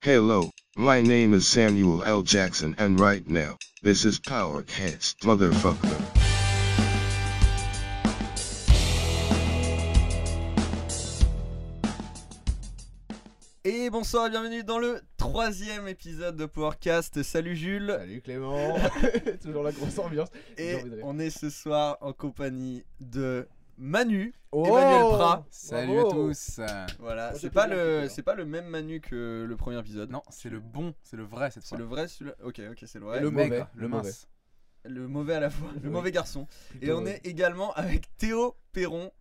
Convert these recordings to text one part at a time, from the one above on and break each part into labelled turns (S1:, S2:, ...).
S1: Hello, my name is Samuel L. Jackson and right now, this is Powercast Motherfucker.
S2: Et bonsoir, bienvenue dans le troisième épisode de Powercast. Salut Jules.
S3: Salut Clément, toujours la grosse ambiance.
S2: Et
S3: J'ai envie de rire.
S2: on est ce soir en compagnie de Manu,
S3: Oh
S2: Emmanuel Prat.
S4: Salut
S3: Bravo.
S4: à tous
S2: Voilà,
S3: Oh,
S2: c'est
S3: j'ai
S2: pas
S3: pas bien
S2: le
S3: compris,
S2: c'est pas le même Manu que le premier épisode.
S4: Non, c'est le bon, c'est le vrai cette
S2: c'est
S4: fois.
S2: le vrai celui-là. OK, OK, c'est le vrai.
S3: Et le
S2: Le,
S3: mauvais,
S4: maigre,
S3: le
S4: le mince.
S2: mauvais à la fois, le
S3: Oui.
S2: mauvais garçon. Et
S3: Plutôt,
S2: on
S3: euh,
S2: est également avec Théo Perron.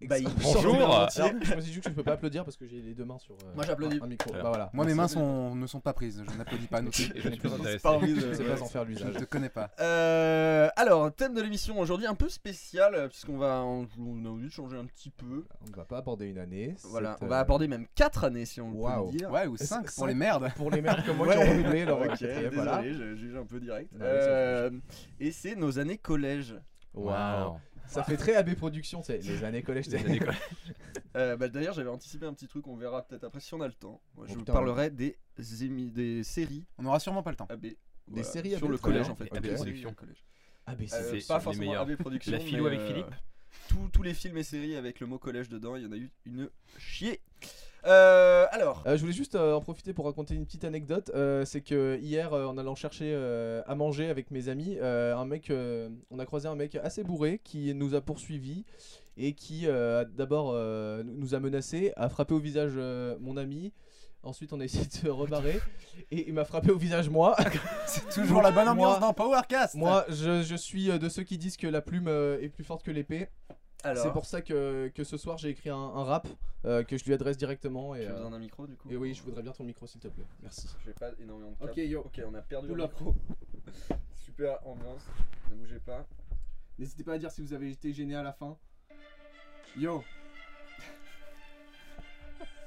S2: Bailly.
S3: sortez
S5: Bonjour.
S3: leur entier. Je me suis dit que je peux pas applaudir parce que j'ai les deux mains sur euh,
S2: Moi, j'applaudis.
S3: un micro.
S5: Alors.
S3: Bah voilà.
S4: Moi mes mains sont, ne sont pas prises, je n'applaudis pas non plus.
S5: Et je ne peux
S2: J'ai
S5: m'intéresser.
S2: pas envie de-
S3: Je sais
S2: ouais.
S3: pas en faire
S4: Je
S3: l'usage.
S4: ne te connais pas.
S2: Euh, alors, thème de l'émission aujourd'hui un peu spécial euh, puisqu'on va on, on a envie de changer un petit peu.
S3: On va pas aborder une année.
S2: Voilà,
S3: Ah, c'est,
S2: on
S3: euh,
S2: va aborder même 4 années si on
S3: Waouh.
S2: peut le dire.
S4: Ouais, ou
S3: c'est-
S4: 5
S3: cinq.
S4: pour les merdes.
S3: Pour les mecs comme moi
S2: Ouais.
S3: qui ont roulé leur
S2: Ok,
S3: quatrième,
S2: désolé,
S3: voilà.
S2: je juge un peu direct.
S3: Ouais, ça
S2: Euh, et c'est nos années collège.
S3: Waouh. Ça fait très AB Productions, c'est les années collège.
S5: Les années collège.
S2: Euh, bah, D'ailleurs, j'avais anticipé un petit truc, on verra peut-être après si on a le temps. Moi, je
S3: Oh,
S2: vous
S3: putain,
S2: parlerai des, émi- des séries
S4: On n'aura sûrement pas le temps.
S2: AB. Des
S3: séries AB,
S2: Sur le
S3: très
S2: collège
S3: bien.
S2: en fait.
S3: Ok.
S2: Des séries
S5: Production.
S2: au collège.
S3: AB,
S2: Euh,
S5: C'est-
S2: pas
S5: sont les
S2: forcément
S5: meilleurs.
S2: AB Production.
S5: La philo
S2: mais,
S5: avec
S2: euh,
S5: Philippe.
S2: tous- Tous les films et séries avec le mot collège dedans, il y en a eu une chier. Euh, alors,
S3: Euh, je voulais juste euh, en profiter pour raconter une petite anecdote. Euh, c'est que hier, euh, en allant chercher euh, à manger avec mes amis, euh, un mec, euh, on a croisé un mec assez bourré qui nous a poursuivis et qui euh, a d'abord euh, nous- nous a menacé, a frappé au visage euh, mon ami. Ensuite, on a essayé de se rebarrer et il m'a frappé au visage moi.
S4: C'est toujours la bonne ambiance
S3: Moi-
S4: dans Powercast
S3: moi, je, je suis euh, de ceux qui disent que la plume euh, est plus forte que l'épée.
S2: alors
S3: C'est pour ça que, que ce soir, j'ai écrit un, un rap euh, que je lui adresse directement.
S2: tu
S3: Et,
S2: as
S3: euh,
S2: besoin d'un micro du coup
S3: et oui, je voudrais bien ton micro, s'il te plaît. Merci.
S2: J'ai pas énormément de
S3: Ok,
S2: câbles.
S3: yo.
S2: Ok, on a perdu
S3: Oula.
S2: le micro. Super ambiance, ne bougez pas.
S3: N'hésitez pas à dire si vous avez été gêné à la fin. Yo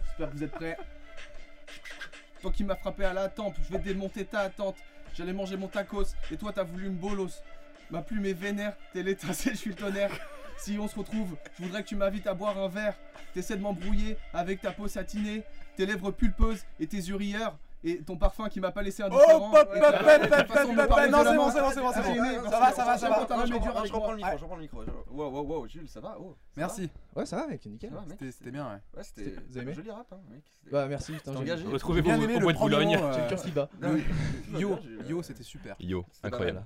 S3: J'espère que vous êtes prêts. Toi qui m'as frappé à la tempe, je vais démonter ta tente. J'allais manger mon tacos et toi t'as voulu me bolos. Ma plume est vénère, t'es l'étincelle, je suis le tonnerre. Si on se retrouve, je voudrais que tu m'invites à boire un verre. T'essaies de m'embrouiller avec ta peau satinée, tes lèvres pulpeuses et tes yeux rieurs et ton parfum qui m'a pas laissé
S4: Oh, pop,
S3: indifférent.
S4: pop,
S3: Et
S4: pop,
S3: ta-
S4: pop,
S3: ta
S4: pop,
S3: façon de
S4: pop,
S3: me
S4: pop,
S3: parler
S4: non,
S3: de la
S4: c'est
S3: main.
S4: bon, c'est bon, c'est bon, c'est bon.
S3: Gêné,
S4: Ça va, ça va,
S3: merci,
S4: ça va.
S3: merci,
S2: Non, je
S3: merci,
S2: reprends,
S3: merci,
S2: je reprends le
S3: merci.
S2: micro, je reprends le micro. je- Wow, wow, wow, Jules, ça va oh, ça
S4: Merci,
S3: Ouais, ça va, mec,
S2: va
S3: nickel.
S2: Ça va, mec
S4: c'était c'était bien, ouais.
S2: Ouais, c'était
S3: Vous avez aimé
S2: joli rap, hein, mec. c'était-
S3: Bah, merci, putain,
S2: T'es
S3: j'ai
S2: engagé
S4: J'ai
S5: Retrouvez-vous
S4: bien aimé
S5: au
S4: le
S5: coin de
S4: premier
S5: Boulogne.
S4: mot, euh,
S3: J'ai le cœur qui bat.
S2: Non, mais-
S4: Yo,
S2: J'ai-
S4: yo, c'était super.
S5: Yo,
S2: C'est pas
S5: incroyable.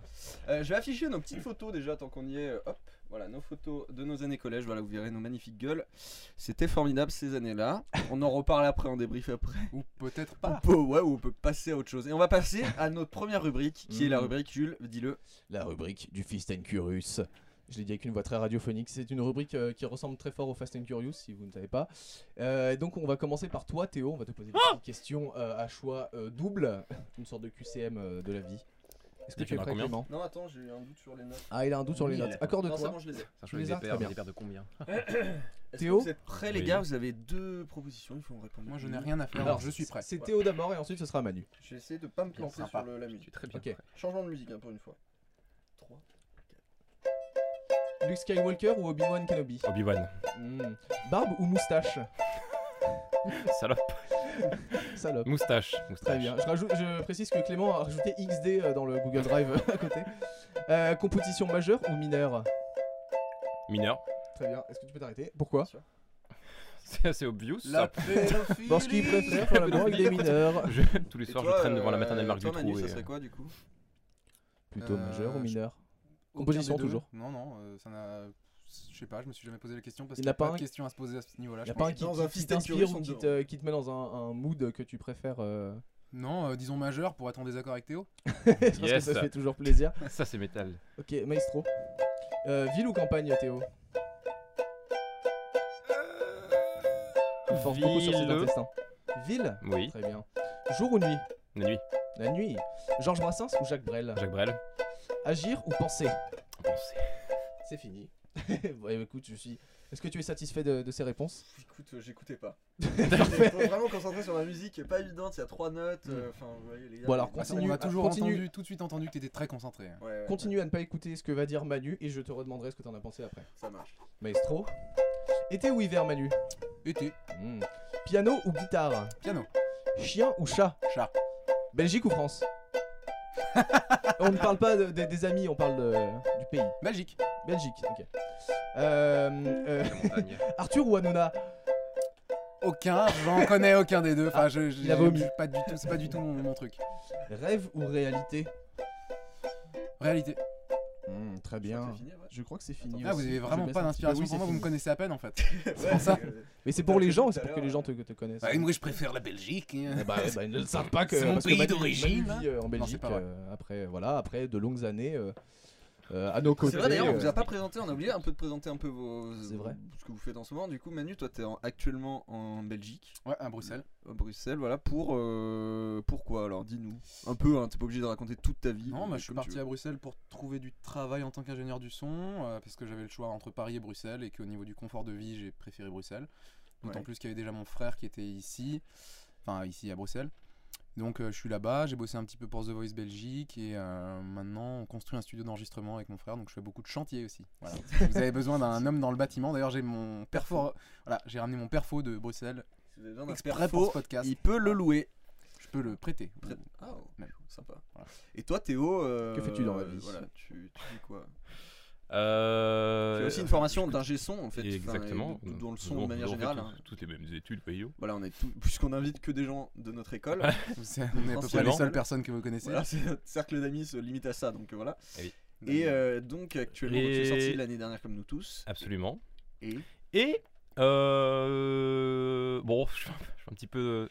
S2: Euh, je vais afficher nos petites photos déjà tant qu'on y est. euh, Hop, voilà nos photos de nos années collège. Voilà, vous verrez nos magnifiques gueules. C'était formidable ces années-là. On en reparle après, on débrief après.
S4: Ou peut-être
S2: On
S4: pas.
S2: peut- ouais, ou on peut passer à autre chose. Et on va passer à notre première rubrique, qui est la
S3: Mhm.
S2: rubrique Jules, dis-le.
S3: La rubrique du Fist and Curious. Je l'ai dit avec une voix très radiophonique. C'est une rubrique euh, qui ressemble très fort au Fast and Curious, si vous ne savez pas. Euh, et donc, on va commencer par toi, Théo. On va te poser des petites questions euh, à choix euh, double, une sorte de QCM euh, de la vie. Est-ce que
S5: Il
S3: tu es
S5: y en a
S3: prêt,
S5: combien
S3: Clément
S2: Non, attends, j'ai eu un doute sur les notes.
S3: Ah, il a un doute sur les
S5: Oui,
S3: notes.
S5: il
S2: non, c'est
S3: Accorde-toi.
S2: bon, je les ai.
S5: C'est un
S3: Tu
S5: jeu avec
S3: les
S5: des
S3: as Très
S5: paires,
S3: bien.
S5: des paires de combien
S2: Est-ce que
S3: Théo
S2: vous êtes prêts, les
S5: Oui.
S2: gars Vous avez deux propositions, il faut me répondre. Mmh.
S4: Moi, je n'ai rien à faire,
S3: Alors,
S4: je suis prêt.
S3: C'est Théo d'abord et ensuite ce sera Manu.
S2: Je vais essayer de pas me
S4: Bien
S2: planter sur
S4: sympa.
S2: le- la
S5: Je
S2: musique.
S5: suis très bien.
S3: Ok.
S5: prêt.
S2: Changement de musique, hein, pour une fois. 3.
S3: Luke Skywalker ou Obi-Wan Kenobi
S5: Obi-Wan,
S3: Hmm. Barbe ou moustache
S5: salope,
S3: Salope.
S5: moustache,
S3: Très
S5: moustache.
S3: bien. Je, rajoute, je précise que Clément a rajouté XD euh, dans le Google Drive à côté. Euh, compétition majeure ou mineure
S5: Mineur,
S3: Très bien. Est-ce que tu peux t'arrêter Pourquoi
S5: c'est assez obvious.
S4: La pédophilie
S3: Parce qu'il préfère faire l'amour avec des mineurs.
S5: Je- tous les
S2: Et
S5: soirs,
S2: toi,
S5: je traîne devant la
S2: euh,
S5: maternelle Marc
S2: toi, Manu,
S5: Dutroux.
S2: ça
S5: et,
S2: serait
S5: euh,
S2: quoi du coup
S3: Plutôt
S4: Euh,
S3: majeur ou
S4: je-
S3: mineur
S4: Aucun
S3: Composition,
S4: des deux.
S3: toujours.
S4: Non, non, euh, ça n'a. Je sais pas, je me suis jamais posé la question parce
S3: Il
S4: qu'il
S3: n'y
S4: n'y
S3: a
S4: a
S3: pas
S4: pas
S3: un-
S4: de question à se poser à ce niveau-là.
S3: Y
S4: je
S3: a
S4: pense.
S3: pas un qui,
S2: dans
S3: qui-
S2: un
S3: qui
S2: fist and
S3: t'inspire
S2: Furious,
S3: ou
S2: on
S3: qui
S2: dit,
S3: te, qui te met dans un, un mood que tu préfères euh,
S4: Non, euh, disons majeur pour être en désaccord avec Théo.
S3: Parce que
S5: Yes.
S3: ça fait toujours plaisir.
S5: Ça, c'est métal.
S3: Ok, maestro. Euh, ville ou campagne, Théo Il force beaucoup sur ses
S5: Ville.
S3: intestins. Ville
S5: Oui,
S3: Très bien. Jour ou nuit
S5: la nuit,
S3: La nuit. Georges Brassens ou Jacques Brel
S5: Jacques Brel.
S3: Agir ou penser
S5: Pensez.
S3: C'est fini. Bon, écoute, je suis. Est-ce que tu es satisfait de, de ces réponses
S2: Écoute, euh, j'écoutais pas. J'étais vraiment concentré sur la musique, qui est pas évidente, il y a trois notes. euh, Enfin, vous voyez les gars.
S3: Bon, alors,
S2: les-
S3: Continue,
S4: Ah, on a toujours
S3: continue.
S4: entendu, tout de suite entendu que t'étais très concentré. hein.
S2: Ouais, ouais,
S3: Continue à ne pas écouter ce que va dire Manu et je te redemanderai ce que t'en as pensé après.
S2: Ça marche.
S3: Maestro. Été ou hiver, Manu
S4: Été,
S3: Piano ou guitare
S4: piano,
S3: Chien ou chat
S4: Chat.
S3: Belgique ou France On ne parle pas de- des- des amis, on parle de- du pays.
S4: Belgique.
S3: Belgique, ok. Euh, euh,
S5: La montagne.
S3: Arthur ou Hanouna
S4: Aucun, j'en connais aucun des deux. Enfin, je, je-
S3: Ah, il a vomi.
S4: je- Pas du tout, c'est pas du tout mon, mon truc.
S3: Rêve ou réalité
S4: Réalité.
S3: Hmm, Très
S2: C'est
S3: bien.
S2: fini, ouais.
S3: Je crois que c'est fini.
S4: Là, Ah, vous
S3: aussi.
S4: avez
S3: Je
S4: vraiment
S3: baisse
S4: pas
S3: un petit peu.
S4: d'inspiration
S3: Ah Oui,
S4: pour
S3: c'est
S4: moi, vous me
S3: fini.
S4: connaissez à peine en fait. C'est pour ça.
S2: euh,
S3: Mais c'est pour les gens, c'est pour que les gens te, te connaissent.
S4: Bah, moi, je préfère la Belgique. hein.
S3: Eh bah, eh bah, ils ne le savent pas que.
S4: C'est mon
S3: parce que
S4: pays
S3: Manu-
S4: d'origine,
S3: Manu
S4: hein.
S3: vit, euh, en Belgique,
S4: pas vrai.
S3: euh, après, voilà, après de longues années euh, euh, à nos côtés.
S2: C'est vrai d'ailleurs, on
S3: euh,
S2: vous a pas présenté, on a oublié un peu de présenter un peu vos.
S3: C'est vrai.
S2: Ce que vous faites en ce moment. Du coup, Manu, toi, t'es en- actuellement en Belgique,
S4: Ouais, à Bruxelles.
S2: à Bruxelles, voilà, pour. euh, Pourquoi alors Dis-nous. Un peu, hein, t'es pas obligé de raconter toute ta vie.
S4: Non,
S2: mais
S4: bah, je suis
S2: comme tu
S4: parti à Bruxelles pour trouver du travail en tant qu'ingénieur du son, euh, parce que j'avais le choix entre Paris et Bruxelles, et qu'au niveau du confort de vie, j'ai préféré Bruxelles. D'autant
S2: Ouais.
S4: plus qu'il y avait déjà mon frère qui était ici, enfin ici à Bruxelles. Donc euh, je suis là-bas, j'ai bossé un petit peu pour The Voice Belgique, et euh, maintenant on construit un studio d'enregistrement avec mon frère, donc je fais beaucoup de chantiers aussi. Voilà. Si vous avez besoin d'un homme dans le bâtiment, d'ailleurs j'ai mon perfo, voilà, j'ai ramené mon perfo de
S2: veux.
S4: Bruxelles,
S2: Si vous avez besoin d'un
S4: exprès
S2: perfo,
S4: pour ce podcast,
S2: il peut le louer.
S4: je peux le prêter.
S2: Prête- Ah, oh,
S4: Même.
S2: sympa.
S4: Voilà.
S2: Et toi, Théo. euh,
S3: Que fais-tu dans la vie
S2: Voilà, tu, tu fais quoi
S5: Euh,
S2: Tu as aussi une formation d'ingé son en fait. enfin, et
S5: Exactement.
S2: d- dans le son
S5: Nous,
S2: de
S5: on-
S2: manière
S5: nous, on fait
S2: générale.
S5: tous-
S2: hein.
S5: Toutes les mêmes études, voyons.
S2: Voilà, on est tout... puisqu'on invite que des gens de notre école.
S4: C'est- on est à peu près les
S5: Forcément.
S4: seules personnes que vous connaissez.
S2: Voilà, c'est notre cercle d'amis se limite à ça, donc euh, voilà.
S5: Ah oui.
S2: Et euh, donc actuellement,
S5: Et-
S2: tu es sorti l'année dernière comme nous tous.
S5: Absolument.
S2: Et
S5: Et euh, bon, je suis un peu- je suis un petit peu euh,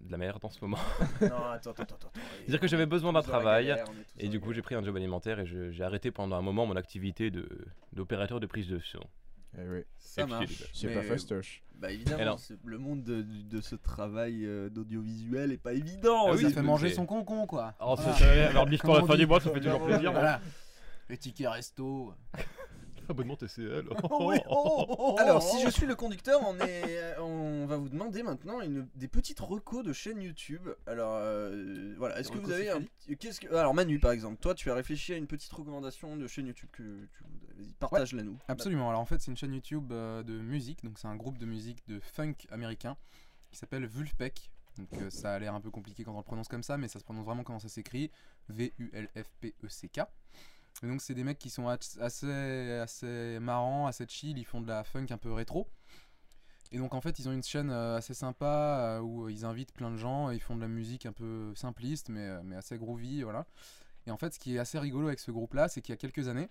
S5: de la merde en ce moment.
S2: non, attends, attends, attends.
S5: C'est-à-dire Ah. que j'avais besoin d'un travail, Et du coup, j'ai pris un job alimentaire et je- j'ai arrêté pendant un moment mon activité de- d'opérateur de, prise de son.
S3: eh oui,
S2: ça
S5: Et puis,
S2: marche.
S3: c'est
S2: mais,
S3: pas fastoche.
S2: Bah évidemment,
S5: Alors.
S2: c'est- le monde de, du- de ce travail euh, d'audiovisuel est pas évident.
S5: Ah
S4: ça
S5: oui,
S4: fait
S5: mais
S4: manger
S5: c'est-
S4: son concon quoi.
S2: Ah.
S5: Oh,
S4: Voilà.
S5: alors, bif pour la fin du mois, ça fait toujours plaisir.
S4: Voilà. Les tickets resto.
S5: Abonnement TCL.
S2: Oh, Alors, si je suis le conducteur, on, est, euh, on va vous demander maintenant une, des petites recos de chaînes YouTube. Alors, euh, voilà, est-ce que vous
S4: recos
S2: avez un petit- qu'est-ce que alors Manu par exemple, toi tu as réfléchi à une petite recommandation de chaîne YouTube que tu vas-y partage-la nous.
S4: Absolument. Alors en fait, c'est une chaîne YouTube euh, de musique. Donc c'est un groupe de musique de funk américain qui s'appelle Vulfpeck. Donc euh, ça a l'air un peu compliqué quand on le prononce comme ça, mais ça se prononce vraiment comment ça s'écrit. V-U-L-F-P-E-C-K. E Et donc c'est des mecs qui sont as- assez, assez marrants, assez chill, ils font de la funk un peu rétro. Et donc en fait ils ont une chaîne euh, assez sympa euh, où ils invitent plein de gens, et ils font de la musique un peu simpliste mais, euh, mais assez groovy, voilà. Et en fait ce qui est assez rigolo avec ce groupe là, c'est qu'il y a quelques années,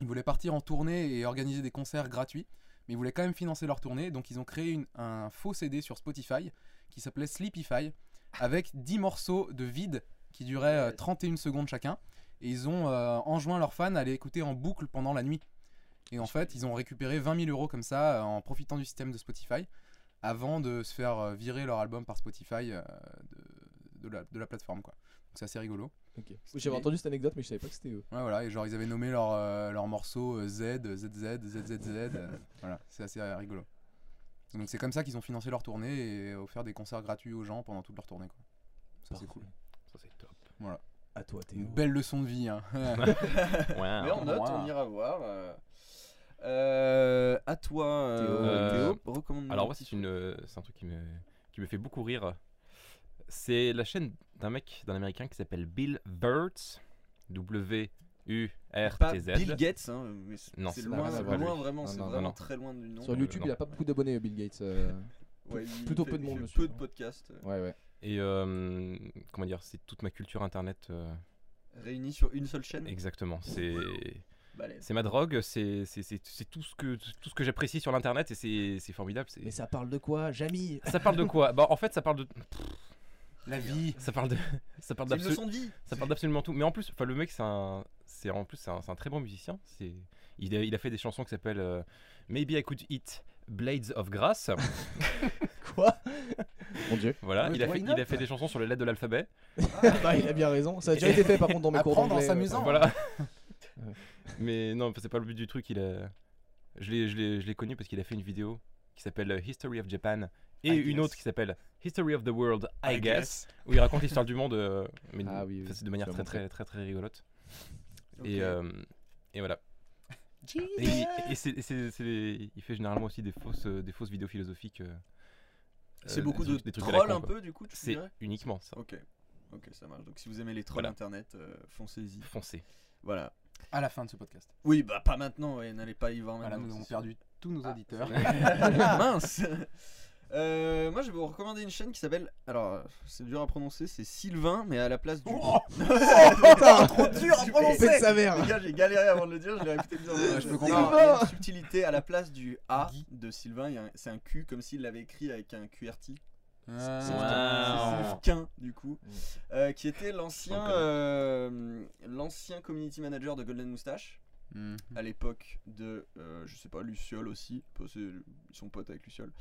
S4: ils voulaient partir en tournée et organiser des concerts gratuits, mais ils voulaient quand même financer leur tournée, donc ils ont créé une- un faux CD sur Spotify qui s'appelait Sleepify, avec 10 morceaux de vide qui duraient euh, 31 secondes chacun, et ils ont euh, enjoint leurs fans à les écouter en boucle pendant la nuit. Et en fait, ils ont récupéré 20 000 euros comme ça, euh, en profitant du système de Spotify, avant de se faire euh, virer leur album par Spotify euh, de, de la, de la plateforme. quoi. Donc c'est assez rigolo.
S3: Ok. Oui, J'avais entendu cette anecdote, mais je savais pas que c'était eux.
S4: Ouais, voilà, et genre ils avaient nommé leur, euh, leur morceau euh, Z, ZZ, ZZZ. euh, voilà, c'est assez euh, rigolo. Donc c'est comme ça qu'ils ont financé leur tournée et offert des concerts gratuits aux gens pendant toute leur tournée. Quoi. Ça c'est
S3: Parfait.
S4: cool.
S5: Ça, c'est top.
S3: À toi, Théo.
S4: Une belle leçon de vie. Hein.
S2: Mais
S5: Wow.
S2: on note,
S4: Wow.
S2: on ira voir. euh. Euh, à toi, euh,
S5: Théo.
S2: Théo, recommande.
S5: Alors, moi, c'est une, euh, c'est un truc qui me, qui me fait beaucoup rire. C'est la chaîne d'un mec, d'un américain qui s'appelle Bill Wirtz.
S2: pas
S5: W-U-R-T-Z.
S2: Bill Gates, hein, mais c'est
S5: Non,
S2: c'est
S5: c'est
S2: loin,
S3: pas- c'est
S2: loin,
S3: pas
S2: loin
S5: lui.
S2: vraiment,
S3: Non,
S2: c'est
S3: non, non,
S2: vraiment
S5: non.
S2: très loin du nom.
S3: Sur
S5: Euh,
S3: YouTube,
S5: non.
S3: il a pas beaucoup d'abonnés, euh, Bill Gates. euh.
S2: Ouais, il
S3: plutôt
S2: fait-
S3: peu de
S2: il
S3: monde
S2: fait
S3: dessus.
S2: Peu de podcasts euh,
S3: Ouais, ouais.
S5: Et euh, comment dire, c'est toute ma culture internet. euh,
S2: réunis sur une seule chaîne. Bah,
S5: exactement. C'est.
S2: Balèze.
S5: C'est ma drogue, c'est c'est- c'est- c'est tout ce que, tout ce que j'apprécie sur l'internet et c'est c'est formidable. c'est-
S3: Mais ça parle de quoi, Jamy
S5: Ça parle de quoi bah, En fait, ça parle de.
S4: La vie.
S5: Ça parle de. Ça parle
S2: C'est une
S5: d'absolu-
S2: leçon de vie.
S5: Ça parle d'absolument tout. Mais en plus, enfin, le mec, c'est un, c'est en plus, c'est un, c'est un très bon musicien. C'est, il a, il a fait des chansons qui s'appellent euh, Maybe I Could Eat Blades of Grass.
S3: Quoi Mon dieu.
S2: Ah,
S5: voilà.
S4: Ouais,
S5: Il a
S4: why
S5: fait, il
S4: not
S5: a fait des chansons sur les lettres de l'alphabet.
S3: Bah, il a bien raison. Ça a déjà été fait par contre dans mes cours
S4: Apprendre en
S3: d'anglais, euh, ouais.
S4: s'amusant.
S5: Voilà.
S3: Ouais.
S5: Mais non, c'est pas le but du truc. Il a, je l'ai, je l'ai, je l'ai connu parce qu'il a fait une vidéo qui s'appelle euh, History of Japan et
S4: I
S5: une
S4: guess.
S5: autre qui s'appelle History of the World, I, guess. où il raconte l'histoire du monde, euh, mais
S3: Ah
S5: de-
S3: oui, oui,
S5: c'est de manière
S3: tu
S5: très,
S3: l'as
S5: très très très rigolote.
S2: Ok.
S5: Et, euh, et voilà. Et, il- et c'est- c'est- c'est des- il fait généralement aussi des fausses, euh, des fausses vidéos philosophiques euh,
S2: C'est
S5: euh,
S2: beaucoup
S5: des
S2: de
S5: trucs- des trucs à la
S2: trolls
S5: con,
S2: un
S5: quoi.
S2: peu, du coup, tu
S5: C'est
S2: dirais
S5: uniquement ça.
S2: Ok. Ok, ça marche. Donc si vous aimez les trolls
S5: Voilà.
S2: internet, euh, foncez-y.
S5: Foncez.
S2: Voilà.
S4: À la fin de ce podcast.
S2: Oui, bah pas maintenant, ouais, n'allez pas y voir
S3: Ah
S4: Voilà,
S2: maintenant.
S4: nous
S2: c'est
S4: avons
S2: sûr.
S4: perdu tous nos auditeurs.
S2: Mince Euh, Moi, je vais vous recommander une chaîne qui s'appelle. Alors, euh, c'est dur à prononcer, c'est Sylvain, mais à la place du.
S3: Oh putain,
S2: trop dur à
S3: Fais de sa mère.
S2: Les gars, j'ai galéré avant de le dire, je l'ai répété plusieurs fois.
S4: Ah. Je
S2: Non,
S4: peux
S2: il y
S4: comprendre.
S2: a une subtilité à la place du A
S4: Guy.
S2: de Sylvain, il y a un- c'est un Q comme s'il l'avait écrit avec un QRT.
S5: Wow.
S2: C'est Sylvain, du coup,
S3: Mm.
S2: euh, qui était l'ancien
S5: Encore.
S2: euh, l'ancien community manager de Golden Moustache
S4: Hmm. Mm.
S2: à l'époque de, euh, je sais pas, Luciole aussi, parce que c'est son pote avec Luciole.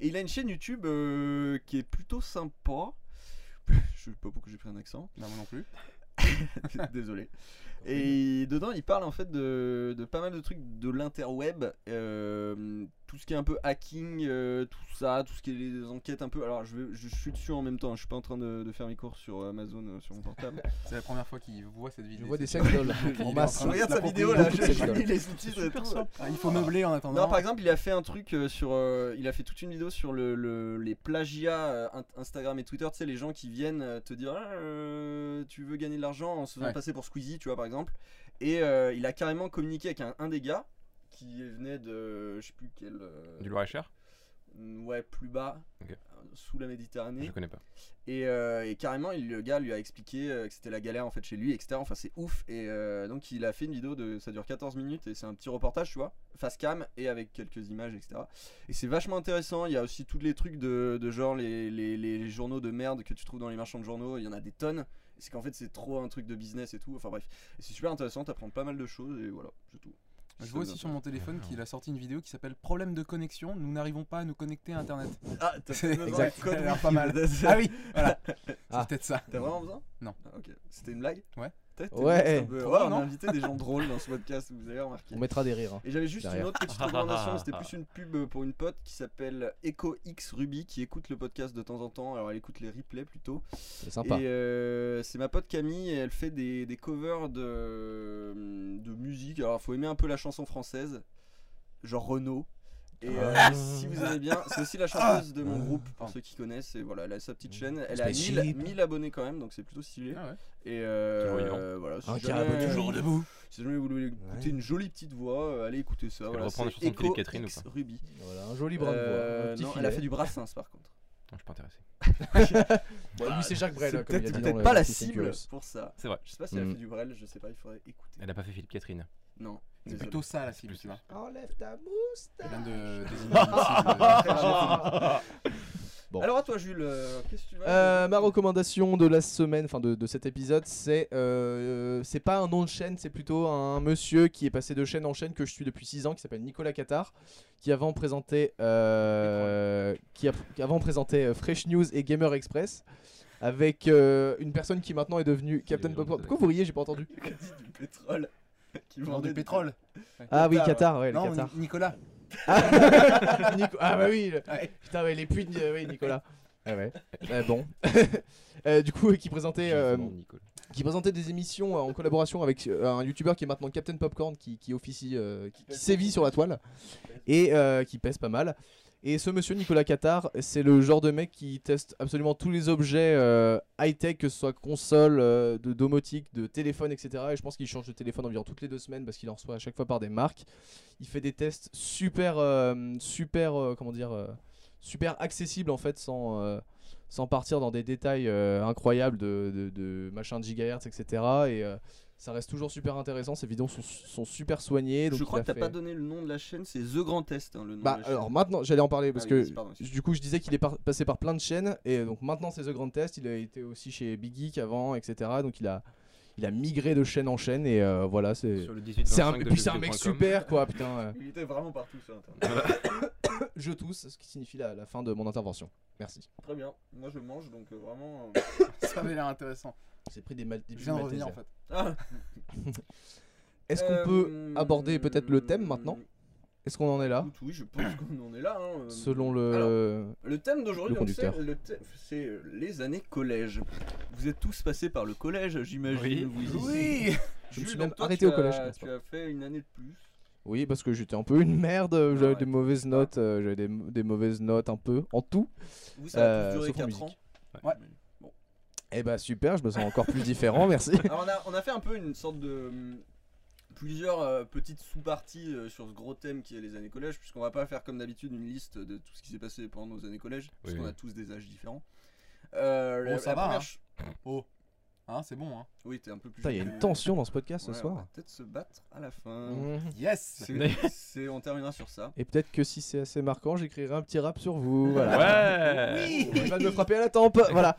S2: Et il a une chaîne YouTube euh, qui est plutôt sympa. Je sais pas pourquoi j'ai pris un accent,
S4: Bah, moi non plus.
S2: désolé. Et dedans, il parle en fait de, de pas mal de trucs de l'interweb, euh, tout ce qui est un peu hacking, euh, tout ça, tout ce qui est les enquêtes un peu. Alors, je, vais- je, suis dessus en même temps, hein. je suis pas en train de, de faire mes courses sur Amazon euh, sur mon portable.
S4: C'est la première fois qu'il voit cette vidéo.
S3: Je vois des sextoles en masse.
S4: Je regarde
S2: Ah, Regarde sa vidéo là, je, je lis les sous-titres et tout.
S4: Ah, Il faut meubler en attendant.
S2: Non, par exemple, il a fait un truc euh, sur. euh, il a fait toute une vidéo sur le, le- les plagiats euh, in- Instagram et Twitter. Tu sais, les gens qui viennent euh, te dire Ah, euh, Tu veux gagner de l'argent en se faisant
S4: Ouais.
S2: passer pour Squeezie, tu vois, par exemple. Et euh, il a carrément communiqué avec un, un des gars qui venait de. Je sais plus quel. euh,
S5: Du Loir-et-Cher
S2: Ouais, plus bas.
S5: Ok.
S2: euh, Sous la Méditerranée.
S5: Je connais pas.
S2: Et, euh, et carrément, il- le gars lui a expliqué euh, que c'était la galère en fait chez lui, etc. Enfin, c'est ouf. Et euh, donc, il a fait une vidéo de ça dure 14 minutes et c'est un petit reportage, tu vois, face cam et avec quelques images, etc. Et c'est vachement intéressant. Il y a aussi tous les trucs de, de genre les, les- les journaux de merde que tu trouves dans les marchands de journaux. Il y en a des tonnes. C'est qu'en fait, c'est trop un truc de business et tout. Enfin, bref, Et c'est super intéressant. T'apprends pas mal de choses et voilà, c'est tout.
S4: Je
S2: Si
S4: vois
S2: ça
S4: aussi
S2: vous
S4: sur mon téléphone qu'il a sorti une vidéo qui s'appelle Problème de connexion, nous n'arrivons pas à nous connecter à internet.
S2: intéresse. Ah, t'as
S4: C'est-
S2: besoin
S4: exact.
S2: de code
S4: Ça a l'air
S2: wifi,
S4: pas mal.
S2: peut-être.
S4: Ah oui, voilà.
S3: Ah.
S4: C'est peut-être ça.
S2: T'as vraiment besoin
S4: Non.
S2: Ah, ok. C'était une blague
S4: Ouais.
S2: Peut-être,
S3: Ouais.
S2: peut-être un peu-
S4: Trop
S2: ouais,
S4: bien,
S2: on a
S4: non
S2: invité des gens drôles dans ce podcast, vous avez remarqué.
S3: On mettra des rires. hein.
S2: Et j'avais juste
S3: derrière.
S2: une autre petite recommandation, mais c'était plus une pub pour une pote qui s'appelle Echo X Ruby qui écoute le podcast de temps en temps. Alors elle écoute les replays plutôt.
S3: C'est sympa.
S2: Et euh, c'est ma pote Camille et elle fait des, des covers de, de musique. Alors faut aimer un peu la chanson française, genre Renaud. Et euh,
S3: Ah.
S2: si vous aimez bien, c'est aussi la chanteuse de mon groupe pour ceux qui connaissent. Et voilà, elle a sa petite
S3: Mm.
S2: chaîne. Elle a
S3: Spaceship.
S2: 1000, 1000 abonnés quand même, donc c'est plutôt stylé.
S4: Ah ouais.
S2: Et euh,
S5: Toujours vivant.
S2: euh, voilà, si
S3: Un
S2: jamais,
S3: carabin toujours
S4: debout.
S2: si jamais vous voulez écouter
S3: Ouais.
S2: une jolie petite voix, euh, allez écouter ça. Voilà,
S5: reprend la
S2: c'est
S5: chanson de Philippe
S2: Echo
S5: Catherine ou
S2: X
S5: pas
S2: Ruby.
S3: Voilà, un joli bras de voix.
S2: Euh,
S3: un petit
S2: non, elle
S3: filet.
S2: a fait du Brassens par contre. Ah,
S5: Non, je suis pas intéressé.
S3: Bon, lui, Ah, c'est Jacques Brel. hein,
S2: C'est
S3: comme il a
S2: peut-être
S3: dit dans
S2: peut-être
S3: le
S2: pas la
S3: Fast and
S2: cible
S3: Furious.
S2: pour ça.
S5: C'est vrai.
S2: Je sais pas si elle a
S3: Mm.
S2: fait du Brel, je sais pas, il faudrait écouter.
S5: Elle a pas fait Philippe Catherine.
S2: Non,
S4: C'est
S2: désolé.
S4: plutôt ça la cible,
S5: plus
S4: tu vois.
S3: Enlève ta
S4: Elle
S3: moustache.
S4: vient de désigner une cible. euh,
S3: Bon.
S2: Alors à toi Jules, euh, qu'est-ce que tu vas
S3: Euh, ma recommandation de la semaine, enfin de, de cet épisode, c'est euh, c'est pas un nom de chaîne, c'est plutôt un monsieur qui est passé de chaîne en chaîne que je suis depuis 6 ans, qui s'appelle Nicolas Qatar, qui avant présentait euh, qui, a- qui avant présentait euh, Fresh News et Gamer Express, avec euh, une personne qui maintenant est devenue Captain
S5: légende
S3: Popcorn.
S5: de la
S3: Pourquoi vous riez J'ai pas entendu.
S2: Qui a dit du pétrole Qui
S4: Genre
S2: vendait
S4: du pétrole.
S3: Ah oui,
S2: Qatar,
S3: Qatar, ouais, le
S4: Non,
S3: Qatar.
S4: Ni- Nicolas.
S3: Ah, Nico- ah bah oui, le-
S4: Ouais.
S3: putain, ouais, les puits, de- euh, oui, Nicolas. Ah ouais. Euh, bon. Euh, du coup, euh, qui présentait euh,
S5: Vivement, Nicole.
S3: qui présentait des émissions euh, en collaboration avec euh, un youtubeur qui est maintenant Captain Popcorn qui, qui officie euh, qui, qui sévit sur la toile et euh, qui pèse pas mal et ce monsieur Nicolas Qatar c'est le genre de mec qui teste absolument tous les objets high tech que ce soit console euh, de domotique de téléphone etc et je pense qu'il change de téléphone environ toutes les deux semaines parce qu'il en reçoit à chaque fois par des marques il fait des tests super euh, super euh, comment dire euh, super accessibles en fait sans euh, sans partir dans des détails euh, incroyables de, de, de machin de gigahertz, etc. Et euh, ça reste toujours super intéressant. Ces vidéos sont, sont super soignées. donc
S2: Je
S3: il
S2: crois
S3: a
S2: que t'as
S3: fait-
S2: pas donné le nom de la chaîne, c'est The Grand Test, hein, le nom
S3: Bah
S2: de la chaîne.
S3: alors maintenant, j'allais en parler parce
S2: Ah oui,
S3: que
S2: vas-y, pardon, excuse-moi.
S3: du coup je disais qu'il est par- passé par plein de chaînes et euh, donc maintenant c'est The Grand Test. Il a été aussi chez Big Geek avant, etc. Donc il a il a migré de chaîne en chaîne et euh, voilà c'est.
S5: Sur le 18
S3: C'est un, et puis c'est un mec super quoi putain. euh,
S2: Il était vraiment partout sur internet.
S3: je tousse, ce qui signifie la, la fin de mon intervention. Merci.
S2: Très bien, moi je mange donc euh, vraiment. euh,
S4: Ça avait l'air intéressant.
S3: J'ai pris des mal. des
S4: Je viens de revenir en
S3: Maltesers.
S4: fait.
S2: Ah.
S3: Est-ce qu'on peut
S2: Euh,
S3: aborder peut-être le thème maintenant Est-ce qu'on en est là
S2: Écoute, Oui, je pense qu'on en est là. hein, euh.
S3: Selon le.
S2: Le thème d'aujourd'hui,
S3: Le
S2: donc, c'est
S3: conducteur.
S2: le thème- c'est euh, les années collège. Vous êtes tous passés par le collège, j'imagine.
S5: Oui.
S2: vous ici.
S4: Oui
S3: Je me
S2: Jules,
S3: suis
S2: donc
S3: même
S2: toi,
S3: arrêté
S2: tu
S3: au collège,
S2: as-
S3: je pense
S2: Tu as fait une année de plus.
S3: Oui, parce que j'étais un peu une merde, euh,
S2: Ah
S3: j'avais
S2: ouais.
S3: des mauvaises notes, euh, j'avais des, des mauvaises notes un peu en tout.
S2: Vous, ça a
S3: Euh,
S2: tous duré
S3: sauf en
S2: 4 ans.
S3: musique.
S2: Ouais.
S3: Et bah super, je me sens encore plus différent, merci.
S2: Alors on a, on a fait un peu une sorte de hum, plusieurs euh, petites sous-parties euh, sur ce gros thème qui est les années collège, puisqu'on va pas faire comme d'habitude une liste de tout ce qui s'est passé pendant nos années collège, parce
S5: Oui,
S2: qu'on
S5: oui.
S2: a tous des âges différents. Euh,
S4: Bon, ça va, hein.
S2: ch-
S4: Oh. Hein, c'est bon, hein.
S2: Oui, t'es un peu plus.
S3: Putain, il y a
S2: jeune
S3: une
S2: que-
S3: tension dans ce podcast
S2: Ouais,
S3: ce
S2: On
S3: soir.
S2: va peut-être se battre à la fin.
S3: Mhm.
S4: Yes
S2: C'est- c'est- on terminera sur ça.
S3: Et peut-être que si c'est assez marquant, j'écrirai un petit rap sur vous. Voilà.
S5: Ouais
S3: Il va me frapper à la tempe. Voilà.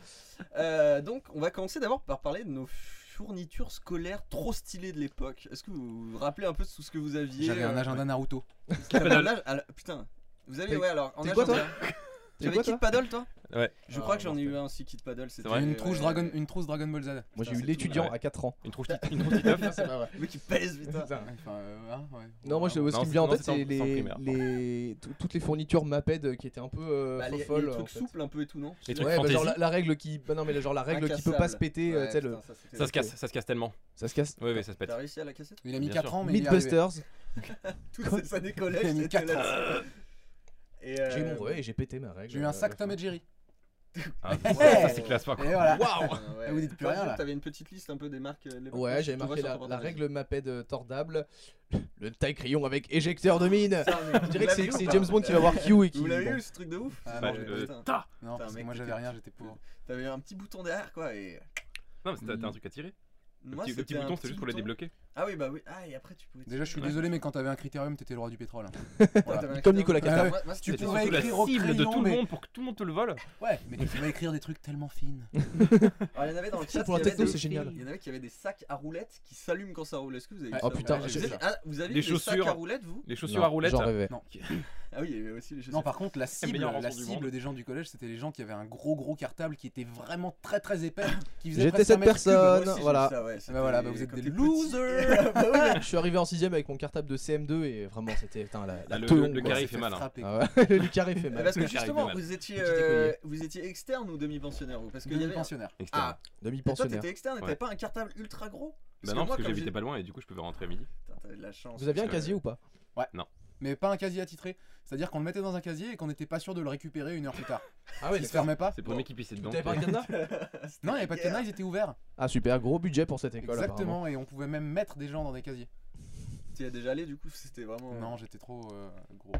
S2: Euh, donc, on va commencer d'abord par parler de nos fournitures scolaires trop stylées de l'époque. Est-ce que vous vous rappelez un peu de tout ce que vous aviez
S4: J'avais un
S2: euh,
S4: agenda Naruto.
S2: T'avais un âge- ah, Putain, vous avez
S3: T'es-
S2: ouais alors en
S3: t'es quoi,
S2: agenda-
S3: toi T'es
S2: J'avais
S3: quoi,
S2: Kid
S3: toi
S2: Paddle toi
S5: Ouais.
S2: Je
S4: Ah,
S2: crois que j'en ai eu
S4: mortel.
S2: un aussi Kid Paddle c'était
S5: vrai.
S4: J'ai une
S5: Ouais,
S2: ouais,
S4: trousse
S2: ouais.
S4: Dragon, une trousse Dragon Ball Z.
S3: Moi j'ai
S2: Putain,
S3: eu
S2: c'est
S3: l'étudiant
S5: tout, ouais.
S3: à 4 ans.
S5: Une trouve petite- une trouve petite œuf.
S2: Mais qui pèse putain. Bah,
S4: Ouais, enfin, euh, hein, ouais.
S3: Non, moi, je-
S4: Vraiment.
S3: ce
S5: Non,
S3: qui me vient en
S5: c'était-
S3: tête,
S5: non,
S3: c'est
S5: c'était en- c'était en
S3: les,
S5: primaire,
S3: les- tout- toutes les fournitures Maped qui étaient un peu euh,
S2: Bah, les, les
S3: folles. en
S2: trucs
S3: fait.
S2: souples un peu et tout non
S5: Les trucs
S3: Ouais, bah, genre
S5: fantasy.
S3: la, la règle qui, bah, non mais genre la règle qui peut pas
S2: Incassable.
S3: se péter, euh,
S2: Ouais,
S3: tu sais, le-
S2: putain, ça, c'était-
S5: Ça se casse, ça se casse tellement.
S3: ça se casse.
S5: Ouais, ouais, ça se pète.
S2: T'as réussi à la casser
S4: Il a mis
S5: Bien
S4: 4
S5: sûr.
S4: ans, mais. il est arrivé.
S3: Mythbusters,
S2: Toutes ces années collège
S4: mis
S2: t'étais
S4: quatre ans.
S2: là-dessus. Et, euh,
S3: j'ai eu mon ouais, et j'ai pété ma règle.
S4: J'ai eu un sac Tom
S3: mais
S4: et Jerry.
S5: Ah,
S4: Ouais.
S5: Ça se classe pas
S4: Et
S5: quoi.
S4: voilà.
S2: euh, ouais.
S4: Ah, vous dites plus
S2: Toi,
S4: rien,
S2: Jules,
S4: là.
S2: T'avais une petite liste un peu des marques euh, de l'époque.
S3: Ouais,
S2: Je
S3: j'avais
S2: te vois
S3: marqué
S2: sur
S3: la,
S2: ton
S3: la
S2: portable.
S3: règle Maped euh, tordable, le taille crayon avec éjecteur de mine.
S2: Ça, mais
S3: Je
S2: vous
S3: dirais que c'est
S2: l'avez eu ou
S3: c'est
S2: pas
S3: James Bond qui va voir Q et qui.
S2: Vous l'avez
S3: bon.
S2: eu ce truc de ouf
S4: Ah,
S5: Bah,
S4: non,
S5: le-
S2: putain.
S5: Ta
S4: Non, parce que
S2: mec,
S4: moi
S2: t'es
S4: j'avais
S2: quel-
S4: rien, j'étais pauvre.
S2: T'avais un petit bouton derrière quoi et
S5: Non, mais t'as t'as un truc à tirer. Le
S2: moi,
S5: petit, le petit
S2: c'était un
S5: bouton, c'est juste pour les
S2: bouton.
S5: débloquer.
S2: Ah oui bah oui ah et après tu pouvais
S4: Déjà, je suis
S5: Ouais.
S4: désolé, mais quand t'avais un critérium, t'étais le roi du pétrole.
S2: Toi, t'avais un critère-
S3: Comme Nicolas
S2: Moi,
S4: Cage.
S2: moi, moi,
S4: Tu
S5: C'était
S2: c'était-
S4: pourrais
S5: surtout la
S4: écrire au
S5: cible de
S4: crayon,
S5: tout le
S4: mais-
S5: monde pour que tout le monde te le vole.
S4: Ouais, mais tu vas écrire des trucs tellement fines.
S2: Alors, il y en avait dans le
S3: Ça,
S2: chat.
S3: pour
S2: il
S3: un
S2: y avait
S3: techno,
S2: des-
S3: c'est génial.
S2: Il y en avait qui avaient des sacs à roulettes qui s'allument quand ça roule. Est-ce que vous avez vu
S4: Ouais.
S2: ça
S3: Oh, putain,
S2: vous
S3: j'ai-
S2: avez, ah, vous avez
S5: Des
S2: eu des sacs
S5: chaussures.
S2: à roulettes, vous
S5: Les chaussures
S3: Non,
S5: à roulettes.
S3: J'en rêvais.
S2: Ah oui, il y avait aussi les chaussures.
S4: Non, par contre, la cible,
S5: meilleure
S4: la
S5: rançon du
S4: cible
S5: monde.
S4: des gens du collège, c'était les gens qui avaient un gros gros cartable qui était vraiment très très épais. qui faisait
S3: J'étais
S4: presque un
S3: cette
S4: mètre cube.
S3: personne.
S2: Moi aussi, j'ai vu
S3: voilà.
S2: ça, ouais, c'était-
S4: bah voilà, bah vous êtes
S2: quand
S4: des
S2: t'es petit.
S4: losers.
S2: Bah oui,
S3: Je suis arrivé en 6ème avec mon cartable de CM2 et vraiment c'était putain, la, la
S5: Ah, le-
S3: teon,
S5: le- le
S3: quoi.
S5: carré, il
S4: s'est
S5: fait mal, hein.
S4: frapper.
S3: Ah ouais, le carré fait
S2: mais
S3: mal.
S2: Parce que
S5: J'arrive de
S2: justement,
S5: mal.
S2: vous étiez,
S3: Petit
S2: euh,
S3: écolier.
S2: vous étiez externe ou demi-pensionnaire vous Parce qu'il y
S4: Devenu
S2: avait. un-
S4: pensionnaire.
S2: Ah,
S3: Demi
S2: et toi
S3: pensionnaire.
S2: t'étais externe et t'avais
S5: Ouais.
S2: pas un cartable ultra gros
S5: Bah non, parce que j'habitais pas loin et du coup je pouvais rentrer à midi.
S2: Putain, t'avais de la chance.
S3: Vous aviez un
S5: parce que-
S3: casier ou pas
S4: Mais pas un casier attitré. C'est-à-dire qu'on le mettait dans un casier et qu'on n'était pas sûr de le récupérer une heure plus tard.
S3: Ah
S4: Il se fermait pas.
S5: C'est le premier qui pissait dedans.
S3: T'avais pas un cadenas
S4: Non, il n'y avait pas de
S2: Yeah.
S4: cadenas, ils étaient ouverts.
S3: Ah super, gros budget pour cette école. apparemment.
S4: Exactement, et on pouvait même mettre des gens dans des casiers.
S2: Tu y as déjà allé du coup C'était vraiment.
S4: Non, j'étais trop euh, gros.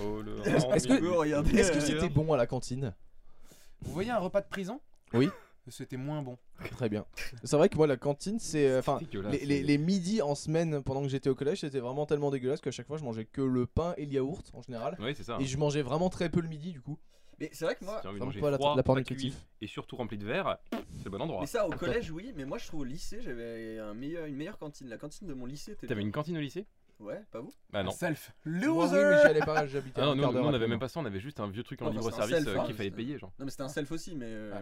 S5: Oh le.
S3: Est-ce que-
S2: Vous regardez,
S3: Est-ce que
S2: euh,
S3: c'était bon à la cantine
S4: Vous voyez un repas de prison
S3: Oui.
S4: C'était moins bon.
S3: Très bien. C'est vrai que moi la cantine c'est euh, enfin
S5: Dégueulasse.
S3: les, les- les midis en semaine pendant que j'étais au collège c'était vraiment tellement dégueulasse qu'à chaque fois je mangeais que le pain et le yaourt en général
S5: Ouais, c'est ça.
S3: et je mangeais vraiment très peu le midi du coup.
S2: Mais c'est vrai que moi,
S5: J'ai envie
S3: Vraiment
S5: de manger
S3: pas la-
S5: froid,
S3: l'apport
S5: pas cuit,
S3: nutritif.
S5: et surtout rempli de verre. C'est le bon endroit.
S2: Mais ça, au collège, oui, mais moi je trouve au lycée, j'avais un meilleur, une meilleure cantine. La cantine de mon lycée était.
S5: T'avais une cantine au lycée
S2: Ouais, pas vous
S5: Bah non.
S4: Self.
S3: Moi, oui,
S4: Loser
S3: mais j'y allais pas, j'habitais
S5: Ah
S3: à
S5: non,
S3: un
S5: nous,
S3: quart
S5: nous,
S3: d'heure
S5: on avait
S3: après.
S5: même pas ça, on avait juste un vieux truc en
S2: Ouais,
S5: libre
S2: enfin, c'est un
S5: service
S2: self,
S5: euh,
S2: hein,
S5: qu'il fallait
S2: juste,
S5: payer. genre.
S2: Non, mais c'était
S3: Ah.
S2: un self aussi, mais. euh,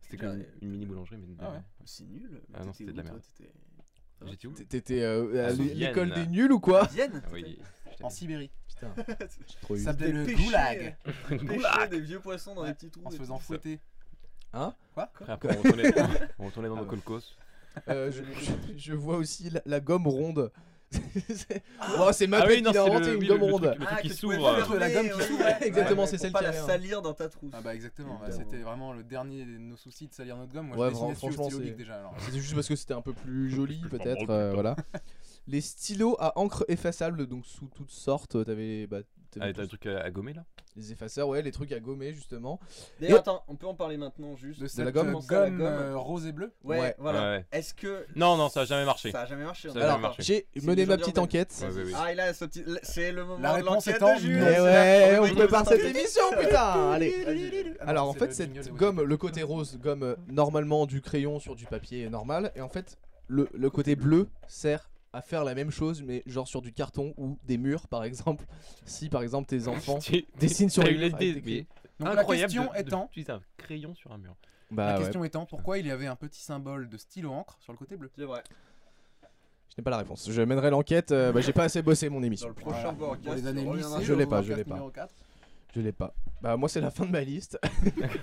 S5: C'était comme une,
S2: Ouais.
S5: une mini boulangerie. Mais
S4: Ah ouais.
S2: C'est nul.
S5: Ah non,
S2: T'étais
S5: c'était de la
S2: où, toi
S5: merde.
S2: T'étais- Ah,
S5: J'étais où
S3: T- T'étais euh, à
S5: Ah,
S3: l'é- l'école
S5: Vienne.
S3: des nuls ou quoi
S2: Vienne
S5: Ah oui. j'étais-
S4: en Sibérie.
S3: Putain, j'ai trop eu.
S4: Ça s'appelait
S2: T'étais
S4: le
S2: pêché,
S4: goulag.
S2: Pêcher des vieux poissons dans
S4: Ouais,
S2: les petits trous.
S4: En se
S2: et
S4: faisant
S2: tout.
S4: fouetter.
S5: Après, après, on retournait, on retournait dans
S3: Ah
S5: nos
S3: ouais.
S5: colcos.
S3: Euh, je, je- je vois aussi la, la gomme ronde. C'est- oh, c'est ma
S5: Ah
S3: bête
S5: oui, non,
S3: qui l'a
S5: c'est le-
S3: inventé une
S5: oui, le-
S3: gomme
S5: le
S3: ronde.
S5: truc- le truc qui
S2: Ah, que tu pouvais
S5: s'ouvre,
S2: faire
S5: euh,
S2: tourner,
S3: la gomme qui
S2: ouais,
S3: s'ouvre.
S2: ouais,
S3: Exactement,
S2: ouais,
S3: c'est
S2: pour
S3: celle
S2: pas
S3: qui
S2: la
S3: avait un-
S2: salir dans ta trousse.
S4: Ah bah exactement, bah,
S3: Évidemment.
S4: c'était vraiment le dernier de nos soucis de salir notre gomme. Moi
S3: Ouais,
S4: je
S3: vraiment,
S4: dessinais dessus au
S3: franchement,
S4: stylo
S3: c'est-
S4: bic déjà. Alors.
S3: C'est juste parce que c'était un peu plus joli,
S5: Plus marrant,
S3: peut-être.
S5: putain.
S3: euh, voilà. Les stylos à encre effaçable, donc sous toutes sortes. T'avais bah, t'avais
S5: Ah, t'as
S3: tous
S5: le truc à, à gommer là
S3: les effaceurs, ouais, les trucs à gommer justement.
S2: D'ailleurs, attends, on peut en parler maintenant juste.
S4: De cette
S3: gomme
S4: euh,
S2: Comment ça, la
S4: gomme,
S2: gomme
S4: euh, rose et bleue.
S2: Ouais,
S3: Ouais.
S2: voilà.
S5: Ouais.
S2: Est-ce que.
S5: Non, non, ça a jamais marché.
S2: Ça a jamais marché. on
S5: Ça a
S2: est
S5: jamais
S3: Alors,
S2: d'accord.
S5: marché.
S3: j'ai
S2: C'est
S3: mené
S2: une
S3: ma petite
S2: urbaine.
S3: enquête.
S5: Ouais, ouais, ouais.
S2: Ah, et là, ce petit- c'est le moment
S4: La
S2: de
S4: réponse
S2: l'enquête
S4: étant
S2: de Jules.
S4: non,
S3: Mais
S4: c'est
S3: Eh ouais,
S2: la-
S3: on prépare cette
S2: Vas-y.
S3: émission, putain Allez
S4: Vas-y.
S3: Alors en
S4: Ah c'est
S3: fait
S4: le jingle
S3: cette
S4: de
S3: gomme,
S4: Wikipédia.
S3: le côté rose gomme euh, normalement du crayon sur du papier normal et en fait le, le côté bleu sert à faire la même chose mais genre sur du carton ou des murs par exemple. Si par exemple tes enfants
S5: Tu-
S3: dessinent sur
S5: t'as
S3: les
S5: eu
S3: murs Ah, avec
S5: l'idée,
S3: des crayons.
S5: mais
S4: Donc
S5: incroyable
S4: la question
S5: de- de-
S4: étant,
S5: d'utiliser un crayon sur un mur.
S3: Bah
S4: la
S3: ouais,
S4: question étant, pourquoi il y avait un petit symbole de stylo encre sur le côté bleu
S2: C'est vrai.
S3: je n'ai pas la réponse. Je mènerai l'enquête, euh, bah j'ai pas assez bossé mon
S2: Dans
S3: émission.
S2: le prochain podcast,
S4: Pour les années
S2: on reviendra
S4: lycée,
S3: Je
S2: sur-
S3: l'ai
S4: le
S3: pas, je
S4: podcast
S3: l'ai pas.
S4: numéro 4.
S3: Je l'ai pas. Bah moi c'est la fin de ma liste.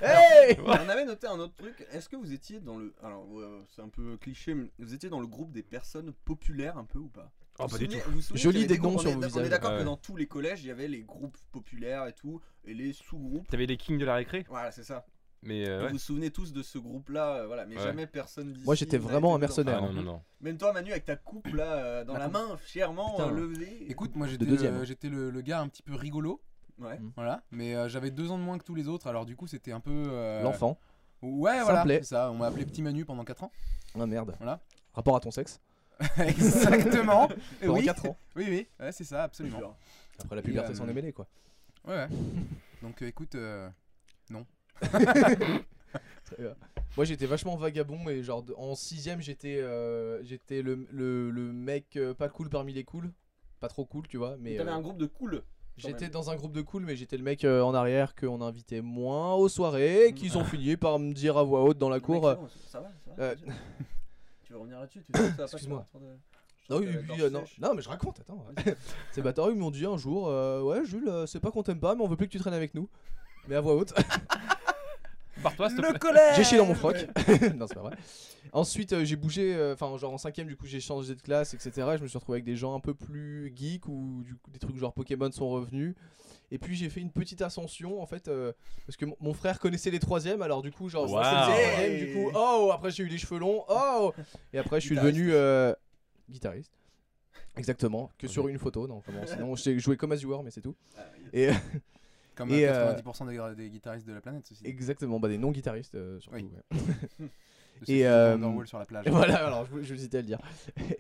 S3: hey
S2: On avait noté un autre truc. Est-ce que vous étiez dans le. Alors, ouais, c'est un peu cliché, mais vous étiez dans le groupe des personnes populaires un peu ou pas
S5: Oh,
S2: Vous vous
S5: pas du tout.
S2: souvenez- vous vous souvenez
S3: Je
S2: qu'il y
S3: lis
S2: avait
S3: des
S2: groupes-
S3: noms
S2: on
S3: sur
S2: est-
S3: vos
S2: On
S3: visages.
S2: est d'accord
S5: Ouais.
S2: que dans tous les collèges, il y avait les groupes populaires et tout, et les sous-groupes.
S5: T'avais les kings de la récré,
S2: Voilà, c'est ça.
S5: mais euh,
S2: Vous
S5: ouais.
S2: vous souvenez tous de ce groupe-là, euh, voilà, mais
S5: Ouais.
S2: jamais personne d'ici.
S3: Moi, j'étais
S2: n'a
S3: vraiment
S2: été
S3: un
S2: dedans.
S3: mercenaire.
S5: Ah non, non, non.
S2: Même toi, Manu, avec ta coupe là euh, dans
S4: La
S2: la,
S4: coupe.
S2: main, fièrement
S3: Putain.
S2: euh, levée.
S4: Écoute, moi j'étais
S3: De deuxième.
S4: le, j'étais le, le gars un petit peu rigolo,
S2: ouais.
S3: mm.
S4: voilà, mais euh, j'avais deux ans de moins que tous les autres, alors du coup c'était un peu. euh,
S3: L'enfant.
S4: Ouais, voilà,
S3: Simplet.
S4: c'est ça. On m'a appelé Petit Manu pendant 4 ans.
S3: Ah merde.
S4: Voilà.
S3: Rapport à ton sexe.
S4: Exactement.
S3: Pendant
S4: Eh oui.
S3: 4 ans.
S4: Oui, oui, ouais, c'est ça, absolument.
S2: Genre.
S3: Après la puberté
S4: euh,
S3: s'en est mêlée quoi.
S4: Ouais, ouais. Donc euh, écoute, euh,
S3: Moi j'étais vachement vagabond et genre de- en sixième j'étais euh, j'étais le, le, le mec euh, pas cool parmi les cools. Pas trop cool tu vois. Mais
S2: T'avais
S3: euh,
S2: un groupe de cool.
S3: j'étais
S2: même.
S3: dans un groupe de cool mais j'étais le mec euh, en arrière qu'on invitait moins aux soirées et qu'ils ont fini par me dire à voix haute dans la cour. euh,
S2: Mm. Mec, c'est bon, ça va, ça va.
S3: euh,
S2: tu- Tu veux revenir là-dessus tu sais que ça va pas
S3: Excuse-moi.
S2: faire un tour de- Je crois
S3: Non,
S2: que
S3: oui,
S2: t'as la
S3: oui,
S2: gorge
S3: euh, non.
S2: sèche.
S3: Non, mais je raconte, attends. C'est bâtard, ils m'ont dit un jour euh, Ouais, Jules, euh, c'est pas qu'on t'aime pas, mais on veut plus que tu traînes avec nous. Mais à voix haute.
S5: Par toi, s'il te plaît.
S3: j'ai chié dans mon froc. non, c'est pas vrai. Ensuite, euh, j'ai bougé, euh, enfin, genre en cinquième, du coup, j'ai changé de classe, etc. Je me suis retrouvé avec des gens un peu plus geeks ou du coup, des trucs genre Pokémon sont revenus. Et puis, j'ai fait une petite ascension, en fait, euh, parce que mon- mon frère connaissait les troisièmes, alors du coup, genre,
S5: Wow.
S3: ça, c'est les
S2: Hey.
S3: troisièmes, du coup, oh, après, j'ai eu les cheveux longs, oh, et après, je suis
S2: Guitariste.
S3: devenu euh, guitariste. Exactement, que sur une photo, non, vraiment. Sinon, j'ai joué comme Azure, mais c'est tout. euh,
S4: comme
S3: Et,
S4: euh,
S3: euh,
S4: 90% des, des guitaristes de la planète, ceci. dit.
S3: Exactement, bah des non-guitaristes, euh, surtout.
S4: Oui.
S3: ouais.
S4: De ceux qui
S3: et,
S4: jouent
S3: euh,
S4: Underworld sur la plage.
S3: Et voilà, alors je, vous- je vous hésitais à le dire.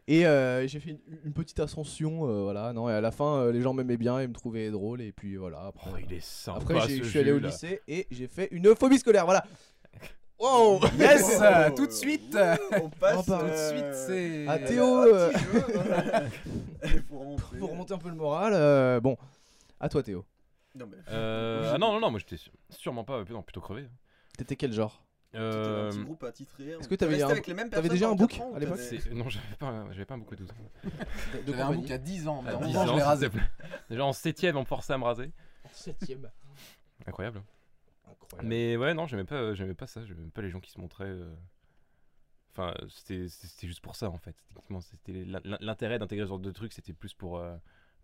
S3: Et euh, j'ai fait une, une petite ascension, euh, voilà, non, et à la fin, euh, les gens m'aimaient bien, ils me trouvaient drôle, et puis voilà. Après, euh,
S5: Oh, il est sympa.
S3: après j'ai-
S5: ce
S3: je suis allé au
S5: Jules.
S3: lycée et j'ai fait une phobie scolaire, voilà. Wow
S4: Yes,
S2: Oh,
S4: euh, tout de suite.
S2: euh, On passe
S3: On parle
S4: Tout de
S2: euh,
S4: suite, c'est.
S3: à
S2: euh,
S3: Théo,
S2: un
S3: euh,
S2: petit jeu, hein. Pour remonter.
S3: Pour remonter un peu le moral, euh, bon, à toi Théo.
S2: Non, mais
S5: Euh, ah non, non, non, moi j'étais su- sûrement pas, euh, non, plutôt crevé.
S3: T'étais quel genre
S2: t'étais
S5: Euh,
S2: un petit groupe attitré.
S3: Est-ce que t'avais un- t'avais
S2: T'avais
S3: déjà un bouc à l'époque
S5: c'est- non, j'avais pas, un- j'avais pas beaucoup de doute.
S3: De, de
S4: J'avais un
S3: compagnie
S4: bouc à 10 ans, mais
S5: À
S4: en
S5: 10
S4: revanche, je l'ai
S5: ans,
S4: rasé.
S5: s'il te plaît. Déjà en 7ème, on me forçait à me raser.
S3: En septième.
S5: Incroyable.
S3: Incroyable.
S5: Mais ouais, non, j'aimais pas, euh, j'aimais pas ça. J'aimais pas les gens qui se montraient. euh, Enfin, c'était c'était- c'était juste pour ça en fait. Techniquement, c'était l'in- l'in- l'intérêt d'intégrer ce genre de truc, c'était plus pour euh,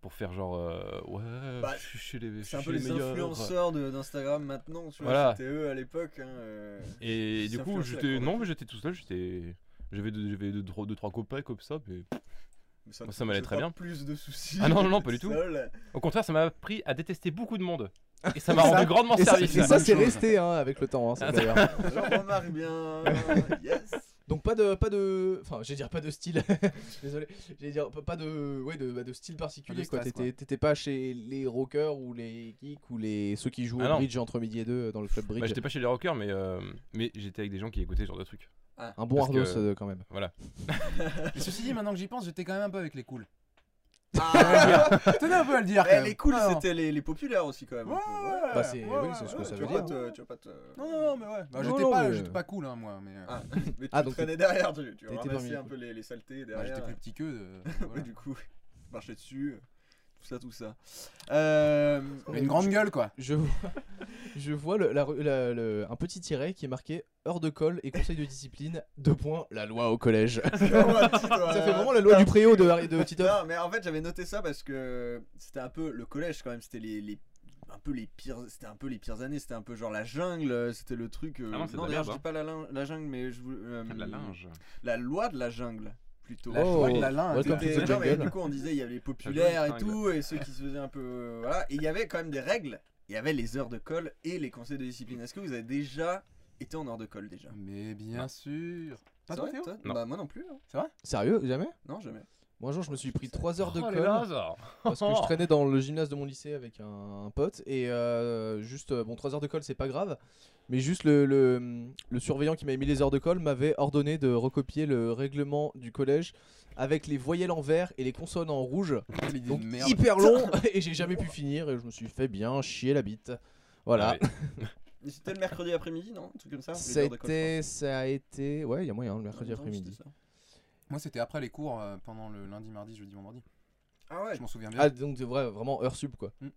S5: pour faire genre euh, ouais,
S2: Bah,
S5: je suis chez les, je
S2: C'est un
S5: suis
S2: peu
S5: les
S2: les
S5: meilleurs.
S2: influenceurs de- d'Instagram maintenant, tu vois,
S5: Voilà.
S2: c'était eux à l'époque. hein, euh.
S5: Et
S2: C'est
S5: du coup,
S2: influencé à
S5: j'étais
S2: fond,
S5: non,
S2: ouais.
S5: mais j'étais tout seul. J'étais j'avais deux, j'avais deux, trois, deux, trois copains comme ça, mais
S2: Mais Ça,
S5: Moi,
S2: ne
S5: ça m'allait
S2: te
S5: très
S2: fera
S5: bien.
S2: Plus de soucis.
S5: Ah non, non, non,
S2: d'être
S5: pas du tout.
S2: seul.
S5: au contraire, ça m'a appris à détester beaucoup de monde. Et ça m'a
S4: Ça-
S5: rendu grandement
S3: Et ça,
S5: service.
S3: et ça, c'est
S4: Bonne chose.
S3: resté hein, avec le temps, hein, ça,
S5: Ah,
S3: d'ailleurs.
S2: Je remarque bien. Yes.
S3: Donc pas de pas de enfin j'allais dire pas de style désolé j'allais dire pas- pas de ouais de, bah, de style particulier
S4: Pas de
S3: quoi
S4: stress,
S3: t'étais t'étais pas chez les rockers ou les geeks ou les ceux qui jouent
S5: Ah
S3: au
S5: non.
S3: bridge entre midi et deux euh, dans le club
S5: Bah,
S3: bridge
S5: j'étais pas chez les rockers, mais euh, mais j'étais avec des gens qui écoutaient ce genre de trucs.
S3: un bon
S5: parce
S3: ardos
S5: que-
S3: euh, quand même
S5: Voilà.
S4: Mais Ceci dit, maintenant que j'y pense, j'étais quand même un peu avec les cools.
S2: Ah,
S4: Tenez un peu à le dire. quand
S2: eh,
S4: même.
S2: les cool,
S4: Non, non.
S2: c'était les, les populaires aussi quand même.
S4: Ouais, ouais,
S3: Bah, c'est-
S4: ouais,
S3: oui,
S4: ouais,
S3: c'est ce que
S4: ouais,
S3: ça
S4: tu
S2: tu,
S3: veut
S4: vois,
S2: vas
S3: dire.
S4: toi.
S2: te, tu vas pas te.
S4: Non, non, non, mais ouais. Bah,
S3: Non,
S4: j'étais
S3: non,
S4: pas,
S3: mais-
S4: j'étais pas cool, hein, moi. Mais euh,
S2: Ah, mais tu
S3: Ah, donc
S2: traînais derrière, tu, tu
S3: t'as été parmi
S2: ramassais
S3: les
S2: un
S3: cool.
S2: peu les, les saletés
S4: bah,
S2: derrière.
S4: j'étais plus petit que.
S2: Oui, du coup, marcher dessus, tout ça, tout ça. Euh,
S4: Mais une grande gueule, quoi.
S3: je vois, je vois le, la- la- le- un petit tiret qui est marqué heure de colle et conseil de discipline deux points la loi au collège ça fait vraiment la loi du préau de Harry de Tito
S2: Non, mais en fait, j'avais noté ça parce que c'était un peu le collège quand même, c'était les, les- un peu les pires c'était un peu les pires années c'était un peu genre la jungle euh, c'était le truc euh,
S5: Ah non, c'est de la
S2: d'ailleurs
S5: merde,
S2: je dis
S5: hein.
S2: pas la, lin- la jungle mais je vous- euh, la loi de la jungle plutôt
S4: La
S3: Oh,
S4: joie de la lin.
S3: welcome
S4: t'étais-
S3: to the
S2: C'était- non, mais
S3: jungle.
S2: du coup, on disait il y avait les populaires et
S5: jungle.
S2: tout, et ceux qui se faisaient un peu. euh, Voilà. Et il y avait quand même des règles. Il y avait les heures de colle et les conseils de discipline. Est-ce que vous avez déjà été en heure de colle déjà
S4: Mais
S3: Ah.
S4: bien sûr. Pas
S2: C'est
S4: toi,
S2: vrai,
S4: Théo
S2: toi
S5: Non.
S2: Bah, moi non plus. hein.
S3: sérieux jamais
S2: Non, jamais.
S3: moi un jour je me suis pris trois heures de
S5: Oh, les
S3: colle
S5: Lazars.
S3: parce que je traînais dans le gymnase de mon lycée avec un, un pote et euh, juste euh, bon 3 heures de colle c'est pas grave mais juste le, le, le surveillant qui m'avait mis les heures de colle m'avait ordonné de recopier le règlement du collège avec les voyelles en vert et les consonnes en rouge
S4: Quelle idée
S3: donc
S4: de merde.
S3: hyper long et j'ai jamais pu finir et je me suis fait bien chier la bite voilà
S5: Ah oui.
S2: Mais C'était le mercredi après-midi, non Un truc comme ça les
S3: ça a
S2: heures de colle, je
S3: été ça a été ouais il y a moyen le
S2: crois.
S3: mercredi
S2: Ouais, c'était
S3: après-midi
S2: ça.
S4: Moi, c'était après les cours, euh, pendant le lundi, mardi, jeudi, vendredi.
S2: Ah ouais
S4: Je m'en souviens bien.
S3: ah donc de vrai, vraiment heure sub quoi
S4: Mm.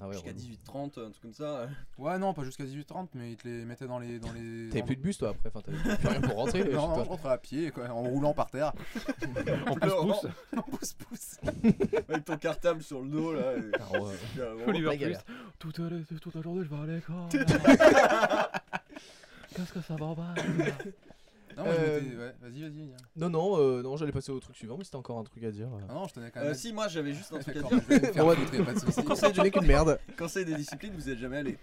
S3: Ah ouais,
S2: Jusqu'à
S3: relou.
S2: 18-30, un truc comme ça. euh,
S4: Ouais, non, pas jusqu'à 18h30, mais ils te les mettaient dans les. Dans les
S3: T'avais
S4: dans-
S3: plus de bus toi après, enfin t'avais plus rien pour rentrer. chez
S4: Non, non,
S3: toi.
S4: je rentre à pied, quoi, en roulant par terre.
S5: En plus, pousse.
S4: En pouce-pouce.
S2: Avec ton cartable sur le dos, là. et-
S3: Ah ouais.
S2: puis, euh, vraiment,
S5: Oliver
S3: la galère.
S5: Twist. Tout à l'heure, tout à l'heure, je vais à l'école. Qu'est-ce que ça
S4: Non,
S5: va pas
S4: moi, je
S3: Euh,
S4: m'étais- ouais, vas-y, vas-y. viens.
S3: Non, non, euh, non, j'allais passer au truc suivant, mais c'était encore un truc à dire.
S4: Ah non, je tenais quand même.
S2: euh,
S4: à-
S2: si, moi j'avais juste un truc à
S4: D'accord,
S2: dire.
S4: je vais me faire
S3: Ouais. Euh,
S4: foutre, y a pas de souci.
S3: Conseil du mec, une merde.
S2: Conseil des disciplines, vous êtes jamais allé.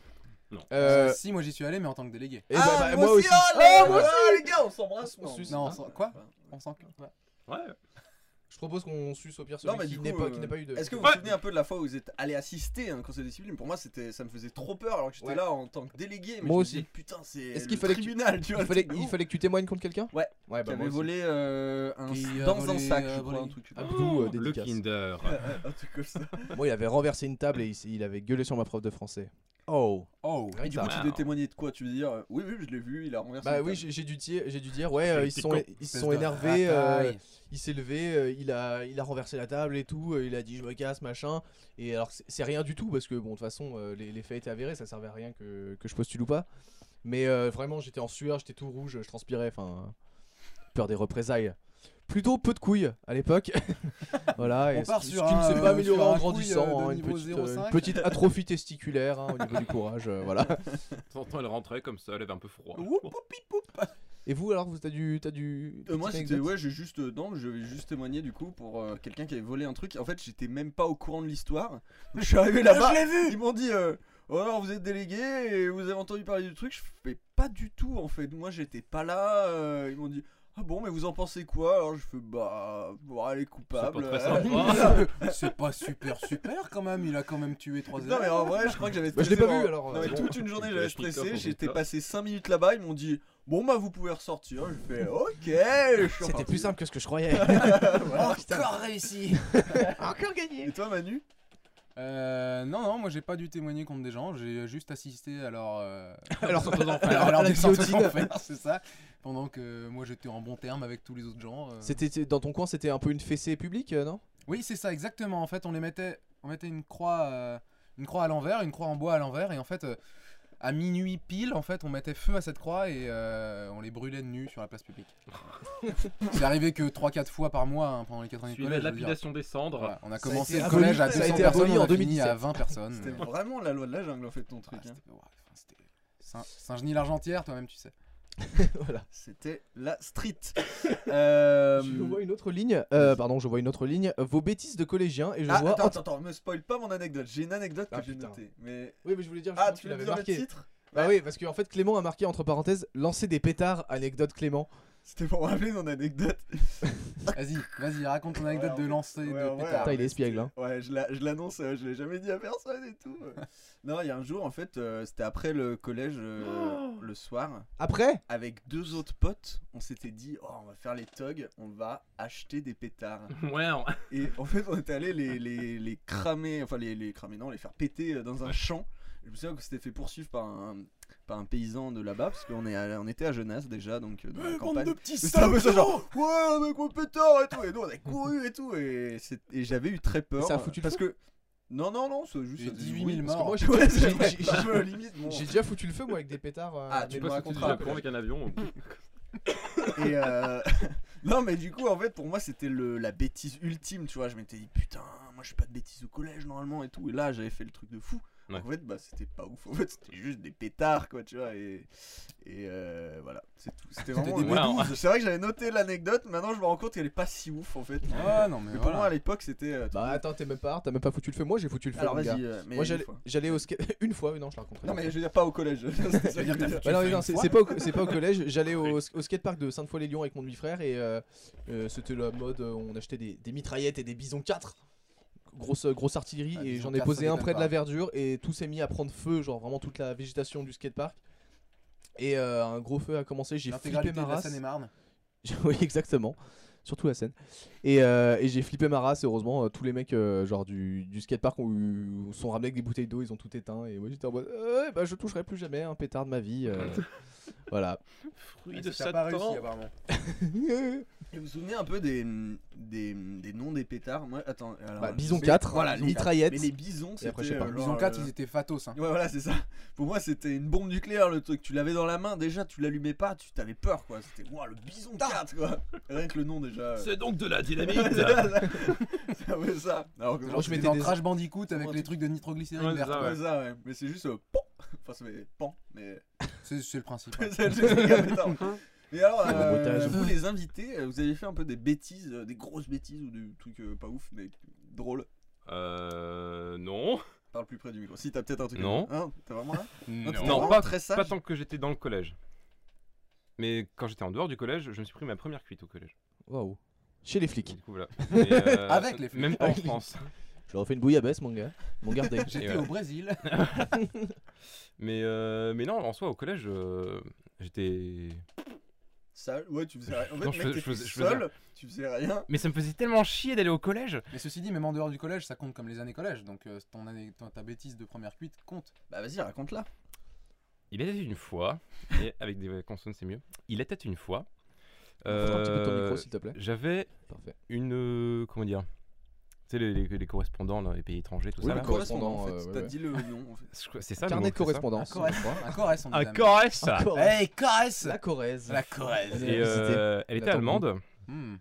S4: Euh,
S3: Euh,
S4: Si, moi j'y suis allé, mais en tant que délégué.
S3: eh bah, bah, moi aussi.
S2: Oh, là,
S3: Ah, moi
S2: là, les gars, on s'embrasse.
S3: On
S2: non.
S3: suce.
S4: Non,
S3: hein.
S4: on s'en- quoi On s'en
S5: Ouais.
S3: Je propose qu'on suce au pire
S2: Non,
S3: celui
S2: mais
S3: qui
S2: du
S3: n'est
S2: coup,
S3: pas,
S2: euh,
S3: qui n'a pas eu de.
S2: Est-ce que vous
S5: Ouais.
S2: vous souvenez un peu de la fois où vous êtes allé assister à un conseil des disciplines Pour moi, c'était, ça me faisait trop peur alors que j'étais
S3: Ouais.
S2: là en tant que délégué. Mais
S3: Moi
S2: je me
S3: aussi.
S2: disais, Putain, c'est
S3: Est-ce
S2: le
S3: qu'il fallait que tu-
S2: tribunal, tu vois.
S3: il fallait,
S2: le truc de
S3: il
S2: ouf.
S3: fallait que tu témoignes contre quelqu'un
S2: Ouais.
S3: Ouais,
S2: Qui
S3: bah,
S2: avait
S3: moi aussi.
S2: volé euh, un,
S4: Qui a
S2: dans un
S4: volé,
S2: sac,
S4: euh,
S2: je crois,
S4: volé.
S2: un truc.
S3: Ah, Abdou, euh,
S5: Oh, le
S3: dédicace.
S5: Kinder.
S2: un truc comme ça.
S3: Moi, il avait renversé une table et il, s- il avait gueulé sur ma prof de français. Oh.
S4: Oh
S3: Ah,
S2: Du coup, tu
S5: Wow.
S2: devais témoigner de quoi Tu veux dire euh, Oui, oui, je l'ai vu, il a renversé.
S3: Bah
S2: une
S3: oui,
S2: table.
S3: j'ai j'ai dû dire, j'ai dû dire, ouais, euh, ils se sont,
S5: Espèce
S3: ils se
S4: espèce
S3: sont
S4: de
S3: énervés, euh,
S4: rataille.
S3: il s'est levé, euh, il a, il a renversé la table et tout, euh, il a dit je me casse, machin. Et alors c'est- c'est rien du tout parce que bon de toute façon euh, les, les faits étaient avérés, ça servait à rien que, que je postule ou pas. Mais euh, vraiment j'étais en sueur, j'étais tout rouge, je transpirais, enfin peur des représailles. Plutôt peu de couilles à l'époque. voilà,
S4: On
S3: et
S4: part
S3: ce,
S4: sur
S3: ce qui ne
S4: un-
S3: s'est pas
S4: euh,
S3: amélioré
S4: sur
S3: en
S4: un couille,
S3: grandissant,
S4: euh, de
S3: hein, une,
S4: niveau
S3: petite, euh,
S4: 0,5.
S3: une petite atrophie testiculaire hein, au niveau du courage, euh, voilà.
S5: De temps en temps, elle rentrait comme ça, elle avait un peu froid.
S4: Woup, woup, woup, woup.
S3: Et vous alors, vous t'as du, t'as du.
S2: Euh, moi
S3: petite
S2: c'était
S3: anecdote
S2: ouais j'ai juste euh, non je vais juste témoigner du coup pour euh, quelqu'un qui avait volé un truc en fait j'étais même pas au courant de l'histoire Donc, je suis arrivé là-bas ils m'ont dit euh, oh, alors vous êtes délégué et vous avez entendu parler du truc je fais pas du tout en fait moi j'étais pas là euh, ils m'ont dit ah bon mais vous en pensez quoi alors je fais bah bon elle est coupable
S5: très
S2: euh.
S5: sympa.
S4: C'est pas super super quand même, il a quand même tué 3
S2: non mais en vrai je crois que j'avais
S3: Bah, je l'ai
S2: stressé
S3: pas vu
S2: pendant-
S3: alors.
S2: non, mais
S3: euh, bon.
S2: toute une journée j'avais stressé,
S5: Kalachnikov,
S2: j'étais
S5: on dit ça.
S2: passé 5 minutes là-bas, ils m'ont dit Bon bah vous pouvez ressortir, je fais ok, je suis
S3: Ah, C'était
S2: reparti.
S3: plus simple que ce que je croyais.
S2: Voilà.
S4: Encore réussi
S3: Encore gagné.
S2: Et toi Manu
S4: euh, Non, non, moi j'ai pas dû témoigner contre des gens, j'ai juste assisté à leur, euh,
S3: Alors,
S4: à leur
S3: la
S4: descente aux
S3: guillotine.
S4: enfers, c'est ça. Pendant que euh, moi j'étais en bon terme avec tous les autres gens. euh.
S3: C'était dans ton coin, c'était un peu une fessée publique, euh, non
S4: Oui, c'est ça, exactement. En fait, on les mettait, on mettait une croix, euh, une croix à l'envers, une croix en bois à l'envers, et en fait, euh, à minuit pile, en fait, on mettait feu à cette croix et euh, on les brûlait de nu sur la place publique. c'est arrivé que 3-4 fois par mois hein, pendant les 4 ans du
S5: Suivait
S4: collège. je veux dire.
S5: l'application des cendres.
S4: Voilà, on a
S3: Ça a
S4: commencé
S3: été
S4: le collège à
S3: aboli- ça a
S4: 200
S3: été
S4: personnes,
S3: aboli
S4: on
S3: en
S4: a fini à
S3: 2017.
S4: 20 personnes.
S2: C'était vraiment la loi de la jungle en fait ton truc.
S4: Ah,
S2: hein.
S4: c'était- ouais, enfin, c'était Saint- Saint-Genis-Largentière, toi-même, tu sais.
S3: Voilà.
S2: C'était la street. Euh,
S3: Je vois une autre ligne. euh, pardon, je vois une autre ligne. Vos bêtises de collégiens et je
S2: ah,
S3: vois.
S2: attends,
S3: Oh,
S2: attends, attends, me spoil pas mon anecdote. J'ai une anecdote que
S3: Ah,
S2: j'ai
S3: putain.
S2: notée. Mais...
S3: Oui, mais je voulais dire.
S2: Ah,
S3: justement
S2: tu
S3: qu'il
S2: l'as
S3: avait
S2: dire le titre
S3: Bah oui, parce qu'en fait, Clément a marqué entre parenthèses lancer des pétards. Anecdote Clément.
S2: C'était pour rappeler mon anecdote.
S4: Vas-y, vas-y, raconte ton anecdote
S2: Ouais,
S4: de
S2: en fait,
S4: lancer
S2: ouais,
S4: de
S2: ouais,
S4: pétard.
S3: Putain, il est
S2: mais
S3: espiègle, hein.
S2: Ouais, je la- je l'annonce, euh, je l'ai jamais dit à personne et tout. non, il y a un jour, en fait, euh, c'était après le collège, euh,
S3: Oh.
S2: le soir.
S3: Après
S2: Avec deux autres potes, on s'était dit, oh, on va faire les togs, on va acheter des pétards.
S5: Ouais, on-
S2: Et en fait, on était allé les, les, les cramer, enfin les, les cramer, non, les faire péter euh, dans un champ. Je me souviens que c'était fait poursuivre par un, par un paysan de là-bas, parce qu'on est allé- on était à Jeunesse déjà, donc euh, dans la campagne.
S4: petits
S2: C'était un peu ça, genre, ouais, mec, on pétard et tout. Et nous, on a couru et tout. Et, c'est- et j'avais eu très peur.
S3: Et ça a foutu le
S2: Parce que. Non, non, non, c'est juste.
S4: Il y a
S2: ça faisait
S4: 18
S2: bruit.
S4: 000
S3: parce que
S4: morts.
S3: moi, j'ai-
S2: Ouais, c'est
S3: j'ai-
S2: vrai,
S3: j'ai-
S2: je me limite, bon.
S3: J'ai déjà foutu le feu, moi, avec des pétards. euh,
S2: Oh. Ah,
S3: mais
S5: tu
S2: tu
S3: moi,
S2: me
S5: passes au-dessus du
S2: raconteras
S5: Japon avec un avion.
S2: Et euh, non, mais du coup, en fait, pour moi, c'était le- la bêtise ultime, tu vois. Je m'étais dit, putain, moi, je fais pas de bêtises au collège normalement et tout. Et là, j'avais fait le truc de fou.
S5: Ouais.
S2: En fait, bah, c'était pas ouf. En fait, c'était juste des pétards, quoi, tu vois. Et, et euh, voilà, c'est tout. C'était vraiment.
S4: des
S2: le-
S5: boules
S3: hein.
S2: Ouais, C'est vrai que j'avais noté l'anecdote. Maintenant, je me rends compte qu'elle est pas si ouf, en fait.
S4: Ah non, mais
S2: Mais pour moi, à
S4: voilà.
S2: l'époque, c'était. euh,
S3: Bah attends, t'es même pas hard, t'as même pas foutu le feu. Moi, j'ai foutu le feu.
S2: Alors,
S3: mon gars.
S2: vas-y. euh, mais
S3: Moi,
S2: une
S3: j'allais-
S2: fois.
S3: j'allais au skate. Une fois, non, je la raconterai.
S2: Non, mais je veux dire, pas au collège. C'est ça que je veux dire.
S3: Bah non, mais non,
S4: une
S3: c'est
S4: fois.
S3: c'est pas, au, c'est pas au collège. J'allais au, au skatepark de Sainte-Foy-les-Lyons avec mon demi-frère et euh, euh, c'était la mode. euh, On achetait des, des mitraillettes et des bisons 4. Grosse, euh, grosse artillerie.
S4: Ah,
S3: et
S4: Bison
S3: j'en ai
S4: 4,
S3: posé
S4: ça
S3: un
S4: déconne
S3: près de
S4: pas.
S3: la verdure et tout s'est mis à prendre feu, genre vraiment toute la végétation du skatepark. Et euh, un gros feu a commencé. J'ai flippé
S4: L'intégralité
S3: ma
S4: de la
S3: race.
S4: Seine-et-Marne.
S3: oui, exactement. Surtout la scène. Et, euh, et j'ai flippé ma race. et Heureusement, euh, tous les mecs euh, genre du, du skatepark ont eu- sont ramenés avec des bouteilles d'eau. Ils ont tout éteint. Et moi, j'étais en mode euh, bah, je toucherai plus jamais un pétard de ma vie. euh. voilà.
S5: Fruit
S4: Ah,
S5: de
S4: ça t'a pas réussi,
S5: Satan.
S4: apparemment.
S2: Vous vous souvenez un peu des, des, des noms des pétards Moi, attends. alors,
S3: Bah,
S2: je
S3: bison
S2: sais-
S3: 4,
S2: voilà, les-
S3: mitraillette.
S2: Mais les bisons, c'était.
S3: après, je sais pas.
S2: euh,
S4: Bison
S2: genre,
S4: 4,
S2: euh,
S4: ils étaient fatos. hein.
S2: Ouais, voilà, c'est ça. Pour moi, c'était une bombe nucléaire le truc. Tu l'avais dans la main, déjà, tu l'allumais pas, tu t'avais peur quoi. C'était Ouah, le bison 4 quoi. Rien que le nom déjà. euh.
S5: C'est donc de la dynamite
S2: Ouais, c'est ça. C'est un peu ça. Alors que
S3: Moi,
S2: genre,
S3: je
S4: C'était
S3: mettais
S4: dans
S3: des-
S4: Crash Bandicoot avec
S2: Ouais,
S4: les
S2: tu-
S4: trucs de nitroglycérine
S5: Ouais, c'est
S4: verte.
S5: ça,
S2: c'est
S5: ouais.
S2: comme ça, ouais. Mais c'est juste euh, pan. Enfin, c'est pan, mais.
S4: C'est c'est le principe. ouais.
S2: C'est juste les gars, mais attends.
S3: Hein
S2: Et alors,
S3: Le
S2: euh,
S3: bruitage.
S2: vous les invités, euh, vous avez fait un peu des bêtises, euh, des grosses bêtises ou des trucs euh, pas ouf, mais drôles.
S5: Euh. Non.
S2: Parle plus près du micro. Si t'as peut-être un truc.
S5: Non.
S2: Hein, t'es vraiment là
S5: Non,
S2: t'es
S5: Non,
S2: vraiment
S5: pas,
S2: très sage.
S5: pas tant que j'étais dans le collège. Mais quand j'étais en dehors du collège, je me suis pris ma première cuite au collège.
S3: Waouh. Chez les flics.
S5: Du coup, voilà. Et, euh,
S4: Avec les flics.
S5: Même pas en
S3: Avec les-
S5: France.
S3: Je leur ai fait une bouillabaisse, mon gars. Mon gardé.
S4: J'étais
S5: Et voilà.
S4: au Brésil.
S5: Mais, euh, mais non, en soi, au collège, euh, j'étais.
S2: Sale, ouais, tu faisais rien. En fait,
S5: Non,
S2: mec,
S5: je faisais-
S2: t'étais
S5: je faisais- je faisais
S2: seul, tu faisais rien.
S5: Mais ça me faisait tellement chier d'aller au collège.
S4: Mais ceci dit, même en dehors du collège, ça compte comme les années collège. Donc euh, ton année, ton- ta bêtise de première cuite compte.
S2: Bah, vas-y, raconte-la.
S5: Il était une fois, et avec des consonnes c'est mieux. Il était une fois.
S3: Prends un petit peu ton
S5: euh,
S3: micro, s'il te plaît.
S5: J'avais
S3: Parfait.
S5: une. euh, comment dire Tu sais, les, les- les correspondants dans les pays étrangers, tout
S3: Oui,
S5: ça.
S3: le
S5: là.
S3: correspondant,
S2: en fait.
S3: euh, ouais,
S2: T'as
S3: ouais.
S2: dit le lion. En fait.
S5: Je crois- C'est ça le mot,
S3: Carnet de Ah,
S5: c'est ça
S3: correspondance.
S4: Un Corrèze. Un Corrèze, on dit.
S5: Un
S4: à
S5: Corrèze
S3: La Corrèze.
S4: Hey, Corrèze
S3: La Corrèze.
S4: La Corrèze
S5: Et euh, Elle était
S3: Attends,
S5: allemande.
S4: Hmm.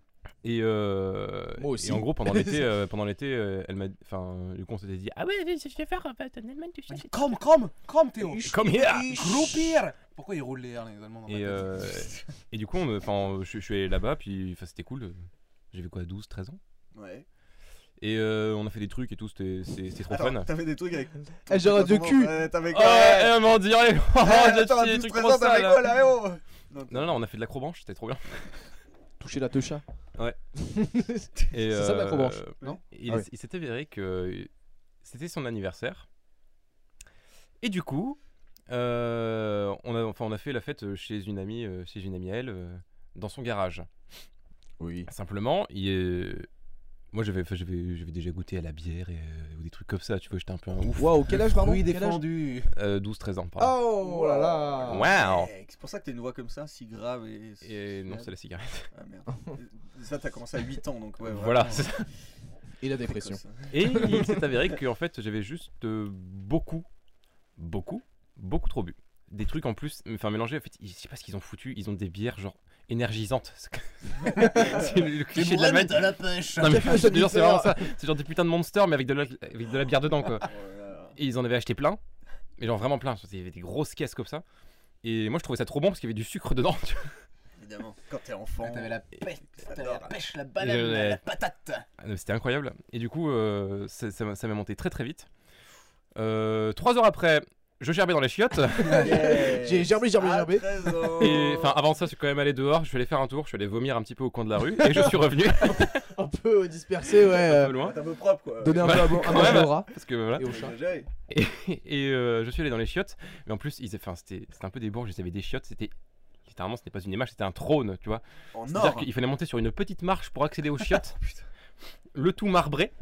S5: Et, euh,
S3: Moi aussi.
S5: et en gros, pendant l'été, euh, pendant l'été, euh, elle m'a, enfin, du coup, on s'était dit, ah ouais, vas-y, je vais faire en fait, en Allemagne, tu sais.
S4: On dit Comme, comme, comme Théo
S5: Comme here.
S4: Groupir Pourquoi ils roulent les airs les Allemands dans ma
S5: Et,
S4: tête
S5: euh, et du coup, on, me- enfin, je, je suis allé là-bas, puis, enfin, c'était cool. J'avais quoi, 12, 13 ans.
S2: Ouais.
S5: Et euh, on a fait des trucs et tout, c'était, c'est- c'était trop fun.
S2: Alors, T'avais des trucs avec.
S3: Eh, genre de
S2: ton-
S3: cul.
S2: Ouais, T'avais
S5: Oh,
S2: quoi ouais.
S5: ouais, mais on dirait, oh,
S2: Ouais,
S5: j'ai
S2: attends,
S5: fait des
S2: 12, 13
S5: trucs trop
S2: ans, t'avais
S5: sales.
S2: quoi, là, eh oh Non,
S5: Non, non, on a fait de l'acrobranche, c'était trop bien.
S3: Toucher la teucha.
S5: Et,
S3: C'est ça, de l'acrobranche,
S5: euh,
S3: non
S5: Il,
S3: Ah oui.
S5: il s'est avéré que c'était son anniversaire. Et du coup, euh, on, a, enfin, on a fait la fête chez une amie, euh, chez une amie à elle, euh, dans son garage.
S3: Oui.
S5: Simplement, il est- euh, moi j'avais, enfin, j'avais, j'avais déjà goûté à la bière et, euh, ou des trucs comme ça, tu vois, j'étais un peu un ouf.
S3: Waouh, quel âge, pardon
S4: Oui,
S3: Quel âge
S4: défendu
S5: Euh, 12-13 ans, pardon.
S3: Oh là là.
S5: Wow.
S2: Mec, C'est pour ça que t'as une voix comme ça, si grave et.
S5: Et non, c'est la cigarette.
S2: Ah merde. Et ça, t'as commencé à 8 ans, donc ouais.
S5: Voilà,
S2: vraiment,
S5: c'est ça.
S3: Et la
S2: précoce,
S3: dépression.
S2: hein.
S5: Et il s'est avéré qu'en fait j'avais juste euh, beaucoup, beaucoup, beaucoup trop bu. Des trucs en plus, enfin mélangés, en fait, je sais pas ce qu'ils ont foutu, ils ont des bières genre énergisantes. c'est le, le cliché de la
S4: à la pêche
S5: Non, mais
S3: Café aux
S5: je te jure, c'est
S3: auditeurs.
S5: vraiment ça. C'est genre des putains de monsters, mais avec de la, avec de la bière dedans, quoi.
S2: Oh là là.
S5: Et ils en avaient acheté plein, mais genre vraiment plein. Il y avait des grosses caisses comme ça. Et moi, je trouvais ça trop bon parce qu'il y avait du sucre dedans. tu vois.
S2: Évidemment, quand t'es
S3: Ah,
S2: enfant.
S4: T'avais la pêche, t'avais la
S2: J'adore.
S4: pêche, la banane,
S5: l'ai.
S4: la patate
S5: Ah, non, C'était incroyable. Et du coup, euh, ça ça m'a ça m'a monté très très vite. Euh, trois heures après, je gerbais dans les chiottes.
S2: Yes.
S3: J'ai gerbé, gerbé,
S2: À
S3: gerbé.
S2: 13 ans.
S5: Et enfin, avant ça, je suis quand même allé dehors. Je suis allé faire un tour. Je suis allé vomir un petit peu au coin de la rue. Et je suis revenu
S3: Un peu dispersé, ouais.
S5: un
S3: euh,
S5: peu loin.
S2: T'es un peu propre, quoi.
S3: Donner un peu à bo- à
S5: Ouais,
S3: manger
S5: bah.
S3: au rat
S5: Parce que voilà.
S3: et au chat.
S2: Exagéré.
S5: Et euh, je suis allé dans les chiottes. Mais en plus, ils- enfin, c'était c'était un peu des bourges. Ils avaient des chiottes. C'était. Littéralement, ce n'est pas une image, c'était un trône, tu vois.
S2: En
S5: C'est-à-dire
S2: or.
S5: qu'il fallait monter sur une petite marche pour accéder aux chiottes. le tout marbré.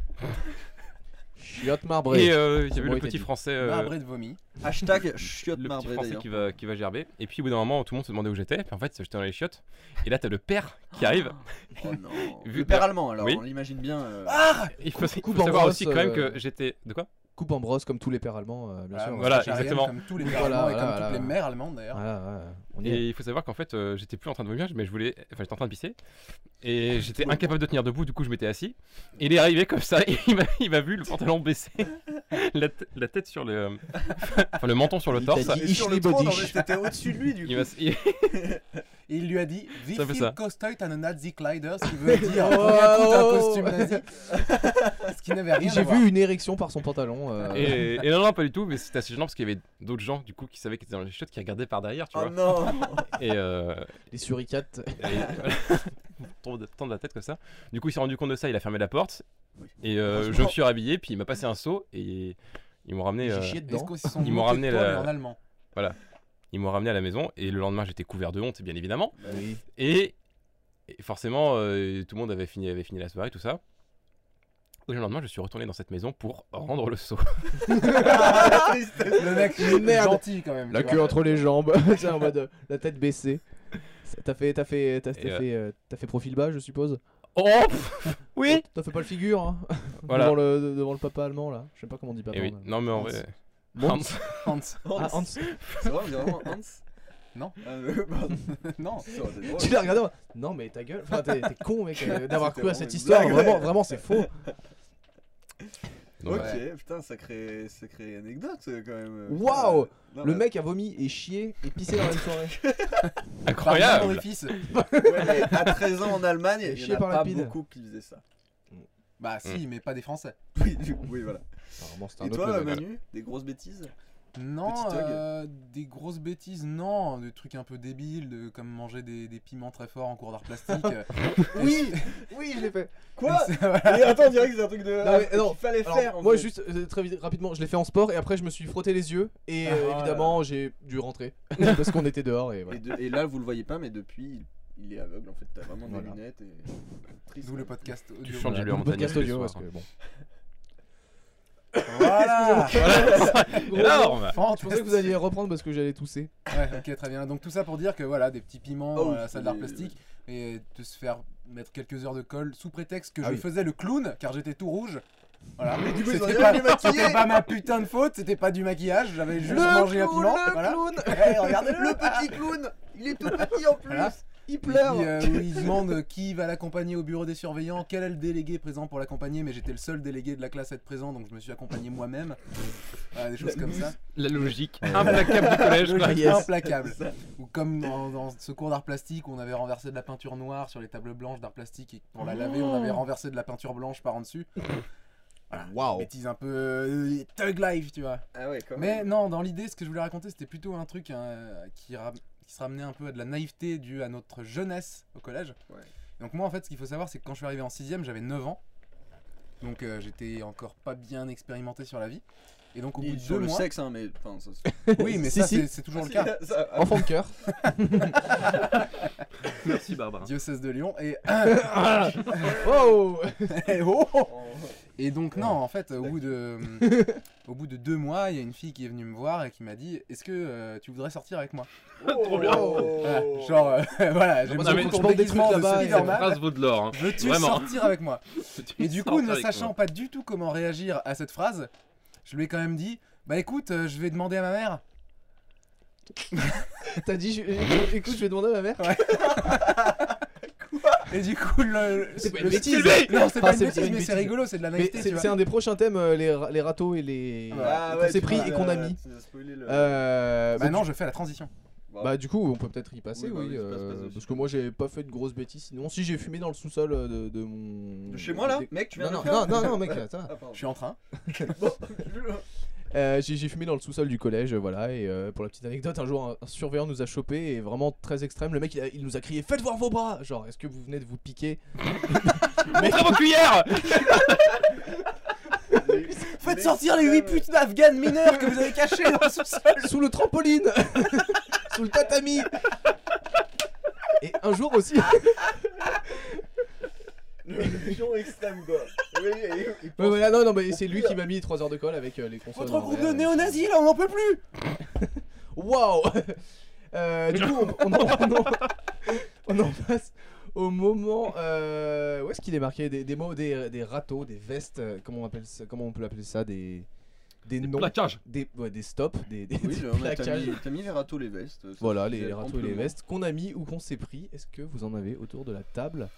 S3: Chiotte
S5: Et
S3: marbrée.
S5: euh, il y
S3: C'est
S5: avait
S3: bon,
S5: le
S3: il t'a
S5: petit
S3: dit.
S5: français. euh,
S4: Marbré de vomi
S2: Hashtag chiotte
S5: le petit
S2: marbrée
S5: français
S2: d'ailleurs.
S5: qui va, qui va gerber. Et puis au bout d'un moment, tout le monde se demandait où j'étais. Puis en fait, j'étais dans les chiottes. Et là, t'as le père qui arrive.
S2: Oh non.
S5: Vu-
S2: Le père allemand, alors,
S5: Oui.
S2: on l'imagine bien. euh,
S4: Ah
S5: Il faut, il faut
S3: coupe en
S5: savoir
S3: brosse,
S5: aussi quand même
S3: euh,
S5: que j'étais. De quoi
S3: Coupe en brosse comme tous les pères allemands, euh, bien
S4: Ah,
S3: sûr.
S4: moi,
S5: voilà,
S4: je suis arienne,
S5: exactement.
S4: Comme tous les
S3: Oui,
S4: mères
S3: voilà,
S4: allemands et
S3: voilà,
S4: comme toutes
S3: voilà.
S4: les mères allemandes d'ailleurs.
S3: Voilà, ouais. On y est.
S5: Et il faut savoir qu'en fait, euh, j'étais plus en train de vomir, mais je voulais. Enfin, j'étais en train de pisser. Et j'étais incapable de tenir debout, du coup, je m'étais assis. Et il est arrivé comme ça. Et il m'a- il m'a vu le pantalon baissé. la, t- la tête sur le. Enfin, le menton sur le
S3: Il t'a
S5: torse.
S3: dit-
S2: et sur le
S3: Ishli
S2: trône, en
S3: Bodish.
S2: fait, t'étais au-dessus de lui, du
S5: Il
S2: coup.
S5: m'a- il-
S4: Et il lui a dit Wie
S5: Ça fait
S4: viel
S5: ça.
S4: kostet un Nazi Kleider Ce qui veut dire
S3: Oh.
S4: Combien coûte un costume nazi Ce qui n'avait rien à
S3: J'ai
S4: voir.
S3: vu une érection par son pantalon. euh,
S5: et, et non, non, pas du tout. Mais c'était assez gênant parce qu'il y avait d'autres gens, du coup, qui savaient qu'ils étaient dans les chiottes, qui regardaient par derrière, tu
S3: Ah
S2: Oh
S5: vois.
S2: non.
S5: Et. euh,
S3: Les suricates.
S5: Et voilà. Tourne de- tourne la tête comme ça. Du coup, il s'est rendu compte de ça, il a fermé la porte.
S2: Oui.
S5: Et euh, je me suis rhabillé, puis il m'a passé un seau et ils m'ont ramené,
S3: J'ai
S5: euh,
S3: chié
S4: Est-ce
S3: dedans.
S4: qu'ils se sont
S5: Ils m'ont
S4: moqués de
S5: ramené
S4: toi,
S5: la-
S4: mais en allemand
S5: ils m'ont ramené à la maison. Et le lendemain, j'étais couvert de honte, bien évidemment.
S3: Oui.
S5: Et, et forcément, euh, tout le monde avait fini, avait fini la soirée, tout ça. Et le lendemain, je suis retourné dans cette maison pour rendre le seau.
S2: Ah, la tristesse.
S4: Le mec, il
S3: Merde.
S4: est gentil quand même.
S3: La
S4: tu
S3: queue
S4: vois.
S3: entre les jambes. C'est en mode euh, la tête baissée. T'as fait, t'as fait, t'as, t'as
S5: Et, euh,
S3: fait, euh, t'as fait profil bas, je suppose.
S5: Oh pff, Oui
S3: T'as fait pas le figure, hein,
S5: Oh, Voilà.
S3: devant, le, devant le papa allemand là. Je sais pas comment on dit papa.
S5: Eh oui.
S3: en allemand.
S5: Non mais en
S3: Hans.
S5: vrai.
S3: Hans.
S5: Hans.
S4: Hans.
S3: Ah, Hans.
S2: C'est vrai, on dirait vraiment Hans
S4: Non.
S2: Ah, euh, pardon.
S4: non.
S2: Ça aurait été drôle.
S3: Tu l'as regardé en- Non mais ta gueule, enfin, t'es, t'es con mec euh, d'avoir
S2: C'était
S3: cru à cette
S2: vraiment une
S3: histoire.
S2: blague,
S3: Vraiment,
S2: ouais.
S3: vraiment c'est faux.
S5: Non,
S2: Ok,
S5: mais-
S2: putain, sacrée, sacrée anecdote euh, quand même. euh,
S3: Waouh
S2: putain, euh, non,
S3: Le
S2: mais-
S3: mec a vomi et chié et pissé dans la même soirée.
S4: Par même
S5: Incroyable
S4: orifice.
S2: Ouais, mais à 13 ans en Allemagne,
S3: Et
S2: il y
S3: chier
S2: en a
S3: par
S2: pas
S3: lapide.
S2: beaucoup qui faisaient ça.
S4: Bah
S5: Mm.
S4: si, mais pas des Français.
S2: Oui, du- oui, voilà.
S3: Apparemment, c'était un
S2: Et
S3: autre
S2: toi,
S3: level.
S2: Manu, des grosses bêtises Petit
S4: Non,
S2: thug.
S4: euh, des grosses bêtises, non, des trucs un peu débiles, de, comme manger des, des piments très forts en cours d'art plastique. euh,
S2: Oui
S3: Oui, je l'ai fait.
S2: Quoi
S4: c'est- voilà.
S2: Et attends, on dirait que c'est un truc de.
S3: Non, mais
S2: qu'il
S3: non,
S2: fallait
S3: Alors,
S2: faire. en
S3: moi
S2: fait.
S3: juste euh, très vite- rapidement, je l'ai fait en sport et après je me suis frotté les yeux et euh,
S2: Ah, voilà.
S3: évidemment j'ai dû rentrer parce qu'on était dehors et voilà.
S2: Et, de- et là, vous le voyez pas, mais depuis, il, il est aveugle en fait. T'as vraiment des
S3: Voilà.
S2: lunettes et. Triste.
S4: D'où le podcast
S5: Tu
S4: audio.
S5: changes
S3: Voilà,
S5: lui
S3: donc
S5: en
S3: podcast
S5: montagne
S3: audio
S5: tous les
S3: parce
S5: soirs. hein.
S3: que bon.
S4: Voilà
S5: Énorme
S3: Je pensais que vous alliez reprendre parce que j'allais tousser.
S4: Ouais, ok, très bien. Donc tout ça pour dire que voilà, des petits piments
S2: Oh,
S4: à la salle d'art
S2: oui,
S4: plastique et de se faire mettre quelques heures de colle sous prétexte que
S3: Ah
S4: je
S3: oui.
S4: faisais le clown car j'étais tout rouge. Voilà.
S2: Et du coup, ils ont
S4: C'était
S2: rien
S4: pas,
S2: voulu maquiller.
S4: c'était pas ma putain de faute, c'était pas du maquillage, j'avais juste mangé un piment. voilà.
S3: clown
S4: Ouais, regardez
S2: Le petit clown Il est tout petit en plus
S4: Voilà.
S3: Il pleure
S4: Où il, euh, où il demande qui va l'accompagner au bureau des surveillants, quel est le délégué présent pour l'accompagner, mais j'étais le seul délégué de la classe à être présent, donc je me suis accompagné moi-même. Voilà, des choses comme ça.
S5: La logique implacable du collège quoi.
S4: Logique
S3: yes.
S4: implacable. Ou comme dans, dans ce cours d'art plastique, où on avait renversé de la peinture noire sur les tables blanches d'art plastique et pour la laver, on avait
S3: Ah.
S4: renversé de la peinture blanche par en dessus.
S3: Waouh
S4: Bêtise un peu euh, thug life, tu vois.
S2: Ah ouais, quand
S4: Mais
S2: même.
S4: non, dans l'idée, ce que je voulais raconter, c'était plutôt un truc hein, qui, ra- qui se ramenait un peu à de la naïveté due à notre jeunesse au collège.
S2: Ouais.
S4: Donc moi, en fait, ce qu'il faut savoir, c'est que quand je suis arrivé en 6 j'avais 9 ans. Donc euh, j'étais encore pas bien expérimenté sur la vie. Et donc au bout
S2: Ni
S4: de
S2: sur
S4: deux
S2: le
S4: mois...
S2: sexe, hein, mais. Enfin, ça, c'est
S4: Oui, mais
S3: Si,
S4: ça,
S3: si.
S4: c'est- c'est toujours le cas.
S2: Ça- ah,
S3: Enfant de cœur.
S5: Merci Barbara.
S4: Diocèse de Lyon. Et,
S3: Oh
S4: et, oh
S2: en-
S4: Et donc non, en fait, au bout de, au bout de deux mois, il y a une fille qui est venue me voir et qui m'a dit, est-ce que euh, tu voudrais sortir avec moi
S5: Trop bien.
S2: Oh.
S4: Voilà,
S3: Oh.
S4: Genre, euh, voilà, j'ai
S3: Non,
S4: mis
S5: mais
S4: sur
S5: tu
S4: ton
S3: demandes des
S4: déguisement
S3: trucs
S4: de
S3: là-bas et-
S4: Spider-Man.
S5: Phrase vaut de l'or. hein.
S4: Veux-tu
S5: Vraiment.
S4: sortir avec moi Et du coup,
S5: Sortir
S4: ne
S5: avec
S4: sachant
S5: moi.
S4: pas du tout comment réagir à cette phrase, je lui ai quand même dit, bah écoute, euh, je vais demander à ma mère.
S3: T'as dit, je- je- écoute, je vais demander à ma mère.
S4: Et du coup, le,
S3: C'est pas
S4: le
S3: une
S4: style-
S3: bêtise.
S4: Non, Ah, c'est
S3: Enfin,
S4: pas une
S3: c'est- c'est
S4: bêtise,
S3: une
S4: mais c'est
S3: bêtise.
S4: rigolo, c'est de la
S3: Mais
S4: naïveté, tu
S3: c'est
S4: vois.
S3: c'est un des prochains thèmes, euh, les, ra- les râteaux et les.
S2: Ah
S3: qu'on
S2: ouais,
S3: s'est
S2: tu
S3: pris
S2: vois,
S3: et qu'on a
S2: là,
S3: mis.
S2: tu nous as spoilé le-
S3: Euh, bah,
S4: Maintenant, je fais la transition.
S3: Bah du coup on peut peut-être y passer
S2: Ah. Oui, bah
S3: oui,
S2: oui, ça passe,
S3: euh,
S2: passe dessus.
S3: parce que moi j'ai pas fait de grosses bêtises sinon si j'ai fumé dans le sous-sol euh, de, de mon
S2: De chez moi là
S3: des-
S2: Mec, tu viens
S3: non,
S2: de
S3: non,
S2: le faire
S3: non non non, mec ça va.
S2: Ah, pardon.
S4: Je suis en train.
S3: Euh, j'ai j'ai fumé dans le sous-sol du collège euh, voilà et euh, pour la petite anecdote un jour un, un surveillant nous a chopé et vraiment très extrême le mec il, a- il nous a crié faites voir vos bras genre est-ce que vous venez de vous piquer
S5: Montrez vos cuillères
S2: Les-
S4: Faites
S2: les-
S4: sortir les 8 putes d'Afghanes mineures que vous avez cachées dans le sous-sol
S3: sous le trampoline sous le tatami et un jour aussi
S2: Le pion extrême, quoi. Oui, et- et-
S3: Ouais, voilà, non non mais c'est lui qui m'a mis 3 heures de colle avec euh, les consoles
S4: Votre
S3: en
S4: groupe
S3: vrai,
S4: de
S3: euh.
S4: néo-nazis là, on n'en peut plus
S3: Waouh Euh, Du coup, on, on en, on en- on en passe au moment. euh, où est-ce qu'il est marqué des, des mots, des, des râteaux, des vestes, euh, comment on, appelle ça, comment on peut appeler ça Des, des, noms
S5: Plaquage
S3: Des, ouais, des stops, des, des,
S2: Oui,
S3: des
S2: je- on a- t'as
S3: plaquages.
S2: mis, t'as mis les râteaux, les vestes. ça
S3: Voilà, les,
S2: suffisait
S3: les râteaux et les
S2: amplement.
S3: vestes qu'on a mis ou qu'on s'est pris. Est-ce que vous en avez autour de la table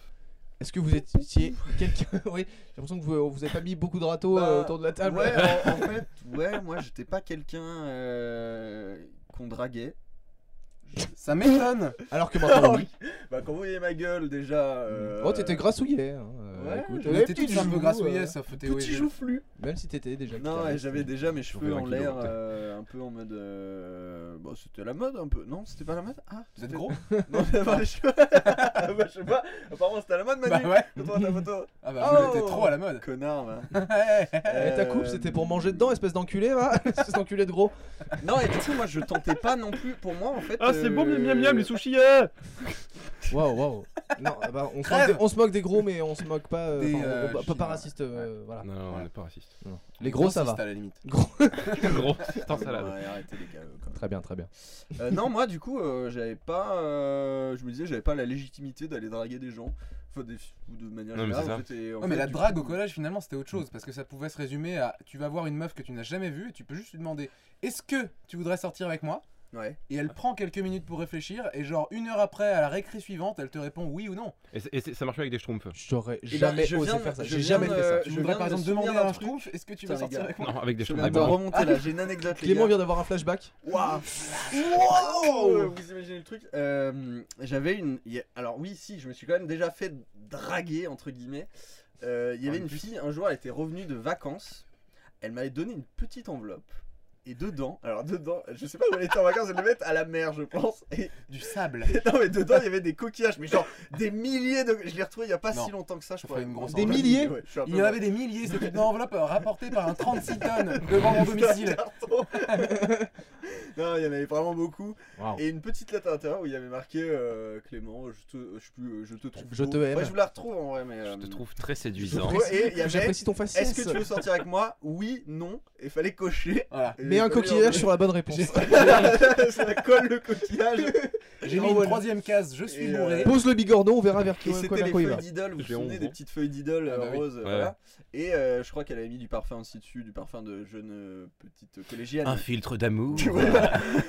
S3: Est-ce que vous étiez quelqu'un Oui, j'ai l'impression que vous, vous avez pas mis beaucoup de râteaux
S2: Bah,
S3: euh, autour de la table.
S2: Ouais, en, en fait, ouais, moi j'étais pas quelqu'un euh, qu'on draguait.
S4: Ça m'étonne
S3: Alors que maintenant, oui.
S2: Bah, quand vous voyez ma gueule déjà. euh,
S3: Oh, t'étais grassouillet. hein, euh,
S2: ouais,
S3: écoute.
S2: j'étais
S3: Ouais,
S4: T'étais
S3: petit
S4: tous un peu
S3: joujou,
S4: grassouillet,
S3: euh,
S4: sauf que t'es-
S2: Petit
S4: ouais,
S2: joufflu.
S3: Même si t'étais déjà.
S2: Non, et j'avais déjà mes cheveux
S5: J'aurais
S2: en
S5: un kilo,
S2: l'air,
S5: peut-être.
S2: euh, un peu en mode. euh, Bon, c'était la mode un peu. Non, c'était pas la mode Ah,
S4: Vous êtes
S2: c'était-
S4: gros
S2: Non, mais bah, je... bah, je sais pas. Apparemment, c'était à la mode,
S4: Bah
S2: Manu.
S4: ouais
S2: Attends, ta photo.
S4: Ah bah vous,
S2: Oh.
S4: t'es trop à la mode
S2: Connard, Euh, va.
S3: Et
S4: Eh,
S3: Eh, ta coupe, c'était pour manger dedans, espèce d'enculé, va Espèce d'enculé de gros.
S2: Non, et du coup, moi, je tentais pas non plus. Pour moi, en fait.
S5: Ah c'est bon,
S2: euh,
S5: miam miam miam, les sushis
S3: Waouh, waouh. Non, ah bah, on, se
S4: Crève
S3: moque des, on se moque des gros, mais on se moque pas. euh,
S4: Des,
S3: enfin, on-
S4: euh,
S3: pas- pas, pas
S4: chinois.
S3: raciste. euh, voilà.
S5: Non, Ah non, on
S4: Voilà.
S5: n'est pas raciste.
S3: Non. Les gros, ça va.
S4: Grossiste, à la limite.
S3: Gros.
S5: Gros, putain,
S2: euh, Ouais,
S5: salade.
S2: arrêtez les gars, euh, quand même.
S3: Très bien, très bien.
S2: Euh, non, moi du coup, euh, j'avais pas. euh, je me disais, j'avais pas la légitimité d'aller draguer des gens. Enfin, des, ou de manière
S5: Non, mais
S2: générale.
S5: c'est
S2: en
S5: ça.
S2: fait, et en
S4: Ouais, mais
S2: fait,
S4: la
S2: du
S4: drague
S2: coup,
S4: au collège, finalement, c'était autre
S2: Mm.
S4: chose. Parce que ça pouvait se résumer à tu vas voir une meuf que tu n'as jamais vue et tu peux juste lui demander Est-ce que tu voudrais sortir avec moi
S2: Ouais.
S4: Et elle prend quelques minutes pour réfléchir. Et genre, une heure après, à la récré suivante, elle te répond oui ou non.
S5: Et, c'est- et c'est- ça marche pas avec des schtroumpfs.
S3: J'aurais
S2: ben,
S3: jamais
S2: je
S3: osé
S2: viens-
S3: faire ça.
S2: je
S3: J'ai
S2: viens
S3: jamais
S2: de-
S3: fait ça.
S2: Euh, je
S4: Tu voudrais
S2: viens
S4: par
S2: de
S4: exemple
S2: me
S4: demander
S2: souvenir
S4: à
S2: d'un
S4: un
S2: truc.
S4: schtroumpf Est-ce que tu
S2: Putain,
S4: vas
S2: les
S4: sortir
S2: gars.
S4: avec moi
S5: Non, avec des
S2: Je
S5: schtroumpfs.
S2: viens
S5: avec
S2: de
S5: des-
S2: remonter là, j'ai une anecdote. les
S3: Clément
S2: gars.
S3: vient d'avoir un flashback.
S2: Waouh Wow Vous imaginez le truc Euh, J'avais une. il y a- Alors oui, si, je me suis quand même déjà fait draguer entre guillemets. Euh, Il y avait
S4: une
S2: une
S4: puce.
S2: fille un jour, elle était revenue de vacances. Elle m'avait donné une petite enveloppe. Et dedans, alors dedans, je sais pas où elle était en vacances, elle devait être à la mer, je pense. Et
S4: Du sable.
S2: non, mais dedans, il y avait des coquillages, mais genre des milliers de. Je l'ai retrouvé il y a pas
S4: Non.
S2: si longtemps que ça, je
S4: Ça
S2: crois.
S4: ferait une grosse
S3: Des enveloppe. milliers
S2: Ouais, je suis un peu
S4: Il y en avait des milliers, c'était une enveloppe euh, rapportée par un 36 tonnes devant mon domicile.
S2: non, il y en avait vraiment beaucoup.
S3: Waouh.
S2: Et une petite lettre à l'intérieur où il y avait marqué euh, Clément, je te, je, sais plus, euh, je te trouve.
S3: Je
S2: beau.
S3: te aime.
S2: Ouais, je vous la retrouve en vrai, mais.
S5: Je
S2: euh,
S5: te trouve très
S2: je te
S5: séduisant.
S2: trouve- Et il y avait.
S3: J'apprécie ton faciès.
S2: Est-ce que tu veux sortir avec moi Oui, non. Et fallait cocher.
S4: Voilà.
S2: Et
S3: Mets un
S2: fallait
S3: coquillage
S2: enlever-
S3: sur la bonne réponse.
S2: Ça colle le coquillage.
S4: J'ai mis une troisième case, je suis
S2: Et, euh,
S4: bourré.
S3: Pose le bigorneau, on verra vers qui
S2: Et
S3: quoi-
S2: c'était
S3: vers
S2: les
S3: quoi il va.
S2: feuilles d'idole, vous vous
S5: Je l'ai en
S2: souvenez des
S5: gros.
S2: petites feuilles d'idole
S4: Ah bah
S2: euh,
S4: oui.
S2: roses,
S5: Ouais,
S2: voilà. Et euh, je crois qu'elle avait mis du parfum aussi dessus, du parfum de jeune euh, petite collégienne.
S5: Un filtre d'amour.
S2: Tu vois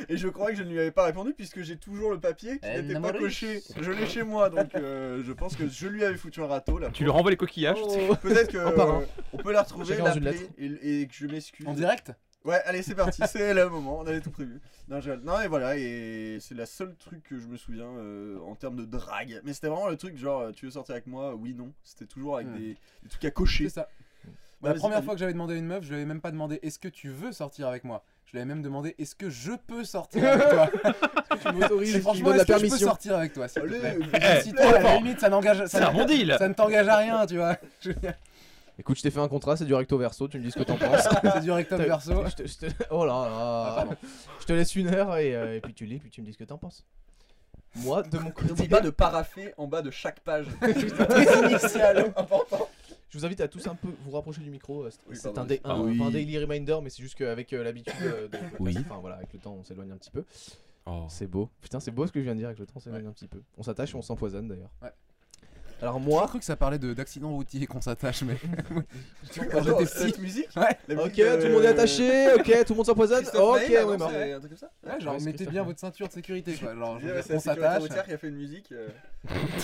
S2: Et je crois que je ne lui avais pas répondu puisque j'ai toujours le papier qui
S4: Eh,
S2: n'était pas
S4: Namorus.
S2: coché. Je l'ai chez moi donc euh, je pense que je lui avais foutu un râteau là.
S5: Tu lui renvoies les coquillages. tu sais.
S3: Oh.
S2: Peut-être que
S3: Un par un.
S2: euh, on peut la retrouver,
S3: Chacun dans une
S2: l'appeler et, et que je m'excuse.
S4: En direct
S2: Ouais, allez, c'est parti, c'est le moment, on avait tout prévu. Non, je- non, et voilà, et c'est la seule truc que je me souviens euh, en termes de drague. Mais c'était vraiment le truc genre, euh, tu veux sortir avec moi Oui, non. C'était toujours avec
S4: Hmm.
S2: des, des trucs à
S4: C'est
S2: cocher.
S4: ça.
S2: Bah,
S4: la
S2: vas-y,
S4: première
S2: vas-y.
S4: fois que j'avais demandé à une meuf, je lui avais même pas demandé est-ce que tu veux sortir avec moi Je lui avais même demandé est-ce que je peux sortir avec toi
S3: Tu m'autorises,
S4: Et
S3: tu me
S4: Franchement,
S3: donnes la
S4: est-ce que je peux
S3: permission.
S4: sortir avec toi s'il te
S2: Allez,
S4: plaît
S2: euh,
S5: Eh,
S4: Si toi, à la
S5: fort.
S4: limite, ça n'engage
S5: C'est
S4: ça,
S5: un bon deal.
S4: ça ne t'engage à rien, tu vois. Je veux dire,
S3: Écoute, je t'ai fait un contrat, c'est du recto verso, tu me dis ce que t'en penses.
S4: C'est du rectum
S3: T'as-
S4: verso.
S3: je te- je te- Oh là là.
S4: Ah, pardon.
S3: je te laisse une heure et, euh, et puis tu lis, puis tu me dis ce que t'en penses. Moi, de mon côté,
S2: N'oublie pas de paraffer en bas de chaque page.
S4: Tes initiales.
S2: important.
S3: je vous invite à tous un peu vous rapprocher du micro. euh, c'est-
S2: Oui,
S3: C'est
S2: pardon,
S3: un, dé-
S2: excuse-moi.
S3: un-
S2: Oui.
S3: pas un daily reminder, mais c'est juste qu'avec euh, l'habitude euh, de-
S5: Oui.
S3: Enfin voilà, avec le temps, on s'éloigne un petit peu.
S5: Oh.
S3: C'est beau. Putain, c'est beau ce que je viens de dire avec le temps, on s'éloigne un petit peu. On s'attache et on s'empoisonne d'ailleurs.
S4: Ouais.
S3: Alors
S4: Moi, je
S3: moi,
S4: cru que ça parlait de- d'accident routier qu'on s'attache, mais.
S2: Attends,
S4: j'étais
S2: cette
S4: si-
S2: musique
S4: Ouais.
S2: La
S3: ok,
S2: musique
S3: tout le euh,
S2: de-
S3: monde est attaché, ok, tout le monde s'empoisonne,
S2: Christophe
S3: ok, bah,
S2: Maé, là,
S3: on est
S2: non,
S3: marre.
S2: c'est un truc comme ça
S4: Ouais, genre,
S3: Ouais, c'est
S4: mettez
S3: ça.
S4: bien votre ceinture de sécurité, quoi. Genre, je veux
S2: Ouais,
S4: dire,
S2: c'est la
S4: on
S2: sécurité
S4: s'attache.
S2: routière qui a fait une musique. euh.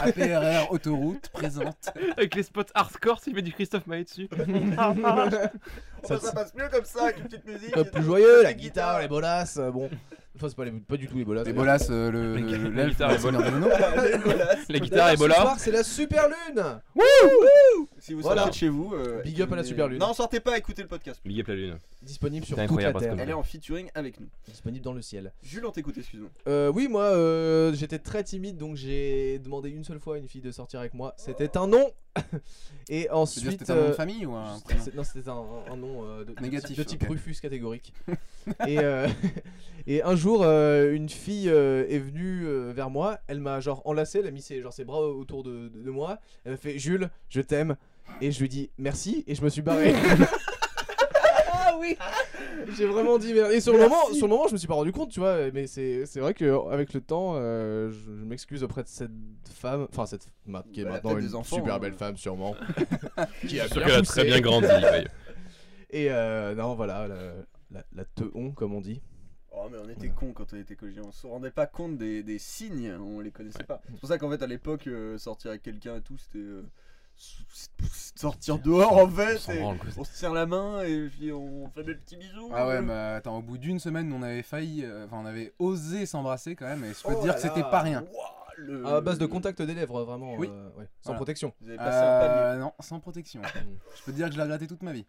S4: APRR autoroute présente.
S5: Avec les spots hardcore, il met du Christophe Maé dessus.
S2: Oh,
S3: Ça-
S2: bah, ça passe mieux comme ça, avec une petite musique.
S3: Quoi de
S2: et
S3: plus
S2: tout.
S3: joyeux, la
S2: Petite
S3: guitare, les bolasses, euh, bon. Enfin, c'est pas, les- pas du tout les bolasses.
S4: Les
S3: d'ailleurs.
S4: bolas, euh, le.
S5: La
S4: le-
S5: guitare
S4: l'elfe,
S5: et
S4: le Seigneur des Anneaux.
S2: Les bolasses.
S5: La guitare
S3: D'ailleurs, Ah, ce
S5: Ebola.
S3: soir, c'est la super lune
S2: Si vous sortez
S3: Voilà.
S2: de chez vous. euh,
S3: Big up à la
S2: écoutez-
S3: Super Lune.
S2: Non, sortez pas, écoutez le podcast.
S5: Big up la lune.
S3: Disponible sur
S5: C'est
S3: toute la
S5: incroyable,
S3: Terre.
S5: parce
S2: Elle est en featuring avec nous.
S3: Disponible dans le ciel.
S2: Jules, on t'écoute, excuse-moi.
S3: Euh, oui, moi, euh, j'étais très timide, donc j'ai demandé une seule fois à une fille de sortir avec moi. C'était un non Et
S4: Tu veux dire,
S3: ensuite...
S4: C'était un nom de
S3: euh,
S4: famille ou un
S3: c'était-
S4: prénom
S3: c'est- non, c'était un, un nom euh, de, de
S4: Négatif,
S3: type- de type
S4: ok.
S3: Rufus catégorique. et, euh, et un jour, euh, une fille euh, est venue euh, vers moi. Elle m'a genre enlacé, elle a mis ses, genre, ses bras autour de, de- de moi. Elle m'a fait Jules, je t'aime. Et je lui ai dit merci et je me suis barré.
S4: Ah oui
S3: J'ai vraiment dit merde. Et sur le, moment, sur le moment, je me suis pas rendu compte, tu vois. Mais c'est c'est vrai qu'avec le temps, euh, je, je m'excuse auprès de cette femme. Enfin, cette ma- qui est
S2: Bah, elle a
S3: maintenant
S2: peut-être
S3: une
S2: des enfants,
S3: super
S2: hein.
S3: belle femme, sûrement. qui a
S5: Je suis
S3: bien
S5: sûr qu'elle a
S3: poussé.
S5: très bien grandi. ouais.
S3: Et euh, non, voilà, la, la, la teon, comme on dit.
S2: Oh, mais on était
S3: Voilà.
S2: cons quand on était collégiens. On se rendait pas compte des, des signes, on les connaissait pas. C'est pour ça qu'en fait, à l'époque, euh, sortir avec quelqu'un et tout, c'était. euh, s- s- sortir dehors en
S5: On
S2: fait.
S5: s'en
S2: et
S5: branle, quoi.
S2: on se tient la main et puis on fait des petits bisous.
S4: Ah ouais, mais attends, au bout d'une semaine, on avait failli. euh, Enfin, on avait osé s'embrasser quand même, et je peux
S3: Oh
S4: te dire
S3: là
S4: que c'était
S3: là.
S4: pas rien.
S2: Ouah, le-
S3: À base de contact des lèvres, vraiment.
S4: Oui.
S3: euh, ouais, sans
S4: Voilà.
S3: protection.
S2: Vous avez passé un palier.
S4: Euh, non, sans protection.
S3: Mm.
S4: je peux te dire que je l'ai regretté toute ma vie.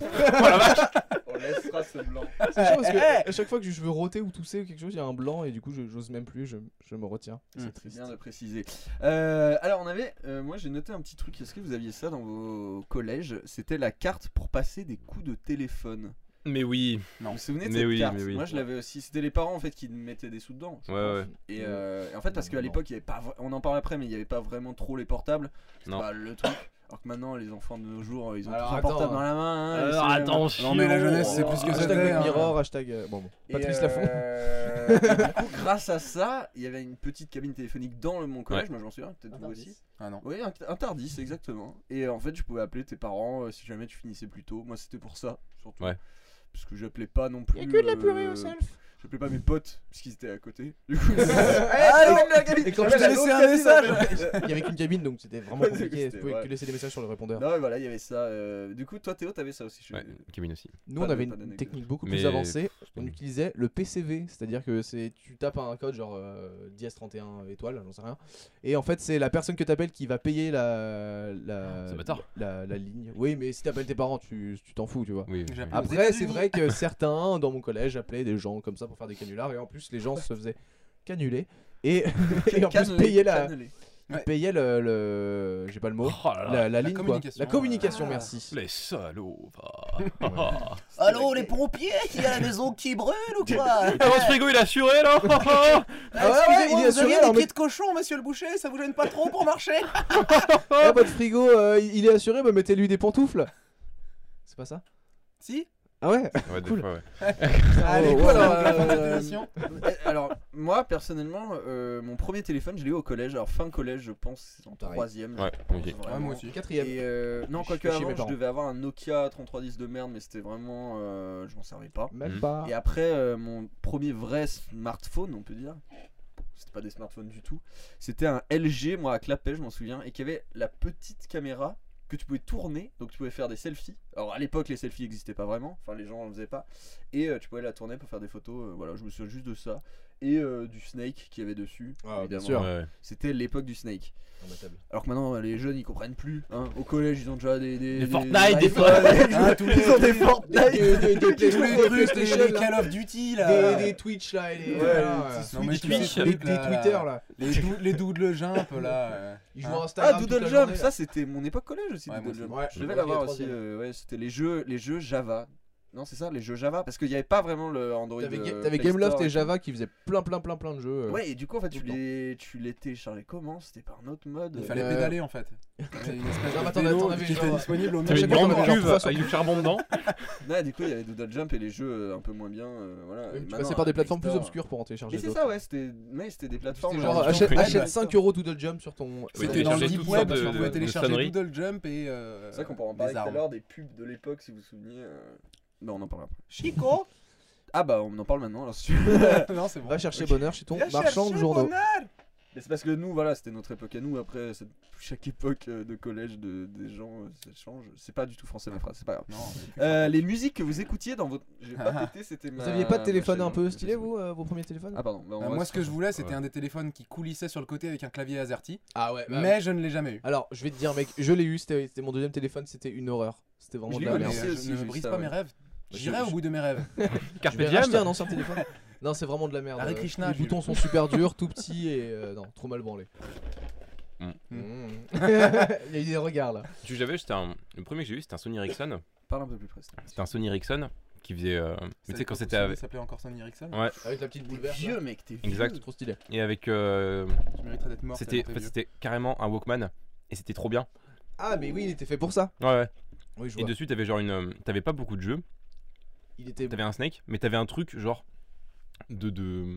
S2: On laissera ce blanc.
S3: C'est chiant
S4: Eh,
S2: Eh,
S3: parce
S6: eh,
S3: que à chaque fois que je veux roter ou tousser ou quelque chose, il y a un blanc et du coup, je- j'ose même plus, je, je me retiens.
S4: Hmm.
S3: C'est
S2: C'est
S3: triste.
S2: bien de préciser. Euh, alors, on avait. euh, moi, j'ai noté un petit truc. Est-ce que vous aviez ça dans vos collèges C'était la carte pour passer des coups de téléphone.
S5: Mais oui.
S2: Vous vous souvenez de
S5: Mais
S2: cette
S5: oui,
S2: carte
S5: mais oui.
S2: Moi, je l'avais aussi. C'était les parents en fait qui mettaient des sous dedans. je
S5: Ouais,
S2: pense.
S5: ouais.
S3: Ah,
S2: Et, euh, et en fait, parce qu'à
S5: Non.
S2: l'époque, il y avait pas. vra- On en parle après, mais il n'y avait pas vraiment trop les portables. C'était
S5: Non.
S2: pas le truc. Alors que maintenant, les enfants de nos jours, ils ont
S3: Alors,
S2: tous un
S3: attends, euh,
S2: portable dans la main. hein, et c'est-
S4: Non, mais la jeunesse, c'est
S2: oh,
S4: plus que ça.
S3: Hashtag
S4: fait,
S3: Black
S4: hein.
S3: Mirror, hashtag. euh, Bon, bon.
S2: Et,
S3: Patrice
S2: euh,
S3: Laffont.
S2: et du coup, grâce à ça, il y avait une petite cabine téléphonique dans le mon collège.
S5: Ouais.
S2: Moi, je m'en souviens, peut-être vous aussi.
S4: Ah non.
S2: Oui, int- interdit, c'est exactement. Et euh, en fait, tu pouvais appeler tes parents euh, si jamais tu finissais plus tôt. Moi, c'était pour ça, surtout.
S5: Ouais.
S2: Parce que j'appelais pas non plus.
S3: Y'a que de la
S2: euh,
S3: purée au self.
S2: J'appelais pas mes potes, parce qu'ils étaient à côté. Du coup,
S3: Et quand
S2: Ah,
S3: je
S2: mais
S3: t'ai
S2: la
S3: laissé
S2: grosse
S3: un message Il y avait qu'une cabine donc c'était vraiment
S2: Ouais,
S3: compliqué.
S2: c'était-
S3: Tu pouvais
S2: ouais.
S3: que laisser des messages sur le répondeur.
S2: Non, mais voilà, il y avait ça. euh, Du coup, toi, Théo, t'avais ça aussi. chez-
S5: Ouais, Kevin aussi.
S3: Nous
S2: Pas
S3: on
S2: de-
S3: avait
S2: pas
S3: une
S2: d'anecdote.
S3: technique beaucoup
S5: Mais-
S3: plus avancée. On
S5: Mm.
S3: utilisait le PCV, c'est-à-dire que c'est tu tapes un code genre euh, dièse 31 étoile, j'en sais rien. Et en fait c'est la personne que t'appelles qui va payer la la,
S5: Ah, C'est bâtard.
S3: la, la ligne. Oui mais si t'appelles tes parents tu tu t'en fous tu vois.
S5: Oui.
S4: J'ai
S5: oui.
S4: appris.
S3: Après, c'est
S4: États-Unis.
S3: vrai que certains dans mon collège appelaient des gens comme ça pour faire des canulars et en plus les gens se faisaient canuler et, et en plus
S2: Cannelé,
S3: payaient la
S2: cannelé.
S4: Ouais.
S3: payaient le, le- j'ai pas le mot
S5: Oh là là.
S3: la, la ligne quoi.
S4: communication.
S3: la communication
S4: Ah.
S3: merci
S5: Les salauds. Ah.
S6: Allô, les pompiers qui à la maison qui brûlent ou quoi Eh,
S5: Avance Eh, frigo, il a assuré là
S3: ah ouais, ouais, il est assuré alors mais-
S6: de cochon, monsieur le boucher, ça vous gêne pas trop pour marcher
S3: ah, votre frigo euh, il est assuré bah mettez-lui des pantoufles c'est pas ça
S4: Si
S3: ah ouais
S5: Ouais, des
S3: Cool.
S5: fois, ouais.
S3: Oh,
S2: Allez,
S3: wow.
S2: voilà,
S4: la fin de cette
S2: euh,
S4: émission.
S2: Euh, Alors, moi, personnellement, euh, mon premier téléphone, je l'ai eu au collège. Alors, fin collège, je pense, en
S3: Pareil.
S2: troisième. je
S5: Ouais,
S2: pense,
S5: ok.
S2: vraiment.
S4: Ouais, moi aussi.
S3: quatrième
S2: Et euh, non,
S3: Je
S2: quoique
S3: suis chez
S2: avant,
S3: mes
S2: je
S3: parents.
S2: devais avoir un Nokia 3310 de merde, mais c'était vraiment. euh, je m'en servais pas.
S3: même
S5: Mhm.
S3: pas
S2: Et après, euh, mon premier vrai smartphone, on peut dire, c'était pas des smartphones du tout, c'était un LG, moi à Clapet, je m'en souviens, et qui avait la petite caméra que tu pouvais tourner, donc tu pouvais faire des selfies. Alors à l'époque, les selfies n'existaient pas vraiment, enfin les gens en faisaient pas, et euh, tu pouvais la tourner pour faire des photos, euh, voilà, je me souviens juste de ça, et euh, du Snake qu'il y avait dessus,
S3: Ah, bien
S2: évidemment.
S3: sûr.
S5: Ouais, ouais.
S2: C'était l'époque du Snake. Alors que maintenant, les jeunes ils comprennent plus, hein. au collège ils ont déjà des. Des,
S5: Des Fortnite, des
S2: iPhones,
S4: Ah, tous les-
S2: Ils ont des Fortnite
S3: des, des, des,
S6: Tous
S3: des-
S6: les
S3: des-
S6: trucs, les,
S3: PlayStation,
S6: les Call of Duty
S3: des-
S6: là
S3: des Twitch là et des,
S2: Ouais,
S3: voilà,
S2: les
S4: Non, mais
S5: Twitch,
S4: tous ces
S3: les-
S4: trucs,
S3: des
S4: là,
S3: Twitter là
S4: Les dou- les doodles jump là. euh,
S3: ils
S4: hein.
S3: jouent à Instagram
S2: Ah,
S3: toute
S2: Doodle
S3: la
S2: Jump,
S3: journée.
S2: ça c'était mon époque collège aussi.
S4: Ouais, moi
S2: Doodle
S4: aussi.
S2: Jump.
S3: Ouais,
S2: Je devais
S3: ok,
S2: l'avoir aussi.
S3: troisième.
S2: euh, ouais, c'était les jeux, les jeux Java. Non, c'est ça, les jeux Java, parce qu'il n'y avait pas vraiment le Android.
S3: T'avais, Ga-
S2: euh,
S3: t'avais
S2: Play
S3: Gameloft
S2: Store
S3: et
S2: tout.
S3: Java qui faisaient plein plein plein plein de jeux. euh.
S2: Ouais, et du coup, en fait, tu
S3: tout le temps.
S2: les, tu les téléchargeais comment C'était par un autre mode.
S4: Il fallait
S3: Euh,
S4: pédaler en fait. Il y avait Une espèce
S3: Non, mais
S4: de
S3: attends,
S4: vélo
S3: attends,
S4: qui
S3: attends,
S4: était disponible au
S3: T'avais
S4: même
S5: T'avais une
S3: chaque fois,
S5: grande
S3: t'en avais genre
S5: cuve
S3: trois
S5: avec du charbon dedans.
S2: Ouais, du coup, il y avait Doodle Jump et les jeux euh, un peu moins bien. euh, voilà.
S3: Ouais,
S2: Et
S3: Tu
S2: maintenant,
S3: passais par des
S2: avec
S3: plateformes plus
S2: Store.
S3: obscures pour en télécharger.
S2: Mais c'est
S3: d'autres.
S2: ça, ouais, c'était mais c'était des plateformes.
S4: C'était
S3: Genre
S2: euh,
S4: Ouais,
S3: achète,
S4: ouais.
S3: achète
S4: Ouais.
S3: 5 euros Doodle Jump sur ton.
S5: Oui,
S3: sur
S4: C'était dans le
S5: télécharger
S4: deep
S5: toutes
S4: web,
S5: sortes
S4: tu
S5: de-
S4: pouvais
S5: de
S4: télécharger
S5: sonneries.
S4: Doodle Jump et. euh,
S2: C'est vrai qu'on peut en
S4: des
S2: parler tout à
S3: hein.
S4: armes.
S2: l'heure des pubs de l'époque, si vous vous souvenez. euh, Non, on en parlera après.
S6: Chico
S2: Ah, bah, on en parle maintenant, alors si tu
S4: Non, c'est bon.
S3: Va chercher bonheur chez ton marchand de journaux.
S2: Mais c'est parce que nous, voilà, c'était notre époque à nous. Après, c'est- chaque époque euh, de collège de, des gens, euh, ça change. C'est pas du tout français ma phrase, c'est pas grave.
S4: Non, c'est plus Ah.
S2: Euh, les musiques que vous écoutiez dans votre. J'ai pas pété, c'était
S3: Vous
S2: ma-
S3: aviez pas de
S2: ma
S3: téléphone
S2: chaîne,
S3: un peu
S2: euh,
S3: stylé,
S2: Facebook.
S3: vous, euh, vos premiers téléphones
S2: Ah, pardon. bah, on
S4: Euh,
S2: va
S4: moi,
S2: se-
S4: ce que je voulais, c'était
S5: Ouais. Eh
S4: un des téléphones qui coulissait sur le côté avec un clavier AZERTY,
S3: Ah ouais,
S5: ben
S3: bah,
S4: mais je ne l'ai jamais eu.
S3: Alors, je vais te dire, mec, je l'ai eu, c'était c'était mon deuxième téléphone, c'était une horreur. C'était vraiment
S2: Je
S3: de
S2: l'ai
S3: la
S2: eu,
S4: Mais euh,
S3: merde.
S2: aussi,
S4: je
S2: Ah, aussi,
S4: ne
S2: j'ai eu
S4: brise
S2: ça,
S4: pas
S2: ouais.
S4: mes rêves.
S3: je-
S4: J'irai au
S3: je-
S4: bout de mes rêves.
S5: Carpe
S3: Je vais acheter un
S5: diem.
S3: ancien téléphone. Non, c'est vraiment de la merde.
S4: Hare
S3: euh,
S4: Krishna,
S3: les
S4: Jules.
S3: boutons sont super durs, tout petits et euh, non, trop mal branlés.
S5: Mm.
S3: Mm. Il y a eu des regards là.
S5: Tu j'avais, c'était un. Le premier que j'ai eu, c'était un Sony Ericsson.
S2: Parle un peu plus près. s'il te plaît.
S5: C'était un Sony Ericsson qui faisait. euh, Mais tu sais, quand c'était
S4: Ça
S5: avec.
S4: s'appelait encore Sony Ericsson. hein.
S5: Ouais,
S3: Avec la petite boule verte.
S2: Vieux mec, t'es vieux.
S5: exact.
S3: Trop stylé.
S5: Et avec. euh,
S4: Tu mériterais d'être mort. tellement
S5: C'était en
S4: t'es
S5: fait, c'était carrément un Walkman. Et c'était trop bien.
S3: Ah, mais oui, il était fait pour ça.
S5: Ouais, ouais.
S3: Oui, je
S5: Et
S3: vois.
S5: dessus, t'avais genre une. euh, T'avais pas beaucoup de jeux.
S3: Il était.
S5: T'avais un Snake, mais t'avais un truc genre. De. De.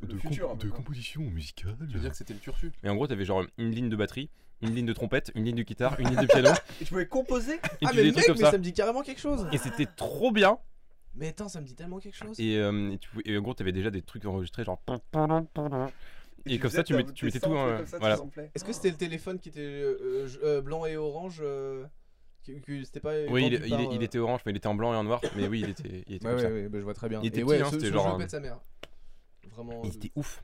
S2: Le
S5: de
S2: futur, hein.
S5: comp-
S2: un peu,
S5: de
S2: quoi.
S5: composition musicale.
S4: vieux. Tu veux dire que c'était le turfu
S5: Et en gros, t'avais genre une ligne de batterie, une ligne de trompette, une ligne de guitare, une ligne de piano.
S2: Et tu pouvais composer
S5: Et
S3: ah,
S5: tu
S3: mais
S5: faisais des
S3: mec,
S5: trucs comme
S3: mais
S5: ça.
S3: ça me dit carrément quelque chose.
S5: Et c'était trop bien.
S3: Mais attends, ça me dit tellement quelque chose.
S5: Et, euh, et tu pouvais- et en gros, t'avais déjà des trucs enregistrés, genre. Et, comme ça, tu, mets-
S2: mets
S5: tu mettais tout. hein,
S4: euh,
S5: voilà.
S3: Est-ce que c'était le téléphone qui était euh, euh, je- euh, blanc et orange euh, que, que c'était pas.
S5: Oui, il,
S3: vendu
S5: il-
S3: par,
S5: il
S3: euh,
S5: était orange, mais il était en blanc et en noir. Mais oui, il était, il était
S3: Ouais,
S5: comme
S3: ouais,
S5: ça.
S3: ouais, bah, je vois très bien.
S5: Il était
S3: Et ouais,
S5: petit,
S3: ce-
S5: hein, c'était
S3: ce
S5: genre
S3: jeu
S5: un-
S3: pète sa mère. Vraiment.
S5: Oh, Il
S3: de-
S5: était ouf.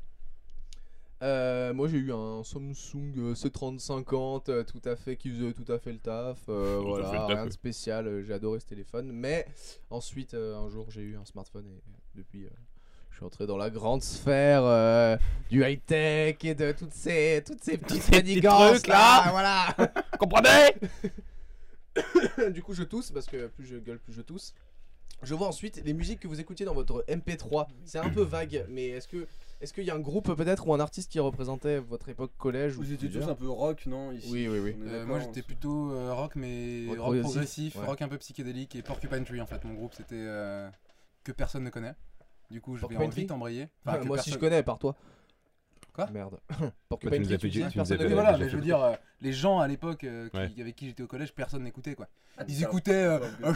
S3: Euh, moi j'ai eu un Samsung euh, C3050 euh, tout à fait qui faisait tout à fait le taf, euh,
S5: Tout à
S3: voilà,
S5: fait le taf,
S3: rien de
S5: ouais.
S3: spécial, euh, j'ai adoré ce téléphone, mais ensuite euh, un jour j'ai eu un smartphone et, et depuis euh, je suis entré dans la grande sphère euh, du high-tech et de toutes ces toutes ces petites
S5: petits
S3: manigances
S5: trucs,
S3: là,
S5: là.
S3: voilà.
S5: Comprenez
S3: du coup je tousse parce que plus je gueule plus je tousse. Je vois ensuite les musiques que vous écoutiez dans votre MP3. C'est un peu vague, mais est-ce que est-ce qu'il y a un groupe peut-être ou un artiste qui représentait votre époque collège ou
S2: Vous étiez tous
S3: plusieurs
S2: un peu rock, non ici
S3: Oui, oui, oui.
S2: On est
S4: Euh,
S2: d'accord,
S4: moi
S2: on
S4: j'étais
S2: se-
S4: plutôt euh, rock mais
S3: Rock
S4: rock,
S3: progressif,
S4: progressif,
S3: ouais.
S4: rock un peu psychédélique et Porcupine Tree en fait. Mon groupe c'était euh, que personne ne connaît. Du coup je vais
S3: Porcupine
S4: en vite
S3: Tree
S4: embrayer.
S3: Ah,
S4: que
S3: moi si je
S4: personne-
S3: connais par toi.
S4: Quoi
S3: Merde.
S5: tu
S3: Porcupine
S5: nous
S3: Tree,
S5: as fait
S3: disais,
S5: dire- tu nous
S3: personne
S5: as
S3: ne
S5: fait-
S4: Mais
S3: connaît.
S5: Ouais,
S4: voilà,
S5: j'ai
S4: mais je veux
S5: fait
S4: dire, euh, les gens à l'époque euh, qui-
S5: Ouais.
S4: avec qui j'étais au collège, personne n'écoutait quoi.
S2: Ah,
S4: Ils
S2: putain.
S4: écoutaient euh,
S2: Rock.
S4: euh,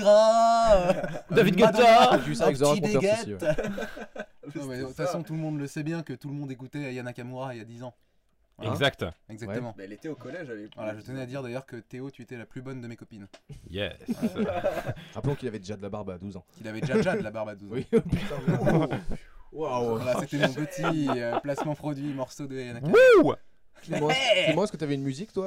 S4: Shakira, euh,
S5: David
S4: Madonna.
S5: Guetta
S3: J'ai vu ça Ah, avec
S6: Un
S3: The Rock
S6: petit
S3: Concert aussi, ouais.
S4: Non, mais De
S2: C'était
S4: toute
S2: ça.
S4: façon, tout le monde le sait bien que tout le monde écoutait Ayana Kamura il y a 10 ans. Voilà.
S5: Exact.
S4: Exactement.
S2: Bah, elle était au collège à l'époque.
S4: Voilà, je tenais à dire d'ailleurs que Théo, tu étais la plus bonne de mes copines.
S5: Yes.
S3: Rappelons qu'il avait déjà de la barbe à 12 ans.
S4: Qu'il avait déjà déjà de la barbe à 12 ans.
S3: Oui. Putain. Waouh.
S4: Voilà, c'était mon petit euh, placement produit morceau de Ayana Kamura.
S3: Clément, est-ce- Clément, est-ce que t'avais une musique toi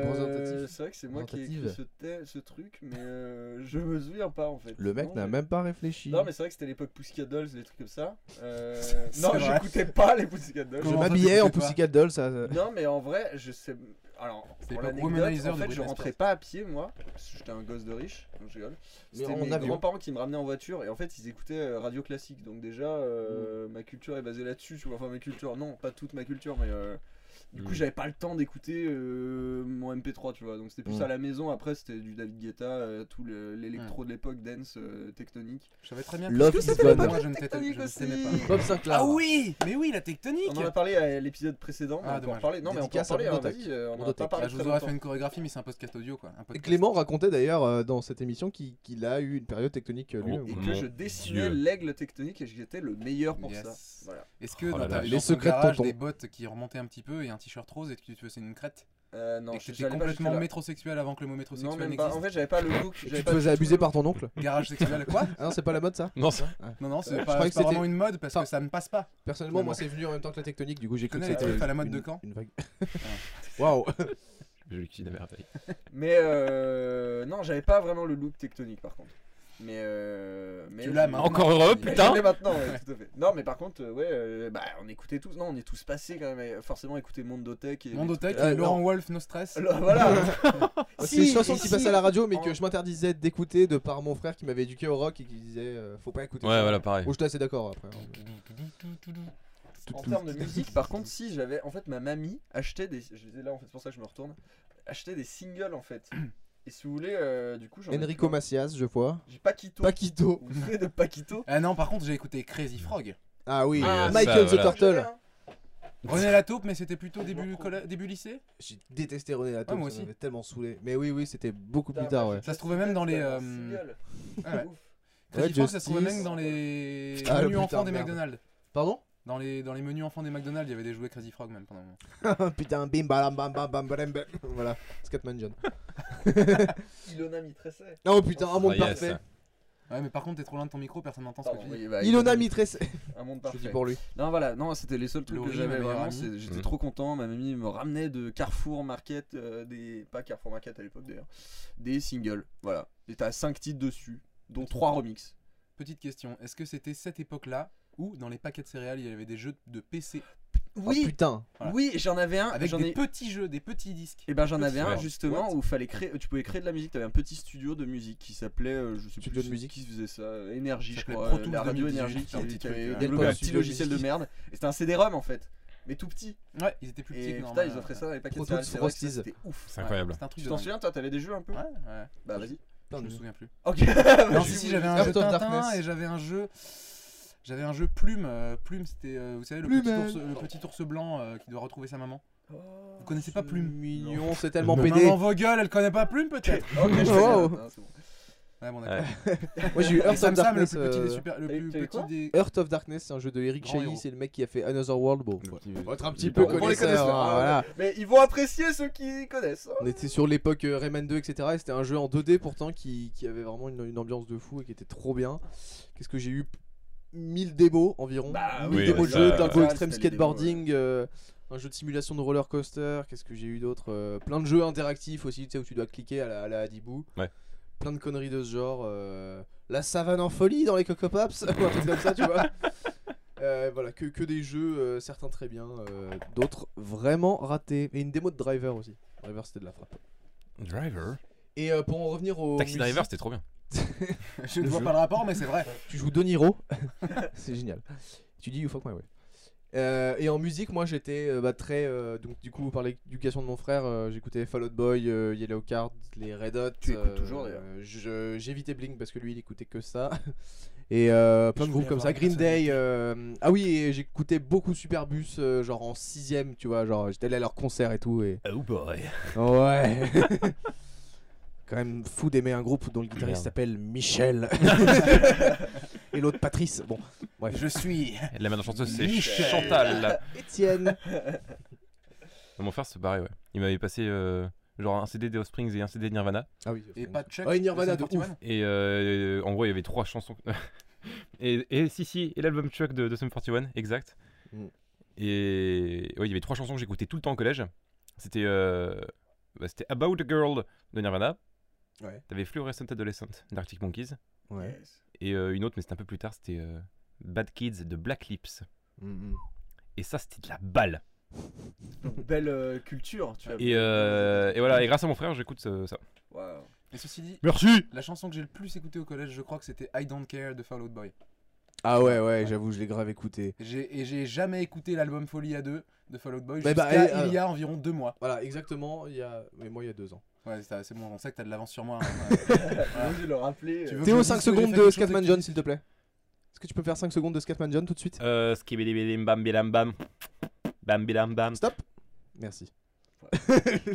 S2: Euh,
S3: Représentatif.
S2: C'est vrai que c'est moi qui ai écrit
S3: Représentative.
S2: ce, thème- ce truc, mais euh, je me souviens pas en fait.
S3: Le mec
S2: Non,
S3: n'a
S2: mais-
S3: même pas réfléchi.
S2: Non, mais c'est vrai que c'était l'époque Pussycat Dolls, les trucs comme ça. Euh,
S4: C'est
S2: non,
S4: vrai.
S2: j'écoutais pas les Pussycat Dolls.
S3: Je
S4: Comment ça,
S3: m'habillais en
S4: t'écoutais pas
S3: Pussycat Doll, ça. euh, ça-
S2: Non, mais en vrai, je sais. Alors,
S4: C'était
S2: pour
S4: l'époque
S2: l'anecdote,
S4: Womanizer
S2: en
S4: de
S2: fait, je
S4: Britney
S2: rentrais
S4: Spears.
S2: pas à pied, moi, parce que j'étais un gosse de riche, donc je rigole.
S3: Mais
S2: C'était
S3: en
S2: mes
S3: avion.
S2: grands-parents qui me ramenaient en voiture, et en fait, ils écoutaient euh, Radio Classique, donc déjà, euh,
S4: Mm.
S2: ma culture est basée là-dessus, tu vois. Enfin, ma culture, non, pas toute ma culture, mais. euh, du coup,
S5: Mm.
S2: j'avais pas le temps d'écouter euh, mon MP3, tu vois. Donc, c'était plus
S3: Mm.
S2: à la maison. Après, c'était du David Guetta, euh, tout le- l'électro de l'époque, dance, euh, technique.
S4: Je savais très bien
S3: Love
S4: que
S3: is
S4: c'était
S3: gone.
S4: Moi, je ne t'étais-
S2: Tectonique
S4: je ne
S2: aussi.
S4: t'aimais pas.
S3: Bob Sinclair.
S4: Ah oui Mais oui, la tectonique
S2: On en a parlé à l'épisode précédent. mais
S4: Ah,
S2: on peut en
S4: dommage.
S2: reparler. Non, mais on peut en
S3: Dédicace à
S2: parler. hein,
S3: Mondotac.
S2: vas-y, euh, on en a
S3: Mondotac.
S2: pas parlé.
S4: Ah, je
S2: très
S4: vous aurais
S2: longtemps.
S4: fait une chorégraphie, mais c'est un podcast audio quoi. Un podcast.
S3: Clément racontait d'ailleurs euh, dans cette émission qu'il qu'il a eu une période tectonique euh, lui.
S5: Oh.
S2: et que
S5: Mon
S2: je dessinais
S5: Dieu.
S2: l'aigle tectonique et j'étais le meilleur pour
S4: Yes.
S2: ça. Voilà.
S4: Est-ce que
S5: Oh là
S4: dans
S5: là,
S4: ta
S5: les
S4: les
S3: secrets
S4: secrets
S3: de tonton.
S4: des bottes qui remontaient un petit peu et un t-shirt rose et que tu te faisais une crête
S2: Euh, non,
S4: et que
S2: je-
S4: t'étais
S2: j'allais pas
S4: complètement
S2: jusque-là.
S4: métrosexuel avant que le mot
S2: Non,
S4: métrosexuel
S2: même pas. En
S4: n'existe.
S2: fait, j'avais pas le look.
S3: Et
S2: j'avais
S3: tu te
S2: pas du
S3: faisais
S2: tout
S3: abuser
S2: le
S3: par
S2: look.
S3: ton oncle
S4: Garage sexuel, quoi
S3: Ah non, c'est pas la mode ça
S5: Non, ça.
S4: Non, non, c'est
S3: Je
S4: pas,
S3: croyais
S4: c'est
S3: que
S4: pas
S3: c'était-
S4: vraiment une mode parce
S3: Enfin,
S4: que ça me passe pas.
S3: Personnellement, moi
S4: Finalement.
S3: c'est venu en même temps que la tectonique, du coup j'ai cru que
S4: connais les
S3: c'était
S4: teufs à la mode
S3: une-
S4: de quand
S3: une vague.
S4: Waouh
S5: Je le kiffe de merveille.
S2: Mais euh, non, j'avais pas vraiment le look tectonique par contre. Mais euh, mais
S4: Tu l'as
S2: je-
S4: maintenant.
S5: Encore heureux,
S4: Mais
S2: Mais
S5: putain
S2: je l'ai maintenant, ouais, tout à fait. Non, mais par contre, euh, ouais, euh, bah, on écoutait tous. Non, on est tous passés quand même. euh, Forcément, écouter Mondotech et.
S4: Mondotech
S3: Ah,
S4: et
S3: non.
S4: Laurent Wolf, No Stress.
S2: Alors, Voilà.
S3: C'est une chanson
S2: et
S3: qui
S2: si.
S3: passait à la radio, mais que
S2: En-
S3: je m'interdisais d'écouter de par mon frère qui m'avait éduqué au rock et qui disait euh, faut pas écouter.
S5: Ouais,
S3: ça.
S5: voilà, pareil.
S3: Bon, j'étais assez d'accord après. hein.
S2: En termes de musique, par contre, si j'avais. En fait, ma mamie achetait des. Je les ai là, en fait, c'est pour ça que je me retourne. Achetait des singles, en fait. Et si vous voulez, euh, du coup, j'en ai
S3: Enrico
S2: plein.
S3: Macias, je vois.
S2: J'ai Paquito.
S3: Paquito.
S2: Vous vous souvenez de Paquito
S4: Ah non, par contre, j'ai écouté Crazy Frog.
S3: Ah oui,
S5: Ah, ça,
S3: Michael the
S5: voilà.
S3: Turtle.
S4: Ah, René la taupe, mais c'était plutôt début, colla- début lycée.
S3: J'ai détesté René Latour,
S4: Ouais, Ah, moi
S3: ça
S4: aussi.
S3: m'avait tellement saoulé. Mais oui, oui, c'était beaucoup plus tard, ouais.
S4: Ça se trouvait même dans les, euh, Ah ouais. Crazy
S3: Ouais,
S4: Frog, ça se trouvait
S3: Justice.
S4: même dans les
S3: Ah, le
S4: menus
S3: putain
S4: enfants
S3: de
S4: des
S3: merde.
S4: McDonald's.
S3: Pardon
S4: Dans les, dans les menus enfants des McDonald's, il y avait des jouets Crazy Frog même pendant un moment.
S3: Oh, Putain, bim bam bam bam bam bam bam. Voilà, Scatman John.
S2: Ilona Mitressé.
S3: Oh putain, un monde
S5: Ah, yes.
S3: parfait.
S4: Ouais, mais par contre, t'es trop loin de ton micro, personne n'entend ce que
S2: Pardon,
S4: tu dis.
S2: oui, bah,
S5: Ah,
S3: Ilona Mitresse.
S2: Un monde
S3: Je
S2: parfait.
S3: dis pour lui.
S2: Non, voilà, non, c'était les seuls trucs
S4: Laurie,
S2: que
S4: ma
S2: j'avais
S4: meilleure
S2: vraiment.
S4: amie.
S2: c'est- J'étais
S5: Mhm.
S2: trop content. Ma mamie me ramenait de Carrefour Market, euh, des. Pas Carrefour Market à l'époque d'ailleurs. Des singles. Voilà. Et t'as 5 titres dessus, dont 3 remixes.
S4: Petite question, est-ce que c'était cette époque-là où dans les paquets de céréales, il y avait des jeux de PC
S3: Oh,
S2: Oui,
S3: putain.
S4: voilà.
S2: oui, j'en avais un.
S4: avec
S2: j'en
S4: des
S2: ai-
S4: petits jeux, des petits disques
S2: Et ben j'en avais un
S5: Ouais.
S2: justement
S4: What
S2: où fallait créer, tu pouvais créer de la musique. T'avais un petit studio de musique qui s'appelait, euh, je sais
S3: Studio
S2: plus
S3: de
S2: qui-
S3: musique.
S2: qui faisait ça, euh, énergie je
S4: Ça s'appelait
S2: crois,
S4: Pro
S2: euh,
S4: Tools
S2: la radio
S4: 2018,
S2: énergie qui,
S4: un petit
S2: qui
S4: truc, hein.
S2: avait
S4: ouais.
S2: développé un
S3: Delta
S2: petit
S3: Studio
S2: logiciel de
S3: Music.
S2: merde. Et c'était un CD-ROM en fait, mais tout petit.
S4: Ouais, ils étaient plus petits
S2: Et
S4: que
S2: putain
S4: normal,
S2: ils offraient
S4: ouais.
S2: ça dans les paquets
S3: Pro
S2: de céréales,
S3: Tools,
S2: c'est vrai que ça,
S3: Frosties.
S2: c'était ouf.
S5: C'est incroyable.
S4: C'était un truc
S2: Tu
S4: de
S2: t'en
S4: dingue.
S2: souviens toi t'avais des jeux un peu Ah,
S4: Ouais, ouais.
S2: Bah vas-y.
S3: Putain,
S4: je me
S3: je-
S4: souviens plus.
S2: Ok.
S4: Non,
S3: je-
S4: si, si, j'avais
S3: Earth
S4: un jeu
S3: of
S4: Tintin
S3: Darkness.
S4: et j'avais un jeu. J'avais un jeu Plume. euh, Plume, c'était, euh, vous savez, le
S3: Plume.
S4: petit, ours, le petit ours blanc euh, qui doit retrouver sa maman. Vous connaissez pas Plume
S3: Mignon, c'est tellement
S5: Non.
S3: pédé.
S4: Maman Vogel, elle connaît pas Plume peut-être
S2: Ok, je fais
S3: Wow.
S2: bien, hein, c'est bon.
S4: Ouais, bon,
S5: Ouais.
S4: d'accord.
S3: Moi j'ai eu
S4: Et
S3: Earth of
S4: Sam Sam, le
S3: Darkness.
S4: plus petit
S3: euh,
S4: des super. Le
S2: T'as eu-
S4: plus
S2: t'as eu quoi
S4: petit des.
S3: Earth of Darkness, c'est un jeu de Eric
S4: Grand
S3: Chahi,
S4: héros.
S3: c'est le mec qui a fait Another World. Bon, faut être un petit peu
S5: On les
S3: connaisseur.
S2: connaisseurs,
S3: hein,
S2: ouais.
S3: Voilà.
S2: Mais ils vont apprécier ceux qui connaissent. hein.
S3: On était sur l'époque euh, Rayman 2, etc. Et c'était un jeu en 2D pourtant qui, qui avait vraiment une, une ambiance de fou et qui était trop bien. Qu'est-ce que j'ai eu 1000 démos environ.
S2: Bah,
S3: 1000
S5: oui,
S3: démos
S5: ouais,
S3: de
S5: ça-
S3: jeux, Dingo
S2: ça,
S3: Extreme
S2: c'était les démos,
S3: Skateboarding, euh, un jeu de simulation de roller coaster. Qu'est-ce que j'ai eu d'autre Euh, Plein de jeux interactifs aussi, tu sais, où tu dois cliquer à la, à la Adibou.
S5: Ouais.
S3: Plein de conneries de ce genre. euh, la savane en folie dans les Coco Pops, ou un truc comme ça, tu vois. Euh, voilà, que, que des jeux, euh, certains très bien, euh, d'autres vraiment ratés. Et une démo de Driver aussi. Driver, c'était de la frappe.
S5: Driver
S3: Et euh, pour en revenir au.
S5: Taxi
S3: musiques-
S5: Driver, c'était trop bien.
S4: Je ne vois pas le rapport, mais c'est vrai.
S3: Tu joues De Niro, c'est génial. Tu dis You fuck my way. Euh, et en musique, moi j'étais euh, bah, très. euh, donc, du coup, par l'éducation de mon frère, euh, j'écoutais Fall Out Boy, euh, Yellow Card, les Red Hot. euh,
S2: Tu écoutes toujours, d'ailleurs.
S3: je- J'évitais Blink parce que lui il écoutait que ça. Et euh, plein
S4: Je
S3: de
S4: voulais
S3: groupes comme
S4: avoir
S3: ça. Green
S4: une personnalité.
S3: Day. euh, ah oui, et j'écoutais beaucoup Superbus, euh, genre en 6ème, tu vois. Genre j'étais allé à leurs concerts et tout. Et...
S5: Oh boy.
S3: Ouais. Quand même fou d'aimer un groupe dont le guitariste
S5: Merde.
S3: s'appelle Michel. Et l'autre Patrice. Bon, bref.
S4: Je suis.
S5: La mère de la chanteuse, c'est
S4: Michel.
S5: Chantal.
S3: Étienne.
S5: Non, Mon frère, c'est pareil, ouais. Il m'avait passé euh, genre un CD des Offsprings et un CD de Nirvana.
S3: Ah oui.
S4: Et pas de check.
S3: Ouais, Nirvana de
S4: Sum 41.
S5: Et euh, en gros, il y avait trois chansons. et, et si, si, et l'album Chuck de, de Sum 41, exact.
S3: Mm.
S5: Et ouais, il y avait trois chansons que j'écoutais tout le temps au collège. C'était euh, bah, c'était About a Girl de Nirvana.
S3: Ouais.
S5: T'avais Fluorescent Adolescent d'Arctic Monkeys.
S3: Ouais.
S5: Et euh, une autre, mais c'était un peu plus tard, c'était euh, Bad Kids de Black Lips.
S3: Mm,
S5: Et ça, c'était de la balle.
S2: Belle euh, culture,
S3: Ah
S2: tu vois.
S5: Et, euh, et voilà, et grâce à mon frère, j'écoute euh, ça.
S2: Waouh.
S4: Et ceci dit,
S5: Merci
S4: la chanson que j'ai le plus écoutée au collège, je crois que c'était I Don't Care de Fall Out Boy.
S3: Ah ouais, ouais, j'avoue, je l'ai grave écouté.
S4: J'ai- Et j'ai jamais écouté l'album Folie à 2 de Fall Out Boy
S3: Mais
S4: jusqu'à
S3: bah, eh,
S4: il y a environ deux mois.
S3: Voilà, exactement. Il y a... Mais moi, il y a deux ans.
S4: Ouais, c'est c'est bon, on sait que t'as de l'avance sur moi. hein.
S2: J'ai dû le rappeler.
S4: Tu
S2: euh,
S4: veux-
S3: Théo,
S4: je
S3: 5
S4: dise que j'ai
S3: secondes
S4: fait quelque
S3: de
S4: chose
S3: Scatman
S4: qui-
S3: John, s'il te plaît. Est-ce que tu peux faire 5 secondes de Scatman John tout de suite
S5: Euh, skibidibidim bam bilam bam. Bam bilam bam.
S3: Stop Merci.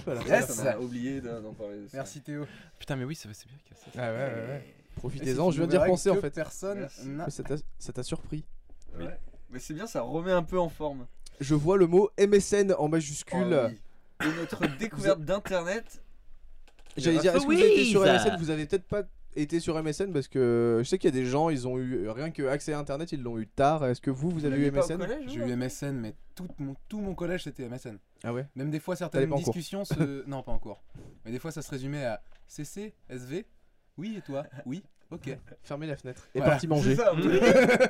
S3: voilà.
S4: Yes.
S2: On a oublié d'en d'en parler. de ça.
S4: Merci Théo.
S5: Putain, mais oui, ça c'est bien qu'il y a ça.
S3: Ah ouais, ouais, ouais. Profitez-en,
S4: Et
S3: je viens
S4: vous
S3: d'y
S4: verrez
S3: repenser
S4: que
S3: en fait.
S4: Personne
S2: Merci.
S4: n'a
S3: Mais ça t'a- ça t'a surpris.
S2: Ouais. Mais c'est bien, ça remet un peu en forme.
S3: Je vois le mot MSN en majuscule.
S2: Oh oui. Et notre découverte d'internet.
S3: J'allais
S4: Ah,
S2: Les
S3: dire, est-ce que vous avez été sur
S6: Rathouilles.
S3: MSN Vous avez peut-être pas été sur MSN parce que je sais qu'il y a des gens, ils ont eu rien que accès à internet, ils l'ont eu tard. Est-ce que vous, vous avez
S2: l'aviez
S3: eu
S2: pas au
S3: MSN
S2: collège,
S4: J'ai
S2: vous
S4: eu MSN, mais tout mon, tout mon collège c'était MSN.
S3: Ah ouais
S4: Même des fois,
S3: T'allais
S4: certaines
S3: pas en cours.
S4: discussions se. Non, pas en cours. Mais des fois, ça se résumait à CC, SV, oui et toi Oui, ok.
S3: Fermez la fenêtre et
S4: Voilà.
S3: parti manger.
S2: C'est ça, on dirait.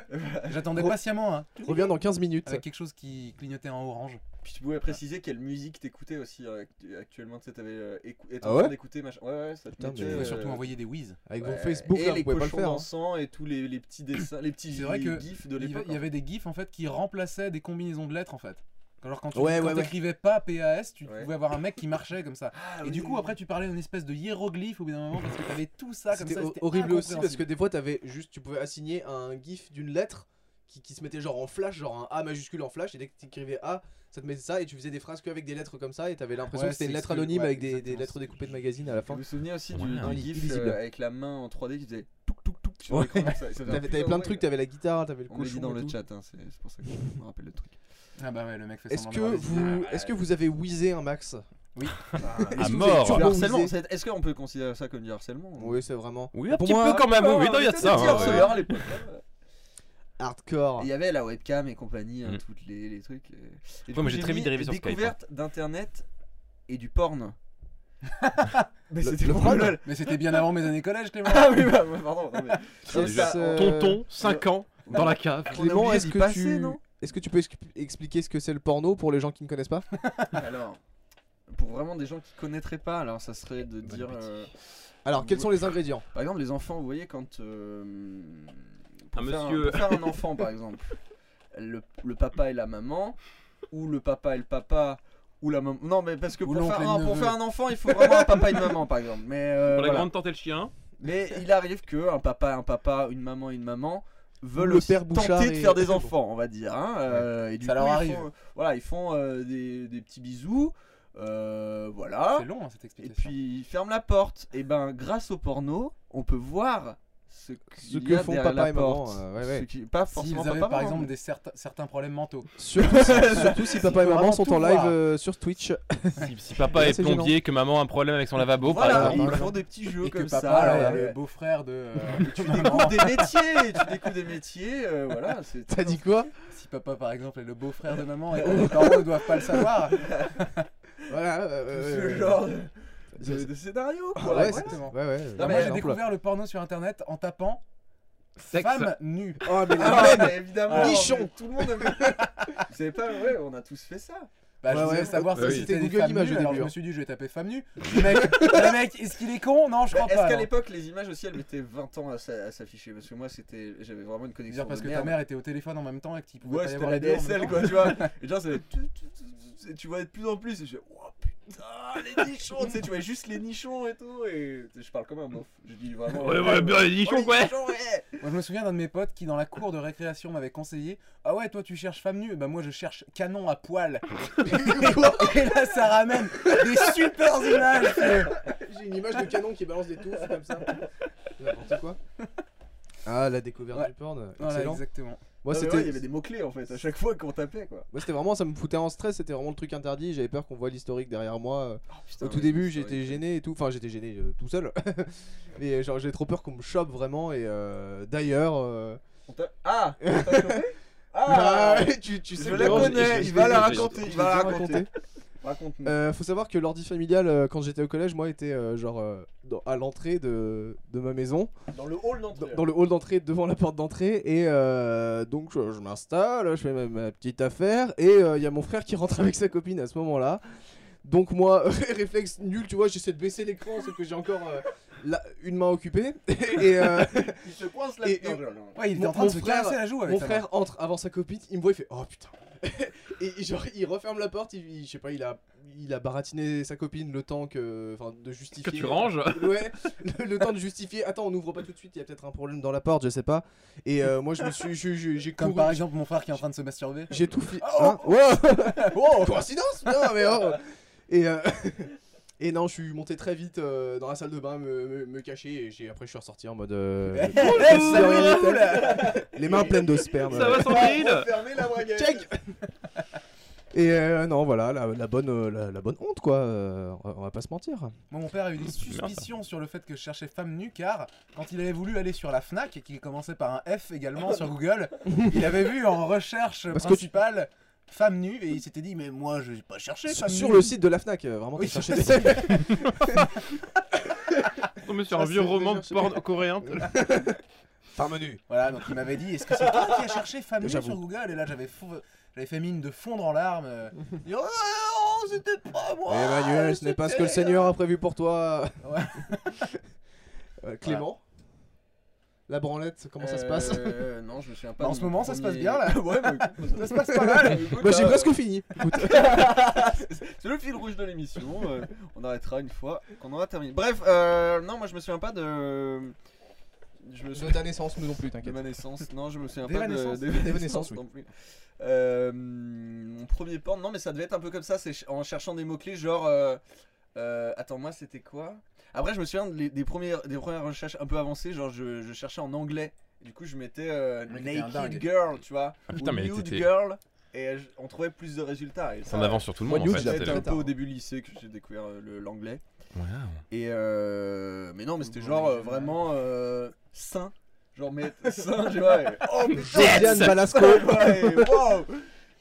S4: J'attendais
S3: Re-
S4: patiemment, hein,
S3: Reviens dans 15 minutes.
S4: avec quelque chose qui clignotait en orange.
S2: Puis tu pouvais préciser quelle musique t'écoutais aussi euh, actu- actuellement. Tu sais, t'avais euh, écou- été
S3: Ah
S2: en train
S3: ouais
S2: d'écouter machin. Ouais, ouais, ça te
S3: Putain, mais
S4: Tu
S2: mettait,
S4: pouvais
S2: euh,
S4: surtout envoyer des whiz.
S3: Avec
S2: ouais.
S3: vos Facebook,
S2: et
S3: là, vous
S2: les
S3: pouvez pas le
S2: cochons
S3: faire. hein.
S2: dansants et tous les, les petits dessins, les petits
S4: C'est vrai que
S2: gifs de
S4: Il y avait-
S2: l'époque. hein.
S4: Il y avait des gifs en fait qui remplaçaient des combinaisons de lettres en fait. Alors quand tu
S3: Ouais,
S4: quand
S3: ouais, ouais.
S4: t'écrivais pas PAS, tu
S2: Ouais.
S4: pouvais avoir un mec qui marchait comme ça.
S2: Ah,
S4: et
S2: oui,
S4: du coup
S2: oui.
S4: après tu parlais d'une espèce de hiéroglyphe au bout d'un moment parce que t'avais tout ça comme
S3: C'était
S4: ça.
S3: ho-
S4: c'était
S3: horrible aussi parce que
S4: incompréhensible.
S3: des fois, t'avais juste, tu pouvais assigner un gif d'une lettre qui, qui se mettait genre en flash, genre un A majuscule en flash, et dès que t'écrivais A, ça te mettait ça, et tu faisais des phrases qu'avec des lettres comme ça, et t'avais l'impression
S4: Ouais,
S3: que c'était une
S4: c'est
S3: lettre
S4: ce que-
S3: anonyme
S4: ouais,
S3: avec des, des
S4: exactement,
S3: lettres
S4: c'est-
S3: découpées de magazine à la
S2: Vous
S3: fin.
S2: vous souvenez aussi
S5: Ouais,
S2: du, du
S5: hein.
S2: gif
S3: Illisible.
S2: euh, avec la main en 3D qui faisait touc touc touc sur
S3: Ouais.
S2: l'écran comme ça, et ça faisait un
S3: T'avais
S2: peu
S3: t'avais plein de
S2: horrible.
S3: trucs, t'avais la guitare, t'avais le
S2: On l'a dit
S3: cochon
S2: dans
S3: et
S2: le
S3: tout.
S2: chat, hein, c'est c'est pour ça que je me rappelle le truc.
S4: Ah bah ouais le mec fait
S3: Est-ce
S4: semblant
S3: que
S4: d'avoir des idées.
S3: vous, est-ce que vous avez whizzé un max
S5: À
S3: Est-ce
S2: Du
S3: que vous avez
S5: mort. Du
S3: turbo whizzé
S2: Ah, harcèlement, c'est- est-ce qu'on peut considérer ça comme du harcèlement
S3: Oui, c'est vraiment
S5: Oui, un
S3: Pour
S5: petit
S3: moi,
S5: peu quand même, oui,
S2: on
S5: non, il y a de
S2: était
S5: ça.
S2: des
S5: hein,
S2: petits
S5: ouais.
S2: harceleurs à l'époque. hein.
S3: hardcore.
S2: Et Il y avait la webcam et compagnie, hein,
S5: Mm.
S2: toutes les, les trucs. euh. Et du
S5: moi,
S2: coup,
S5: j'ai très vite
S2: mis
S5: dérivé sur Skype, hein.
S2: Découverte d'internet et du porn. mais
S3: Le-
S2: c'était
S3: le
S2: pour
S3: porn
S2: lol.
S4: Mais c'était bien avant mes années collège Clément.
S2: Oh Ah oui, bah, bah, pardon. Non, mais...
S3: Yes,
S2: mais ça,
S3: euh,
S5: Tonton, 5 ans, dans la cave.
S2: on a
S3: Clément,
S2: oublié
S3: est-ce
S2: d'y
S3: que
S2: passer,
S3: tu,
S2: non
S3: est-ce que tu peux ex- expliquer ce que c'est le porno pour les gens qui ne connaissent pas
S2: Alors, pour vraiment des gens qui connaîtraient pas, alors ça serait de dire. euh,
S3: Alors, quels sont les ingrédients
S2: Par exemple, les enfants, vous voyez, quand. euh, pour,
S5: Un
S2: faire
S5: monsieur.
S2: pour faire un enfant, par exemple, le, le papa et la maman, ou le papa et le papa, ou la maman. Non, mais parce que
S4: Ou
S2: pour faire,
S4: l'oncle et le
S2: un, pour
S4: neveu.
S2: faire un enfant, il faut vraiment un papa et une maman, par exemple. Mais, euh,
S5: Pour la
S2: voilà.
S5: grande tante et le chien.
S2: mais il arrive que un papa, un papa, une maman, une maman veulent
S3: Le
S2: aussi
S3: père Bouchard
S2: tenter de
S3: et-
S2: faire des enfants, on va dire. hein, euh, et du
S4: Ça
S2: coup,
S4: leur
S2: ils
S4: arrive.
S2: font- voilà, ils font euh, des, des petits bisous. euh, voilà.
S4: C'est long hein, cette
S2: Et
S4: explication.
S2: puis il ferme la porte. Et ben grâce au porno, on peut voir ce,
S3: Ce
S2: qu'il
S3: que
S2: y a
S3: font
S2: derrière
S3: papa
S2: la
S3: et maman,
S2: porte.
S3: euh, ouais, ouais.
S2: Ce qui- pas
S4: S'ils
S2: forcément
S4: avaient
S2: papa, hein.
S4: par
S2: maman,
S4: exemple
S2: mais-
S4: des certa- certains problèmes mentaux.
S3: Surtout, surtout si papa et
S4: faut
S3: maman
S4: vraiment
S3: sont
S4: tout
S3: en live
S4: voir.
S3: euh, sur Twitch.
S5: Si, si papa
S3: Ouais,
S5: est
S3: c'est gênant.
S5: plombier, que maman a un problème avec son lavabo, par
S2: Voilà,
S5: exemple.
S2: ils
S3: exemple.
S2: font des petits jeux
S4: Et que
S2: comme
S4: papa,
S2: ça.
S4: euh,
S2: ouais.
S4: le beau-frère de. euh,
S2: Tu découvres des métiers, tu découvres des métiers, euh, voilà. c'est-
S3: T'as dit quoi
S4: si papa par exemple est le beau-frère de maman et que les parents ne doivent pas le savoir.
S3: Voilà. euh,
S2: ce
S3: euh,
S2: genre de,
S3: c'est-
S2: de- de scénario,
S3: Ouais,
S2: quoi.
S3: ouais,
S2: voilà.
S3: c'est- ouais, euh, ouais.
S2: mais
S4: Moi j'ai
S3: exemple.
S4: découvert le porno sur internet en tapant femme nue.
S3: Oh, mais la
S2: Ah,
S3: vanne
S2: mais évidemment,
S3: Nichon.
S2: mais tout le monde a Vous savez pas, ouais, on a tous fait ça.
S4: Bah, je
S3: Ouais,
S4: voulais
S3: ouais,
S4: savoir
S3: hop,
S4: si
S3: oui.
S4: c'était
S3: C'était
S4: des
S3: Google
S4: femmes
S3: Images
S4: nues,
S3: au
S4: alors je
S3: début,
S4: me suis dit, je vais taper femme nue. Le mec, le mec, est-ce qu'il est con Non, je crois
S2: Est-ce
S4: pas.
S2: qu'à
S4: alors.
S2: l'époque, les images aussi, elles mettaient 20 ans à s'a- à s'afficher Parce que moi, c'était, j'avais vraiment une connexion.
S4: Dire parce
S2: de
S4: que ta
S2: merde.
S4: mère était au téléphone en même temps et que tu pouvais
S2: Ouais,
S4: pas y
S2: c'était
S4: avoir
S2: la
S4: les deux en même
S2: DSL,
S4: temps.
S2: quoi, tu vois. Et genre, ça faisait tout, tout, tout, tout, et tu vois de plus en plus. Et je fais, oh putain, les nichons, tu sais, tu vois juste les nichons et tout. Et je parle comme un mof. Je dis vraiment.
S5: Ouais, ouais, bien les
S2: Oh, les
S5: nichons, quoi
S2: nichons, ouais.
S4: Moi, je me souviens d'un de mes potes qui, dans la cour de récréation, m'avait conseillé Ah ouais, toi, tu cherches femme nue Bah, moi, je cherche canon à poil. et là, ça ramène des super images. que-
S3: J'ai une image de canon qui balance des touffes comme ça. N'importe quoi. Ah, la découverte
S4: Ouais.
S3: du porn,
S4: Voilà,
S3: excellent.
S4: exactement.
S3: Moi,
S2: Non, mais
S3: c'était
S2: ouais, il y avait des mots-clés en fait, à chaque fois qu'on tapait quoi.
S3: moi, c'était vraiment, ça me foutait en stress, c'était vraiment le truc interdit, j'avais peur qu'on voit l'historique derrière moi.
S2: Oh, putain,
S3: Au tout
S2: ouais,
S3: début,
S2: c'est
S3: j'étais
S2: vrai.
S3: gêné et tout, enfin, j'étais gêné euh, tout seul. Mais euh, genre, j'ai trop peur qu'on me chope vraiment et euh, d'ailleurs euh,
S2: On t'a- Ah on t'a chopé Ah
S3: ah, tu, tu
S2: Je
S3: sais que
S2: la
S3: Laurent,
S2: connais,
S3: je-
S2: il va la
S5: je-
S2: raconter, il
S3: je vais
S2: va la
S3: bien
S2: raconter. Raconte-nous.
S3: Euh, faut savoir que l'ordi familial, euh, quand j'étais au collège, moi, était euh, genre euh, dans- à l'entrée de, de ma maison,
S2: Dans le hall
S3: dans,
S2: d'entrée.
S3: dans le hall d'entrée, devant la porte d'entrée. Et euh, donc, je, je m'installe, je fais ma, ma petite affaire. Et il y a mon frère qui rentre avec sa copine à ce moment-là. Donc, moi, réflexe nul, tu vois, j'essaie de baisser l'écran, sauf que j'ai encore euh, la- une main occupée. et euh,
S2: Il se coince là.
S3: Et-
S2: Non,
S3: et-
S2: non, non.
S4: Ouais, il était
S3: Mon-
S4: en train de
S3: mon
S4: se
S3: frère-
S4: casser la joue avec
S3: mon
S4: sa
S3: frère entre avant sa copine, il me voit, il fait Oh putain Et genre, il referme la porte, il, il- je sais pas, il a, il a baratiné sa copine le temps que. Enfin, de
S5: Que
S3: justifier. euh,
S5: tu ranges
S3: Ouais, le, le temps de justifier. Attends, on ouvre pas tout de suite, il y a peut-être un problème dans la porte, je sais pas. Et euh, moi, je me suis. je- je- J'ai
S4: Comme
S3: couru.
S4: par Ah, oh exemple mon frère qui est en train de se masturber.
S3: J'ai tout fi. Hein Wow Coïncidence Non, mais oh Et. euh, Et non, je suis monté très vite euh, dans la salle de bain me, me- me cacher et j'ai après je suis ressorti en mode euh,
S4: ça
S3: rien
S4: va,
S3: n'était. les mains pleines de sperme.
S5: Ça va, Sandrine
S2: Fermez la braguette.
S3: Check Et euh, non, voilà, la, la bonne, euh, la, la bonne honte, quoi. euh, on va- on va pas se mentir.
S4: Moi, mon père a eu des suspicions sur le fait que je cherchais femme nue car quand il avait voulu aller sur la Fnac et qu'il commençait par un F également sur Google, il avait vu en recherche
S3: Parce que tu-
S4: principale femme nue et il s'était dit mais moi je vais pas cherché
S3: Sur,
S4: femme
S3: sur
S4: nue.
S3: le site de la Fnac, euh, vraiment,
S4: Oui,
S3: t'as cherché des-
S4: c'est-
S5: Non, mais c'est
S3: Ça,
S5: un vieux
S3: c'est
S5: roman de
S3: déjà-
S5: porno coréen.
S4: Voilà, donc il m'avait dit, est-ce que c'est toi qui as cherché femme nue
S3: J'avoue.
S4: sur Google Et là, j'avais fou- j'avais fait mine de fondre en larmes. euh, dire, oh, non, c'était pas moi
S2: Ah,
S3: Emmanuel, Eh ben, ce n'est pas ce que le Seigneur a prévu pour toi.
S4: Ouais.
S3: Euh, Clément La branlette, comment ça se passe
S2: Euh, Non, je me souviens pas.
S4: Bah, en
S2: de
S4: ce
S2: mon
S4: moment, ça se passe
S2: premier-
S4: bien, là.
S2: Ouais, bah, écoute,
S4: Ça se passe pas mal
S2: écoute,
S3: Bah, j'ai
S2: là,
S3: presque fini. Écoute,
S2: C'est le fil rouge de l'émission. euh, on arrêtera une fois qu'on aura terminé. Bref, euh, non, moi je me souviens pas de. Je me
S3: de
S2: souviens
S3: ta naissance, nous non plus,
S2: de
S3: t'inquiète.
S2: ma naissance. Non, je me souviens
S4: Dès
S2: pas
S4: la
S2: de,
S4: naissance.
S2: de
S3: Dès
S2: ma
S3: la
S2: naissance
S3: naissance, oui.
S2: non plus. Euh, mon premier porn, non, mais ça devait être un peu comme ça. C'est ch- en cherchant des mots-clés, genre. euh, euh, attends, moi c'était quoi Après, je me souviens des, des premières, des premières recherches un peu avancées. Genre, je, je cherchais en anglais. Du coup, je mettais euh,
S4: mec était un dingue.
S2: Naked Girl, tu vois.
S5: Ah, putain,
S2: ou
S5: mais
S2: Nude
S5: t'étais-
S2: Girl. Et euh, je- on trouvait plus de résultats. Et
S5: En
S2: ça,
S5: avance sur tout le
S3: Moi,
S5: monde,
S3: Nude,
S5: en fait.
S3: j'avais
S5: c'est-
S2: c'était un peu
S3: tard,
S2: au
S3: hein.
S2: début lycée que j'ai découvert euh, le- l'anglais.
S5: Wow.
S2: Et euh, mais non, mais c'était
S4: Ouais,
S2: genre euh,
S4: je-
S2: vraiment euh, sain. Genre, mais sain, tu vois. et- oh putain,
S3: Diane Balasco
S2: Ouais, et waouh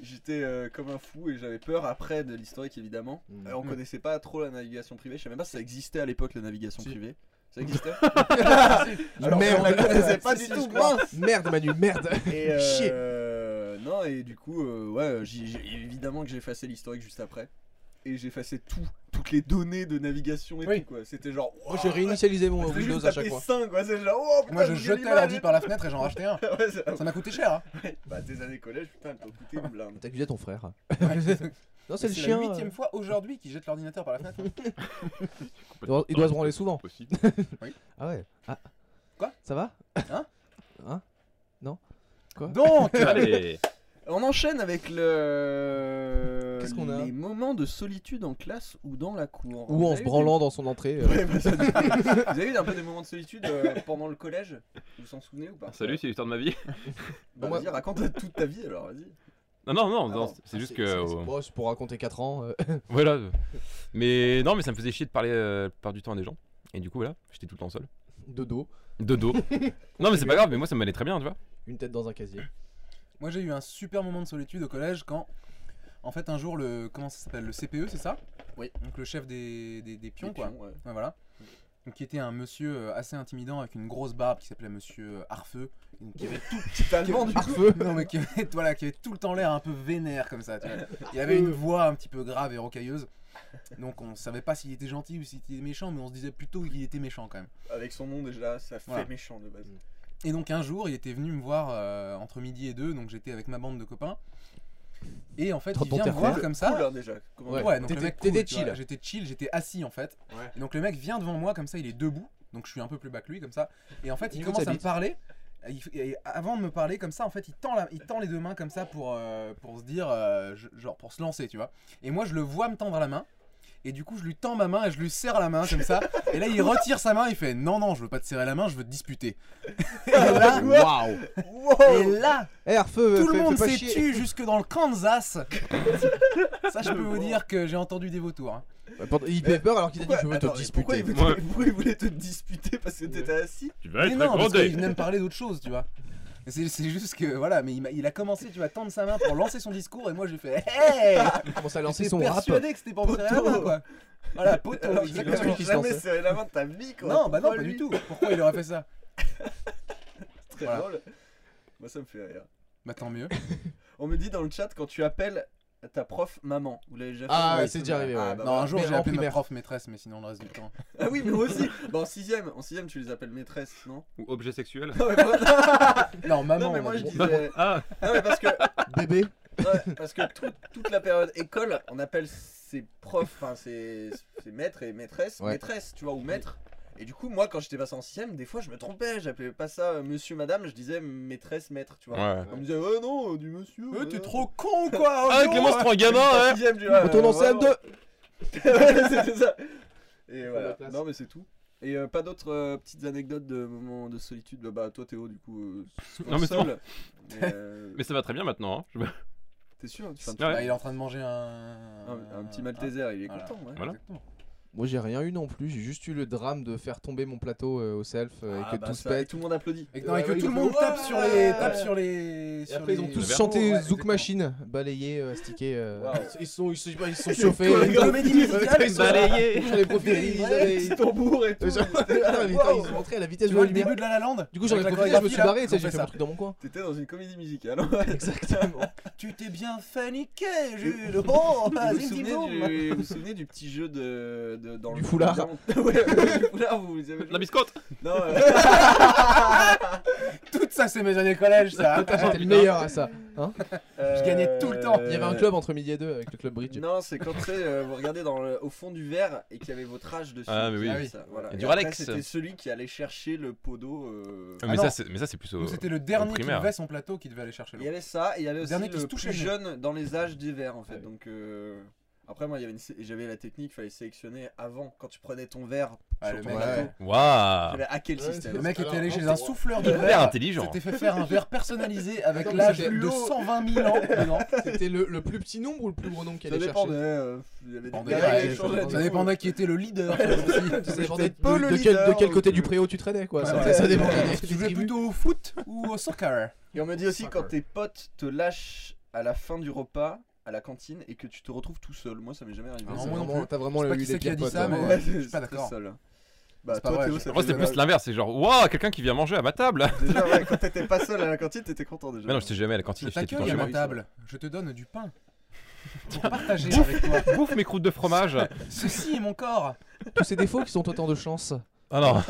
S2: J'étais euh, comme un fou et j'avais peur après de l'historique évidemment.
S3: Mm.
S2: Euh, on
S4: Mm.
S2: connaissait pas trop la navigation privée, je sais même pas si ça existait à l'époque la navigation
S4: Si.
S2: privée. Ça existait
S3: Alors,
S2: on la
S3: Merde,
S2: connaissait pas du
S4: Si, si,
S2: tout, Oh,
S4: je crois.
S2: mince
S3: merde, Manu, merde
S2: Et
S3: Chier.
S2: euh, non, et du coup, euh, ouais, j'ai- j'ai- évidemment que j'ai effacé l'historique juste après. Et j'ai effacé tout, toutes les données de navigation et
S4: Oui.
S2: tout quoi. C'était genre.
S3: Moi, Oh, j'ai réinitialisé mon Windows à chaque fois.
S2: Sain, quoi. C'est genre, oh, putain,
S4: Moi, je
S2: j'ai
S4: jetais
S2: l'image
S4: l'ordi
S2: et
S4: par la fenêtre et j'en rachetais un.
S2: tout. Ouais, ça-
S4: Ça m'a coûté cher. Hein.
S2: Bah, tes années collège, putain, elles t'ont coûté une blinde.
S3: T'accusais ton frère. non, c'est le
S4: C'est la
S3: chien. euh.
S4: huitième fois aujourd'hui qu'il jette l'ordinateur par la fenêtre.
S3: Il doit- il doit se branler souvent. Ah ouais ah.
S4: Quoi
S3: Ça va
S4: Hein
S3: Hein
S4: Donc,
S5: euh, Allez
S2: On enchaîne avec le.
S3: Qu'est-ce qu'on a
S2: Les moments de solitude en classe ou dans la cour.
S3: Ou
S2: Vous
S3: en
S2: avez
S3: se
S2: eu
S3: branlant dans son entrée.
S2: des-
S3: euh.
S2: Ouais, bah, ça- Vous avez eu un peu des moments de solitude euh, pendant le collège Vous vous en souvenez ou pas
S5: Salut, c'est l'histoire de ma vie.
S2: Bah,
S3: Moi-
S2: vas-y, raconte toute ta vie alors, vas-y.
S5: Non, non, non,
S3: Ah
S5: non,
S3: bon.
S5: c'est
S3: Ah,
S5: juste que.
S3: c'est-
S5: euh,
S3: bon, c'est pour raconter 4 ans. euh.
S5: Voilà. Mais non, mais ça me faisait chier de parler euh, par du temps à des gens. Et du coup, voilà, j'étais tout le temps seul.
S3: de dos,
S5: Dodo. non, mais c'est pas grave, mais moi ça m'allait très bien, tu vois.
S3: une tête dans un casier.
S4: moi, j'ai eu un super moment de solitude au collège quand, en fait, un jour, le. Comment ça s'appelle Le CPE, c'est ça
S2: Oui.
S4: Donc, le chef des, des, des pions,
S2: Les
S4: quoi.
S2: pions, ouais.
S4: Ouais, voilà. donc, qui était un monsieur euh, assez intimidant avec une grosse barbe qui s'appelait Monsieur euh, Harfeu. et donc qui avait tout,
S2: C'est allemand du
S3: Ah.
S4: qui-
S2: coup.
S4: non, mais qui avait, voilà, qui avait tout le temps l'air un peu vénère comme ça. tu vois. Il avait une voix un petit peu grave et rocailleuse. Donc on savait pas s'il était gentil ou s'il était méchant, mais on se disait plutôt qu'il était méchant quand même.
S2: Avec son nom déjà, ça fait
S4: Voilà.
S2: méchant de base.
S4: Et donc un jour, il était venu me voir euh, entre midi et deux, donc j'étais avec ma bande de copains. Et en fait,
S3: Dans
S4: il
S3: ton
S4: vient me
S3: terre-terre.
S4: voir comme ça.
S2: Cool hein, déjà. Comment
S3: Ah. Ouais.
S4: Ouais, donc
S3: T'étais-
S4: le mec
S3: t'étais
S4: cool, tu vois.
S3: chill.
S4: J'étais chill, j'étais assis en fait.
S2: Ouais.
S4: Et donc le mec vient devant moi comme ça, il est debout. Donc je suis un peu plus bas que lui comme ça. Et en fait, il
S3: Niveau de
S4: commence
S3: sa
S4: à me
S3: bite.
S4: parler. Et il- et avant de me parler comme ça, en fait, il tend, la- il tend les deux mains comme ça pour, euh, pour se dire, euh, je- genre pour se lancer, tu vois. Et moi, je le vois me tendre la main. Et du coup, je lui tends ma main et je lui serre la main comme ça. Et là, il retire sa main. Il fait Non, non, je veux pas te serrer la main, je veux te disputer. Et
S3: Ah,
S4: là,
S3: Waouh
S4: et là,
S3: Eh, feu,
S4: tout le monde s'est tué jusque dans le Kansas. Ça, je peux vous dire que j'ai entendu des vautours. hein.
S3: Il fait peur alors qu'il a dit
S2: Pourquoi-
S3: je veux
S2: attends,
S3: te
S2: mais Pourquoi
S3: disputer.
S2: il voulait,
S5: Moi-
S2: pourquoi il voulait te disputer parce que t'étais assis
S5: Tu vas
S4: mais
S5: être
S4: non, parce qu'il
S5: agrandé
S4: venait me parler d'autre chose, tu vois. Mais C'est c'est juste que voilà, mais il, m'a- il a commencé, tu vois, à tendre sa main pour lancer son discours et moi j'ai fait Hey
S3: Il commence à lancer
S4: J'étais
S3: son rap.
S4: persuadé que c'était pour me serrer la
S2: Poteau.
S4: main, quoi.
S3: Ah,
S4: Voilà, poteau,
S2: Alors qu'il
S4: exactement.
S3: aurait
S2: aurait
S3: qui se
S2: jamais
S3: lançait.
S2: serré la main de ta vie quoi.
S4: Non, bah non,
S2: Pourquoi
S4: pas du
S2: lui
S4: tout. Pourquoi il aurait fait ça
S2: Très
S4: Voilà.
S2: drôle. Moi ça me fait rire.
S4: Bah tant mieux.
S2: On me dit dans le chat quand tu appelles ta prof maman. Vous l'avez déjà fait
S3: Ah,
S4: Ouais,
S3: ouais,
S4: c'est
S3: c'est déjà
S4: vrai.
S3: arrivé.
S2: Ah,
S3: ouais.
S2: bah,
S4: Non, un jour
S3: mais
S4: j'ai
S3: en
S4: appelé ma
S3: primaire.
S4: prof maîtresse, mais sinon le reste du temps.
S2: Ah oui, mais moi aussi. bah en sixième, en sixième tu les appelles maîtresse, non
S5: Ou objet sexuel
S2: Non mais, moi-
S4: Non, maman.
S2: non, mais
S4: on
S2: moi
S4: a
S2: je
S4: dit.
S2: disais.
S5: Ah
S2: Non mais parce que
S3: Bébé,
S2: Ouais, parce que tout- toute la période école, on appelle ses profs, enfin ses, ses maîtres et maîtresses,
S3: Ouais.
S2: maîtresses, tu vois, ou maîtres. Et du coup, moi, quand j'étais passé en 6 des fois, je me trompais, j'appelais pas ça euh, monsieur, madame, je disais maîtresse, maître, tu vois.
S5: Ouais.
S2: On me disait, ouais, non, euh, du monsieur.
S4: Euh,
S2: ouais.
S4: t'es trop con, quoi
S5: Ah,
S4: oh,
S5: Clément,
S4: non.
S5: c'est trop un gamin, hein. ouais
S2: Sixième, tu vois,
S3: retourne en
S2: euh,
S3: CM2
S2: vraiment. Ouais, c'était ça. Et
S3: la
S2: voilà.
S3: place.
S2: Non, mais c'est tout. Et euh, pas d'autres euh, petites anecdotes de moments de solitude Bah, Bah, toi, Théo, du coup, euh, souvent
S5: Non, mais c'est
S2: seul. Mais, euh,
S5: Mais ça va très bien maintenant, hein. Je-
S2: t'es sûr hein, tu fais un,
S5: Ouais.
S4: Bah, il est en train de manger un.
S2: un- Ah, un petit Malteser, il est
S4: Voilà.
S2: content, ouais.
S5: Voilà.
S4: Exactement.
S3: Moi j'ai rien eu non plus, j'ai juste eu le drame de faire tomber mon plateau euh, au self euh,
S2: Ah,
S3: et que
S2: bah,
S3: tout se
S2: ça,
S3: pète.
S2: Tout le monde applaudit.
S4: Et que, non,
S3: Ouais,
S4: et que
S3: ouais,
S4: tout
S3: ils
S4: le
S3: ont
S4: monde
S3: fait,
S4: tape
S3: ouais.
S4: sur les. tape sur les.
S3: Et
S4: sur
S3: après ils ont
S4: les-
S3: tous
S5: verre.
S3: chanté
S4: Ouais,
S3: Zouk
S4: exactement.
S3: Machine, balayé, euh, stické. euh,
S2: Waouh.
S3: Ils sont, ils sont, ils sont
S2: Les
S3: chauffés.
S2: chorégraphies
S3: Ils sont- ils ont les profils, ils avaient-
S2: Petit tambour et tout.
S3: Putain, mais putain, ils sont rentrés à la vitesse
S4: Tu
S3: de
S4: vois
S3: la
S4: le début
S3: lumière.
S4: de La La Land
S3: Du coup j'en ai
S4: Avec la
S3: profité, je me suis
S4: chorégraphie, là,
S3: barré, tu sais,
S4: ils ont
S3: j'ai
S4: fait
S3: fait mon truc dans mon coin.
S2: T'étais dans une comédie musicale.
S3: Exactement.
S4: Tu t'es bien fait niquer, Jules Oh,
S2: Vous vous,
S4: vas-y, dis
S2: souvenez du, vous vous souvenez du petit jeu de, de- dans
S3: Du
S2: le
S3: foulard.
S2: dans- ouais, ouais, du foulard, vous, vous y avez joué
S5: La biscotte
S2: Non, euh,
S4: Bah, Tout ça, c'est mes années collège, ça
S3: J'étais le meilleur à ça.
S2: euh,
S4: gagnais tout le temps.
S3: Il y avait un club entre midi et deux avec le club bridge.
S2: Non, c'est quand tu sais, euh, vous regardez dans le- au fond du verre et qu'il y avait votre âge dessus.
S5: Ah, mais oui.
S2: C'est ça, voilà.
S5: Et
S2: Et
S5: du
S2: après,
S5: Rolex.
S2: C'était celui qui allait chercher le pot d'eau. euh,
S5: mais,
S4: non.
S5: ça, c'est- mais ça, c'est plus au.
S4: Donc, c'était le dernier qui
S5: primaire.
S4: levait son plateau qui devait aller chercher
S2: Il
S4: l'eau.
S2: y avait ça, et il y avait aussi
S4: Dernier qui
S2: le
S4: se
S2: plus
S4: touchait le nez.
S2: jeune dans les âges divers en fait.
S3: Ah oui.
S2: Donc euh, après moi il y avait une sé- j'avais la technique, fallait sélectionner avant quand tu prenais ton verre
S4: Ouais,
S2: sur
S4: le
S2: ton
S4: mec,
S2: plateau.
S4: ouais.
S5: Waouh
S2: J'avais hacké le
S3: Ouais,
S2: système.
S4: Le mec était allé
S3: Alors,
S4: chez
S3: non,
S4: un
S3: c'est-
S4: souffleur de
S5: Hyper
S4: verre.
S5: intelligent hein.
S4: S'était fait faire un verre personnalisé avec
S3: Attends, mais
S4: l'âge
S3: c'était
S4: de
S3: plus haut.
S4: 120 000 ans. Mais non.
S3: C'était le, le plus petit nombre ou le plus gros nombre qu'elle
S2: Ça
S3: allait
S2: dépendait.
S3: chercher
S2: euh, il y avait des
S4: Dépendait,
S2: gars
S3: ouais,
S2: qui échangeaient
S3: ça
S2: des
S4: Ça
S2: coups.
S4: dépendait qui était le leader.
S3: Ça
S4: aussi.
S3: dépendait
S2: peu
S3: de,
S2: le
S3: de quel,
S2: leader,
S3: de quel
S2: ou
S3: côté
S2: de-
S3: du préau tu traînais quoi.
S4: Ouais,
S3: ça,
S4: ouais.
S3: ça dépendait des-
S4: Tu
S3: des
S4: jouais
S3: tribus.
S4: plutôt au foot ou au soccer
S2: Et on me dit aussi
S3: Fucker.
S2: quand tes potes te lâchent à la fin du repas à la cantine et que tu te retrouves tout seul. Moi ça m'est jamais arrivé.
S3: Ah,
S4: Non,
S3: c'est
S4: moi non
S3: vraiment-
S4: plus.
S3: T'as vraiment
S4: Je sais pas
S3: eu
S4: qui
S3: les
S4: c'est qui a
S3: pires
S4: dit
S3: potes.
S4: ça,
S3: ouais.
S4: mais-
S2: Ouais,
S4: je suis pas
S2: très
S4: d'accord.
S2: seul. Bah
S4: C'est pas
S2: toi
S4: vrai,
S2: Théo
S4: je-
S2: ça
S5: Moi,
S2: te
S5: c'était
S2: faisait
S5: plus l'inverse, c'est genre, waouh, quelqu'un qui vient manger à ma table
S2: mal. Déjà ouais, quand t'étais pas seul à la cantine t'étais content déjà.
S5: Mais non, j'étais jamais à la cantine,
S4: Je
S5: j'étais tout le temps
S4: t'accueille
S5: chez
S4: à ma
S5: moi.
S2: oui,
S4: table. Je te donne du pain. Pour partager avec toi.
S5: Bouffe mes croûtes de fromage
S4: Ceci est mon corps.
S3: Tous ces défauts qui sont autant de chance.
S5: Ah non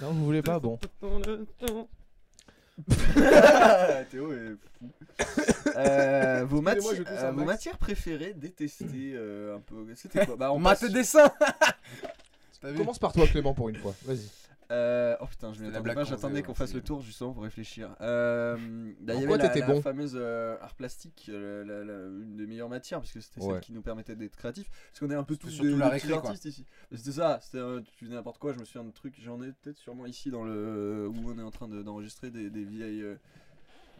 S3: Non, vous voulez pas Bon.
S2: Théo est fou. Euh, vos, mati-
S3: Excusez-moi, je tousse
S2: euh,
S3: un
S2: vos
S3: max.
S2: matières préférées détestées euh, un peu. C'était quoi Bah on
S4: Maths
S2: passe-
S4: dessin. T'as vu
S3: Commence par toi Clément pour une fois. Vas-y.
S2: Euh, oh putain, je m'y
S4: C'était la
S2: attendais
S4: blague
S2: pas.
S4: qu'on
S2: J'attendais
S4: faisait,
S2: qu'on
S4: ouais,
S2: fasse
S4: c'est-
S2: le tour justement pour réfléchir. Euh, bah, il y
S3: quoi
S2: avait la,
S3: t'étais
S2: la
S3: bon
S2: fameuse euh, art plastique, euh, la- la- une des meilleures matières parce que c'était
S3: Ouais.
S2: celle qui nous permettait d'être créatifs. Parce qu'on est un peu tous
S4: surtout
S2: des,
S4: la
S2: des petits
S4: récré, quoi.
S2: artistes ici. C'était ça. C'était euh, tu faisais n'importe quoi. Je me souviens de trucs. J'en ai peut-être sûrement ici dans le où on est en train de- d'enregistrer des, des vieilles. euh,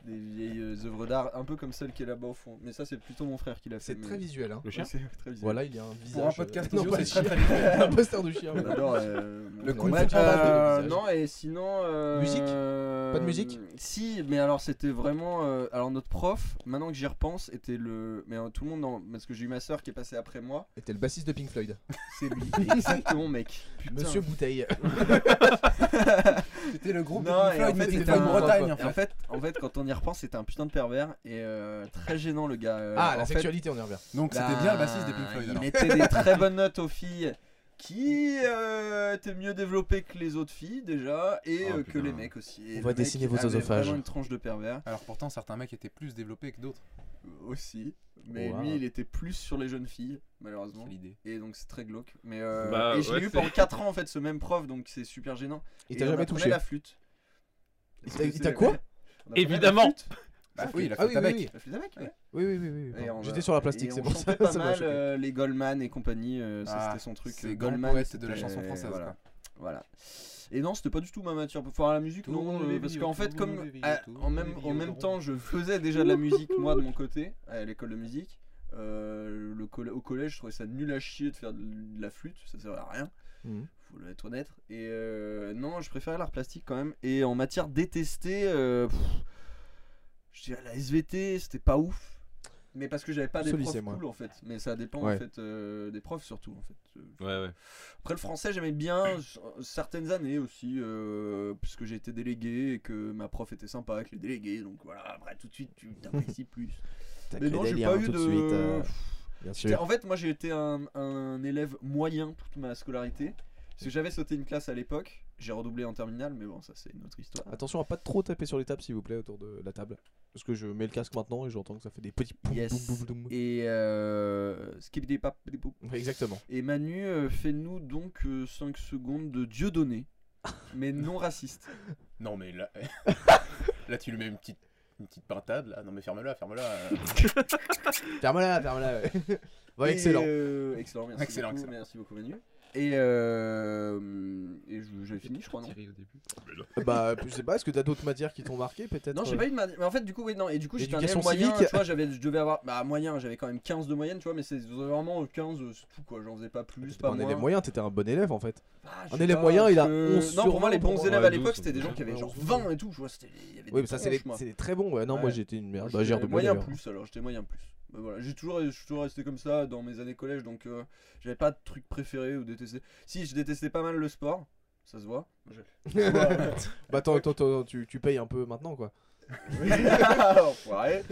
S2: Des vieilles euh, œuvres d'art, un peu comme celle qui est là-bas au fond. Mais ça, c'est plutôt mon frère qui l'a fait.
S3: C'est
S2: mais-
S3: très visuel. Hein.
S5: Le chien
S2: Ouais, c'est très visuel.
S3: Voilà, il y a un visage.
S4: un podcast
S3: euh, non,
S4: audio,
S3: pas le
S4: c'est
S3: chien.
S4: très
S3: un poster du chien.
S2: On
S3: voilà.
S2: adore, euh,
S3: Le
S2: bon,
S3: coup de
S2: bref,
S3: foudre à la
S2: euh,
S3: tête, le
S2: Non, et sinon. euh,
S3: Musique Pas de musique
S2: Si, mais alors c'était vraiment. euh, alors notre prof, maintenant que j'y repense, était le. Mais euh, tout le monde, en- parce que j'ai eu ma soeur qui est passée après moi.
S3: Et t'es le bassiste de Pink Floyd.
S2: C'est lui. Exactement, mec. Putain.
S3: Monsieur Bouteille.
S4: C'était le groupe
S2: Non,
S4: de
S2: et en
S4: Pink Floyd,
S2: fait,
S4: mais c'était
S2: c'était
S4: pas
S2: un-
S4: une Bretagne en
S2: et en
S4: fait.
S2: fait, en fait, quand on y repense, c'était un putain de pervers et euh, très gênant le gars. euh,
S3: Ah, la
S2: en fait,
S3: sexualité, on y revient.
S4: Donc c'était
S2: Bah,
S4: bien le bassiste des Pink Floyd.
S2: Il
S4: alors.
S2: mettait des très bonnes notes aux filles qui euh, étaient mieux développées que les autres filles déjà et
S5: Ah,
S2: euh, que
S5: putain.
S2: les mecs aussi. Et
S3: On
S2: le
S3: va
S2: mec
S3: dessiner vos
S2: avait
S3: œsophages.
S2: vraiment une tranche de pervers
S4: Alors pourtant certains mecs étaient plus développés que d'autres.
S2: euh, aussi, mais
S3: Wow.
S2: lui il était plus sur les jeunes filles malheureusement.
S4: C'est l'idée.
S2: Et donc c'est très glauque. Mais euh,
S5: Bah,
S2: et je l'ai
S5: ouais,
S2: eu
S5: c'est-
S2: pendant 4 ans en fait ce même prof donc c'est super gênant.
S3: Il
S2: Et
S3: t'a
S2: on
S3: jamais
S2: apprenait
S3: touché.
S2: la flûte.
S3: Il t'a- il t'a quoi
S2: On apprenait
S5: Évidemment.
S2: la flûte.
S4: Bah oui, il a
S3: Ah
S4: fait
S3: oui,
S4: ta
S3: oui,
S4: mec.
S3: oui.
S2: La flûte avec, ouais.
S3: Oui, oui, oui. oui,
S2: Et
S3: pardon.
S2: on
S3: J'étais
S2: va-
S3: sur la plastique,
S2: et
S3: c'est
S2: on
S3: pour ça.
S2: chantait pas
S3: ça m'a
S2: mal
S3: choqué.
S2: euh, les Goldman et compagnie, euh, ça,
S4: Ah,
S2: c'était son truc.
S4: c'est
S2: euh,
S4: grand
S2: Goldman,
S4: poète de la
S2: c'était-
S4: chanson française,
S2: Voilà.
S4: quoi.
S2: voilà. Et non, c'était pas du tout ma matière. Pour faire la musique, non,
S4: Tourne les
S2: euh, parce
S4: vies,
S2: qu'en fait,
S4: tourne
S2: comme
S4: les vies,
S2: à-
S4: tourne
S2: en même,
S4: les vies
S2: en
S4: au
S2: même
S4: rond.
S2: temps, je faisais déjà de la musique, moi, de mon côté, à l'école de musique. euh, le coll- au collège, je trouvais ça nul à chier de faire de l- de la flûte, ça servait à rien.
S3: Mhm.
S2: Faut le être honnête. Et euh, non, je préférais l'art plastique quand même. Et en matière détestée, euh, pff, je dirais la SVT, c'était pas ouf. Mais parce que j'avais pas des
S3: Au
S2: profs
S3: lycée, moi.
S2: cool en fait. Mais ça dépend
S3: Ouais.
S2: en fait euh, des profs surtout en fait. Euh,
S5: Ouais, ouais.
S2: Après le français j'aimais bien euh, certaines années aussi euh, puisque j'ai été délégué et que ma prof était sympa avec les délégués donc voilà après tout de suite tu t'apprécies plus.
S3: Tac,
S2: Mais
S3: le
S2: non j'ai
S3: délire,
S2: pas
S3: hein,
S2: eu
S3: tout
S2: de.
S3: suite, euh, Bien
S2: Putain,
S3: sûr.
S2: En fait, moi j'ai été un, un élève moyen toute ma scolarité. Parce que j'avais sauté une classe à l'époque. J'ai redoublé en terminale, mais bon, ça c'est une autre histoire.
S3: Attention à pas trop taper sur les tables, s'il vous plaît, autour de la table. Parce que je mets le casque maintenant et j'entends que ça fait des petits poum,
S2: Yes.
S3: boum, boum, boum.
S2: Et euh, skibidi-pap, bidi-bou.
S3: Ouais, Exactement.
S2: Et Manu, euh, fais-nous donc 5 secondes de Dieu donné, mais non raciste.
S7: Non mais là, là tu lui mets une petite, une petite pintade là. Non mais ferme-la, ferme-la. euh.
S3: Ferme-la, ferme-la. ouais. Ouais, excellent.
S2: Et, euh, excellent, merci
S7: Excellent,
S2: beaucoup,
S7: excellent.
S2: merci beaucoup Manu. Et, euh, et je- j'avais fini, je crois, non
S5: Thierry au début.
S3: Bah, je sais pas, est-ce que t'as d'autres matières qui t'ont marqué peut-être
S2: Non, j'ai
S3: euh,
S2: pas eu de ma- Mais en fait, du coup, oui, non. Et du coup, j'étais un
S3: L'éducation
S2: élève moyen.
S3: civique.
S2: Tu vois, j'avais, je devais avoir. Bah, moyen, j'avais quand même 15 de moyenne, tu vois, mais c'est vraiment 15, euh, c'est tout quoi. J'en faisais pas plus,
S3: T'étais
S2: pas
S3: pas un
S2: moins.
S3: élève moyen, t'étais un bon élève en fait.
S2: Ah, je
S3: Un
S2: sais
S3: élève
S2: pas,
S3: moyen, il a
S2: parce que-
S3: 11
S2: Non,
S3: sur
S2: pour moi, les
S3: 20,
S2: bons
S3: pour-
S2: élèves
S5: ouais,
S2: à l'époque,
S5: 12,
S2: c'était des gens qui avaient
S3: ouais,
S2: genre
S3: 11,
S2: 20 et tout, tu vois. C'était... il y avait
S3: Oui,
S2: des
S3: mais ça, c'est
S2: tronches,
S3: les-
S2: moi.
S3: c'est des très bons. Ouais, non, moi
S2: Ouais.
S3: j'étais une merde.
S2: Moi,
S3: Bah, j'ai
S2: j'étais
S3: redoublé.
S2: moyen
S3: d'ailleurs.
S2: plus, alors j'étais moyen plus. Bah, voilà, j'ai toujours, je suis toujours resté comme ça dans mes années collège, donc euh, j'avais pas de truc préféré ou détesté. Si, je détestais pas mal le sport, ça se voit.
S3: Bah, attends, attends, attends, tu, tu payes un peu maintenant quoi.
S2: Enfoiré.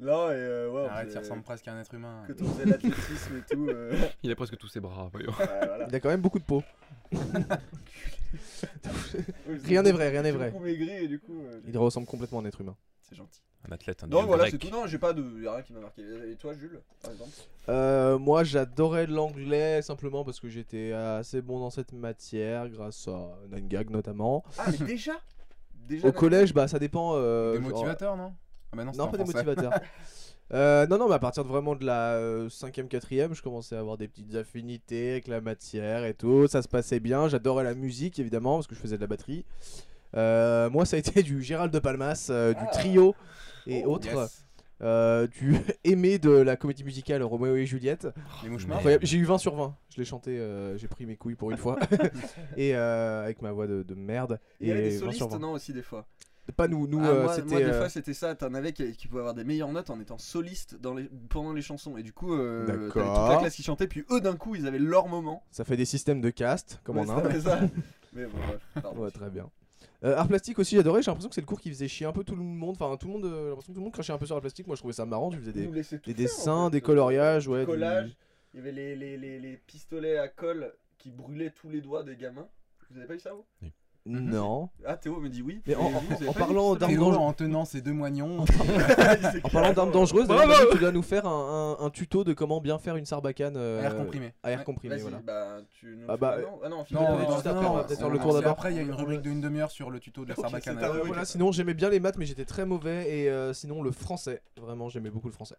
S2: Non, et euh, ouais, on
S4: Arrête, il
S2: faisait-
S4: ressemble presque à un être humain.
S2: Quand on faisait de l'athlétisme et tout. euh, ouais,
S5: Il a presque tous ses bras, voyons.
S2: voilà.
S3: Il a quand même beaucoup de peau.
S2: Oui, vous
S3: Rien
S2: êtes
S3: n'est vrai, rien n'est
S2: beaucoup-
S3: vrai.
S2: beaucoup maigri et du coup, euh,
S3: Il ressemble complètement à un être humain.
S2: c'est gentil.
S5: Un athlète, un
S2: Donc
S5: dieu
S2: voilà,
S5: grec.
S2: c'est tout. Non, j'ai pas de. y a rien qui m'a marqué. Et toi, Jules, par exemple
S3: Euh, moi j'adorais l'anglais simplement parce que j'étais assez bon dans cette matière grâce à Nine Gag notamment.
S2: Ah, mais déjà Déjà.
S3: Au
S2: non.
S3: collège, bah ça dépend. euh,
S4: Des
S3: genre-
S4: motivateurs, non Ah bah non,
S3: Non, pas des
S4: motivateurs.
S3: motivateurs. Euh, non, non, mais à partir de vraiment de la 5ème, 4ème, je commençais à avoir des petites affinités avec la matière et tout. Ça se passait bien. J'adorais la musique, évidemment, parce que je faisais de la batterie. Euh, moi, ça a été du Gérald de Palmas, euh,
S2: Ah.
S3: du trio et
S2: Oh,
S3: autres.
S4: Yes.
S3: Euh, du aimé de la comédie musicale Roméo et Juliette.
S2: Ah.
S4: Les mouches
S5: Merde.
S4: mortes.
S3: Incroyable. J'ai eu 20 sur 20. Je l'ai chanté, euh, j'ai pris mes couilles pour une fois. et euh, avec ma voix de, de merde.
S2: Il y avait des
S3: 20 sur
S2: solistes,
S3: 20.
S2: non, aussi, des fois.
S3: Pas nous, nous,
S2: Ah,
S3: euh,
S2: moi, moi,
S3: c'était.
S2: des
S3: euh,
S2: fois, c'était ça. T'en avais qui, qui pouvaient avoir des meilleures notes en étant soliste dans les, pendant les chansons. Et du coup, euh, t'avais toute
S3: D'accord.
S2: la classe qui chantait, puis eux, d'un coup, ils avaient leur moment.
S3: ça fait des systèmes de caste, comme
S2: Ouais,
S3: en
S2: ça
S3: Inde.
S2: fait ça. Mais bon, bref, pardon.
S3: Ouais, très bien. Euh, art plastique aussi, j'adorais. J'ai l'impression que c'est le cours qui faisait chier un peu tout le monde. Enfin, tout le monde, euh, j'ai l'impression que tout le monde crachait un peu sur la plastique. Moi, je trouvais ça marrant. Tu faisais
S2: Ils
S3: des,
S2: nous laissaient tout
S3: des
S2: faire, en
S3: dessins,
S2: fait. euh,
S3: des coloriages, ouais. du-
S2: Collage. Il y avait les, les, les, les pistolets à colle qui brûlaient tous les doigts des gamins. Vous avez pas eu ça, vous
S3: Non.
S2: Ah, Théo me dit oui.
S3: Mais
S2: Et
S3: en, en-
S2: vous, vous avez
S3: en
S2: pas eu
S3: parlant
S2: de
S3: d'armes
S4: Théo,
S3: dangereuses,
S4: en tenant ses deux moignons.
S2: pistolet
S3: en parlant d'armes dangereuses,
S5: Bravo.
S3: Manu, tu dois nous faire un, un- un tuto de comment bien faire une sarbacane euh,
S4: à Air comprimé.
S3: à air
S4: Ouais,
S3: comprimé,
S2: Vas-y,
S3: voilà.
S2: bah, tu nous.
S3: Ah bah,
S2: non, ah, non,
S3: Non,
S4: Non,
S2: finalement,
S3: mais
S4: non,
S3: juste
S4: non,
S3: après,
S4: non,
S3: on va peut-être faire
S4: on-
S3: le
S4: on-
S3: tour
S4: c'est
S3: d'abord.
S4: Après, il y a une rubrique de une demi-heure sur le tuto de la sarbacane.
S2: c'est ta rubrique.
S3: Voilà, sinon j'aimais bien les maths, mais j'étais très mauvais. Et euh, sinon le français, vraiment j'aimais beaucoup le français.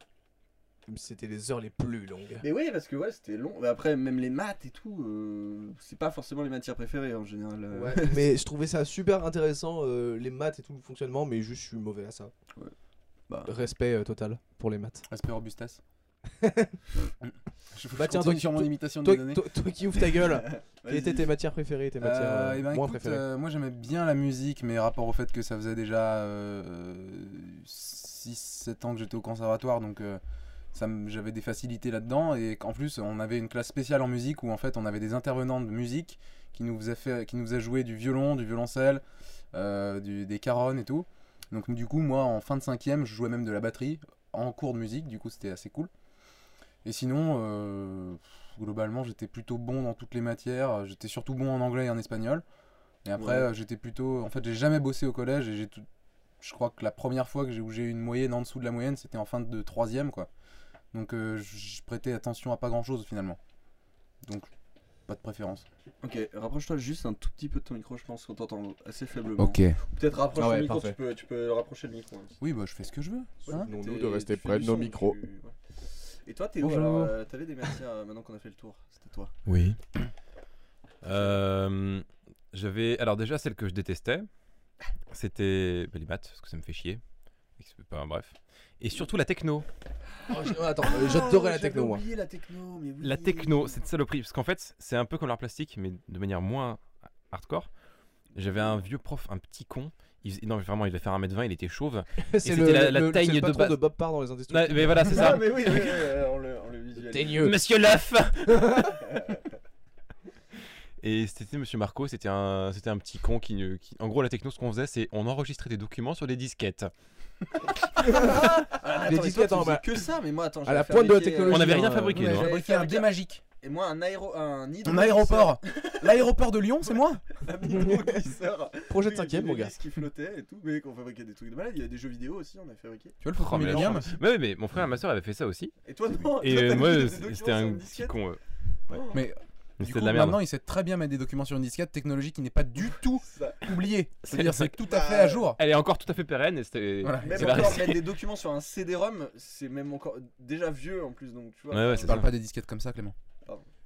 S3: C'était les heures les plus longues.
S2: Mais oui, parce que ouais, c'était long. Mais Après, même les maths et tout, euh, c'est pas forcément les matières préférées en général. euh.
S3: Ouais, mais je trouvais ça super intéressant, euh, les maths et tout le fonctionnement, mais juste je suis mauvais à ça.
S2: Ouais. Bah.
S3: Respect euh, total pour les maths.
S4: Aspect robustas.
S7: Je,
S3: Bah,
S7: bah,
S3: tiens,
S7: tiens,
S3: toi-
S7: sur mon
S3: toi-
S7: imitation de
S3: Toi,
S7: mes données.
S3: toi- toi qui ouvre ta gueule, quelles
S2: Vas-y.
S3: étaient tes matières préférées, tes matières
S4: Euh,
S3: euh,
S4: eh ben,
S3: moins
S4: écoute,
S3: préférées
S4: euh, moi j'aimais bien la musique, mais rapport au fait que ça faisait déjà 6-7 ans que j'étais au conservatoire, donc euh, ça me- j'avais des facilités là-dedans. Et qu'en plus, on avait une classe spéciale en musique où en fait on avait des intervenants de musique qui nous faisaient, faire- qui nous faisaient jouer du violon, du violoncelle, euh, du- des caronnes et tout. Donc du coup, moi en fin de cinquième, je jouais même de la batterie en cours de musique, du coup c'était assez cool. Et sinon, euh, globalement, j'étais plutôt bon dans toutes les matières. J'étais surtout bon en anglais et en espagnol. Et après,
S2: Ouais.
S4: euh, j'étais plutôt. En fait, j'ai jamais bossé au collège et j'ai tout. Je crois que la première fois que j'ai où j'ai eu une moyenne en dessous de la moyenne, c'était en fin de troisième, quoi. Donc, euh, je je prêtais attention à pas grand chose finalement. Donc, pas de préférence.
S2: Ok, rapproche-toi juste un tout petit peu de ton micro, je pense qu'on t'entend assez faiblement. Peut-être rapproche
S3: Ah ouais,
S2: le micro,
S3: parfait.
S2: tu peux, tu peux rapprocher le micro. hein.
S4: Oui, bah je fais ce que je veux. hein.
S2: T'es-
S8: Souvenons-nous de rester
S2: tu fais
S8: près
S2: du
S8: de nos
S2: son,
S8: micros.
S2: tu- ouais. Et toi, Théo,
S4: Bonjour.
S2: alors, euh, t'avais des matières euh, maintenant qu'on a fait le tour. C'était toi.
S5: Oui. Euh, j'avais. Alors, déjà, celle que je détestais, c'était bah, les maths, parce que ça me fait chier. Et que c'est pas- bref. Et surtout la techno.
S3: Oh, je- oh, Attends, euh, j'adorais la techno moi.
S2: Ah, oublié la techno, mais
S5: La techno, cette saloperie. Parce qu'en fait, c'est un peu comme l'art plastique, mais de manière moins hardcore. J'avais un vieux prof, un petit con. Il faisait- Non, mais vraiment, il devait faire 1m20, il était chauve.
S3: C'est
S5: c'était la- la
S3: le- c'est
S5: taille
S3: le
S5: de
S3: patron
S5: base.
S3: de Bob Parr dans les industries.
S5: Ouais, mais voilà, c'est ça.
S2: Ah, mais oui, oui, oui, euh, on le, on le visualise.
S3: Teigneux.
S5: Monsieur Laf Et c'était Monsieur Marco, c'était un, c'était un petit con qui, ne- qui- En gros, la techno, ce qu'on faisait, c'est on enregistrait des documents sur des disquettes.
S2: Ah, mais
S3: Les
S2: attends, mais
S3: disquettes
S2: toi, tu
S3: en bas.
S2: faisais que ça, mais moi, attends,
S3: À la
S2: j'avais
S3: pointe de la
S2: fabriqué, euh,
S3: technologie.
S5: On n'avait rien
S3: hein,
S5: fabriqué,
S4: Ouais,
S5: nous. hein.
S2: j'avais
S4: Fabriquer
S2: fait
S4: un
S2: un
S4: dé
S2: gars-
S4: magique.
S2: Et moi, un aéro, un hydro-
S4: Un aéroport. L'aéroport de Lyon, c'est moi
S2: Un hydroglisseur.
S3: Projet de
S2: Oui, il y avait
S3: cinquième,
S2: des
S3: mon gars.
S2: disques qui flottaient et tout, mais qu'on fabriquait des trucs de malade. Il y a des jeux vidéo aussi, on a fabriqué.
S4: Tu vois le faux
S5: Oh, mais la
S4: Millennium
S5: chance. Ouais, ouais, mais mon frère et ma soeur avaient fait ça aussi.
S2: Et toi, non
S5: Et
S2: toi,
S5: euh,
S2: t'as
S5: moi,
S2: mis des
S5: c'est-
S2: documents
S5: c'était
S2: sur
S5: un
S2: une
S5: petit
S2: disquette.
S5: con. euh.
S2: Oh,
S4: Mais du
S5: Mais C'était
S4: coup,
S5: de la merde.
S4: maintenant, il sait très bien mettre des documents sur une disquette, technologie qui n'est pas du tout
S2: ça.
S4: oubliée. C'est-à-dire,
S5: C'est-
S4: c'est
S2: Ah.
S4: tout à fait à jour.
S5: Elle est encore tout à fait pérenne et c'était.
S4: Voilà.
S2: Même
S5: c'est la
S2: encore
S5: réussite.
S2: mettre des documents sur un CD-ROM, c'est même encore déjà vieux en plus, donc tu vois. Bah,
S5: Ouais, ouais,
S2: enfin,
S4: Je
S5: c'est ça.
S4: parle pas des disquettes comme ça, Clément.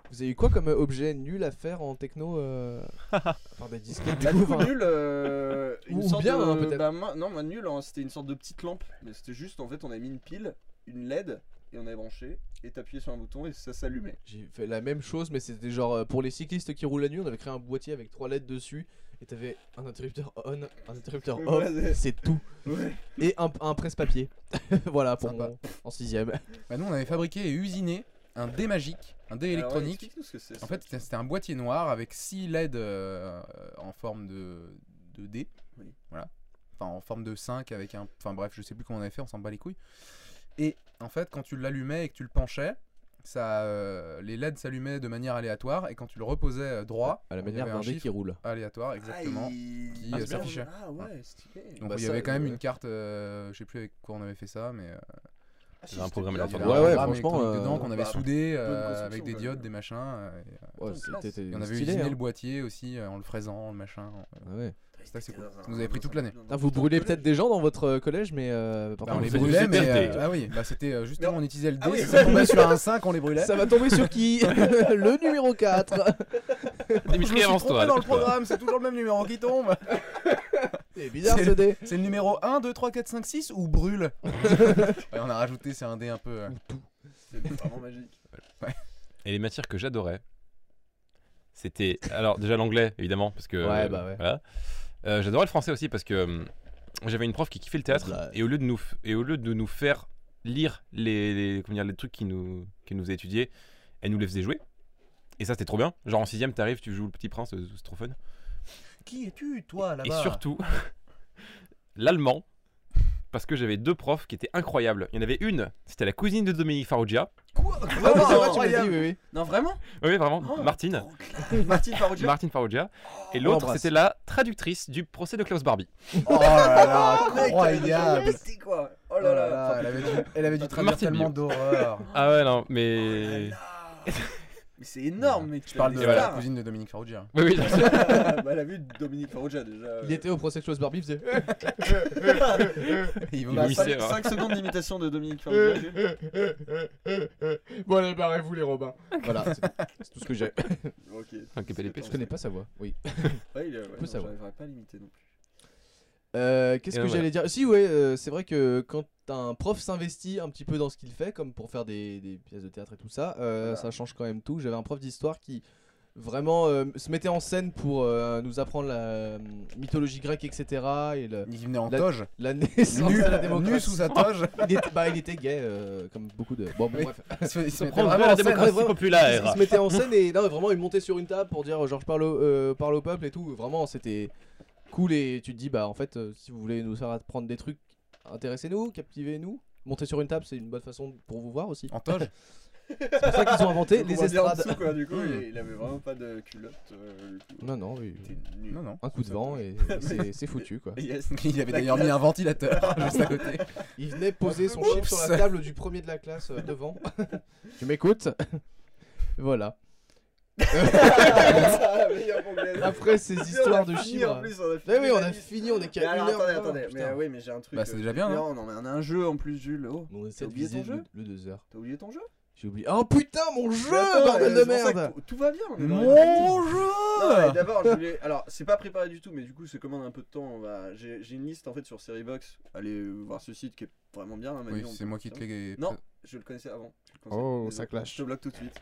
S3: Vous avez eu quoi comme euh, objet nul à faire en techno euh... Enfin des disquettes du
S2: Bah,
S3: coup.
S2: du coup,
S3: enfin.
S2: nul, euh, une
S3: Ou
S2: sorte
S3: bien,
S2: de-
S3: hein, peut-être.
S2: bah, moi- non, moi, nul, hein, c'était une sorte de petite lampe. Mais c'était juste, en fait, on avait mis une pile, une LED, et on avait branché, et t'appuyais sur un bouton, et ça s'allumait.
S3: J'ai fait la même chose, mais c'était genre euh, pour les cyclistes qui roulent la nuit, on avait créé un boîtier avec trois lettres dessus, et t'avais un interrupteur on, un interrupteur off,
S2: Ouais, c'est-
S3: c'est tout.
S2: ouais.
S3: Et un, un presse-papier. voilà pour
S4: Sympa.
S3: mon- en sixième.
S4: Bah, nous, on avait fabriqué et usiné un dé magique, un dé
S2: Alors,
S4: électronique.
S2: explique-nous ce que Ah c'est,
S4: en
S2: ça.
S4: fait, c'était- c'était un boîtier noir avec 6 LED euh, en forme de, de dé.
S2: Oui.
S4: Voilà. Enfin, en forme de 5 avec un. Enfin, bref, je sais plus comment on avait fait, on s'en bat les couilles. Et en fait, quand tu l'allumais et que tu le penchais, ça, euh, les LED s'allumaient de manière aléatoire. Et quand tu le reposais euh, droit,
S3: À la
S4: il y
S3: manière
S4: avait un
S3: d'un dé qui
S4: chiffre
S3: roule.
S4: aléatoire, exactement.
S2: Aïe.
S4: qui,
S2: Ah,
S4: euh,
S2: c'est bien.
S4: s'affichait.
S2: Ah ouais, stylé.
S4: Donc
S3: Bah,
S4: il y avait
S3: ça,
S4: quand même
S3: euh,
S4: une carte, euh, je sais plus avec quoi on avait fait ça, mais euh,
S2: Ah, si,
S5: J'avais un
S2: c'était
S5: programme
S2: bien.
S5: à l'enfant
S4: il y
S5: de
S3: Ouais,
S4: avait un
S3: ouais,
S4: programme
S3: franchement,
S4: électronique
S3: euh,
S4: dedans qu'on avait
S2: bah,
S4: soudé euh,
S2: construction,
S4: avec des
S2: quand même.
S4: diodes, des machins. euh, et, euh,
S3: Ouais,
S2: Attends,
S3: c'était
S2: classe.
S3: c'était
S4: et on avait
S3: stylé,
S4: usiné
S3: hein.
S4: le boîtier aussi euh, en le fraisant, le machin.
S3: Ah ouais.
S4: Ça, c'est
S2: T'étais
S4: cool.
S2: dans
S4: Ça
S2: un-
S4: nous avait pris
S2: dans
S4: toute
S2: un-
S4: l'année.
S2: dans
S3: Putain,
S2: un-
S3: vous
S2: dans un
S3: brûlez
S2: collège.
S3: peut-être des gens dans votre euh, collège, mais euh, par
S4: Bah,
S3: contre,
S4: on les
S3: vous faites
S4: brûlait,
S3: des
S4: mais
S3: CTRT.
S4: euh, ah oui, bah, c'était euh, justement
S2: Non.
S4: on utilisait le dé,
S2: Ah oui,
S4: si
S2: ouais.
S4: on tombait sur un 5, on les brûlait.
S3: Ça va tomber sur qui Le numéro 4
S5: Mais je
S4: Je me
S5: l'ai
S4: suis
S5: avance,
S4: trompé
S5: toi,
S4: dans le
S5: dépêche-toi.
S4: programme, c'est toujours le même numéro qui tombe.
S3: C'est bizarre
S4: C'est
S3: ce
S4: le-
S3: dé
S4: C'est le numéro 1, 2, 3, 4, 5, 6 ou brûle Ouais, On a rajouté, c'est un dé un peu. euh,
S2: C'était vraiment magique.
S5: Et les matières que j'adorais, c'était. Alors, déjà l'anglais, évidemment, parce que.
S3: Ouais, bah ouais.
S5: voilà. Euh, j'adorais le français aussi, parce que euh, j'avais une prof qui kiffait le théâtre,
S3: Bah.
S5: et, au lieu de nous, f- et au lieu de nous faire lire les, les- comment dire, les trucs qui nous, qui nous étudiaient, elle nous les faisait jouer. Et ça, c'était trop bien. Genre en 6ème, t'arrives, tu joues le petit prince, euh, c'est trop fun.
S6: Qui es-tu, toi,
S5: Et
S6: là-bas
S5: surtout, l'allemand, parce que j'avais deux profs qui étaient incroyables. Il y en avait une, c'était la cousine de Dominique Farrugia.
S3: Ah oui, c'est
S2: non,
S3: vrai, tu m'as dit, oui, oui.
S2: Non, vraiment
S5: Oui, vraiment,
S2: Oh,
S5: Martine.
S2: trop classe. Martine Farrugia
S5: Martine Farrugia. Et
S3: on
S5: l'autre,
S3: l'embrasse.
S5: c'était la traductrice du procès de Klaus Barbie.
S4: Oh là là,
S2: Ah, mec, t'avais déjà
S4: incroyable
S2: investi, quoi. Oh là là.
S4: elle avait dû, elle avait dû traduire
S5: Martine
S4: tellement d'horreur.
S5: Ah ouais, non, mais.
S2: Mais c'est énorme, mec.
S4: Je parle de
S2: t'as des
S4: la
S2: stars.
S4: cousine de Dominique Farrugia.
S5: Oui, oui,
S2: bah, elle a vu Dominique Farrugia déjà.
S3: Il était au procès de Close Barbie, il faisait.
S4: Et ils vont
S5: Bah,
S4: me
S5: ça-
S2: 5,
S5: Commissaire, hein.
S2: Euh, secondes d'imitation de Dominique
S3: Euh.
S2: Farrugia.
S3: bon, allez, barrez-vous, les Robins. Voilà, c'est c'est tout ce que j'ai.
S2: ok.
S5: Ok, PLP.
S3: Je connais pas sa voix, oui.
S2: Ouais, il est- ouais, non,
S3: savoir.
S2: j'arriverai pas à l'imiter non plus.
S3: Euh, Qu'est-ce
S5: Et
S3: que
S5: donc,
S3: j'allais dire Si, ouais, euh, c'est vrai que quand un prof s'investit un petit peu dans ce qu'il fait, comme pour faire des, des pièces de théâtre et tout ça, euh,
S2: Voilà.
S3: ça change quand même tout. J'avais un prof d'histoire qui vraiment euh, se mettait en scène pour euh, nous apprendre la euh, mythologie grecque, etc. Et le-
S4: Il venait en
S3: La-
S4: toge.
S3: la naissance
S4: Nu,
S3: de la
S4: nu
S3: démocratie.
S4: sous sa toge.
S3: il, était, bah, il était gay, euh, comme beaucoup de. Bon, bon
S4: Oui.
S3: bref.
S4: Il se- il se mettait
S3: prend
S4: vraiment
S3: vraiment
S4: en
S3: la
S4: scène.
S3: démocratie.
S5: Démocratie
S3: Il, il
S5: populaire. Ah,
S3: se mettait en scène et non, vraiment, il montait sur une table pour dire euh, genre je parle au, euh, parle au peuple et tout. Vraiment, c'était cool et tu te dis bah en fait, euh, si vous voulez nous faire apprendre des trucs, intéressez-nous, captivez-nous. Monter sur une table, c'est une bonne façon pour vous voir aussi.
S4: En toge.
S3: C'est pour ça qu'ils ont inventé
S2: Donc, on
S3: les
S2: voit bien en
S3: estrades. Hmm.
S2: dessous, quoi, du coup,
S4: Mm.
S2: il, il avait vraiment pas de culotte. euh, du coup.
S3: Non, non, oui.
S2: T'es nul.
S4: Non, non.
S3: Un coup de vent et c'est- c'est foutu quoi.
S2: Yes.
S4: Il avait
S2: La
S4: d'ailleurs mis
S2: classe.
S4: un ventilateur juste à côté.
S3: Il venait poser son
S4: Oups.
S3: chiffre sur la table du premier de la classe euh, devant. tu m'écoutes Voilà.
S2: Ah, meilleur problème.
S3: Après ces
S2: Si, on a
S3: histoires de
S2: fini,
S3: chiffres.
S2: En plus, on a
S3: Eh
S2: fini
S3: oui, on
S2: la
S3: a
S2: liste.
S3: fini, on est
S2: Mais
S3: qu'à une
S2: alors,
S3: heure.
S2: attendez,
S3: vingt,
S2: attendez, mais
S3: putain.
S2: euh, oui, mais j'ai un truc.
S4: Bah, c'est
S2: euh,
S4: déjà
S3: hein.
S4: bien,
S2: Non, non, mais on a un jeu en plus, Jules. Oh,
S3: On essaie
S2: T'as
S3: de
S2: oublié
S3: viser
S2: ton
S3: le
S2: jeu
S3: 2 heures.
S2: t'as oublié ton jeu
S3: J'ai oublié. Oh putain, mon jeu,
S2: Mais attends, euh,
S3: bordel de
S2: c'est pour ça
S3: merde
S2: que tout- Tout va bien. on est dans les
S4: Mon
S2: actifs. Non, mais D'abord, je voulais. Alors, c'est pas préparé du tout, mais du coup, c'est comme on a un peu de temps. on va- J'ai j'ai une liste en fait sur Seriebox. Allez voir ce site qui est vraiment bien. hein, Manu,
S4: Oui,
S2: on-
S4: c'est moi qui te l'ai.
S2: Non, je le connaissais avant. je le conseille.
S3: Oh,
S2: Désolé.
S3: ça clash.
S2: Je te bloque tout de suite.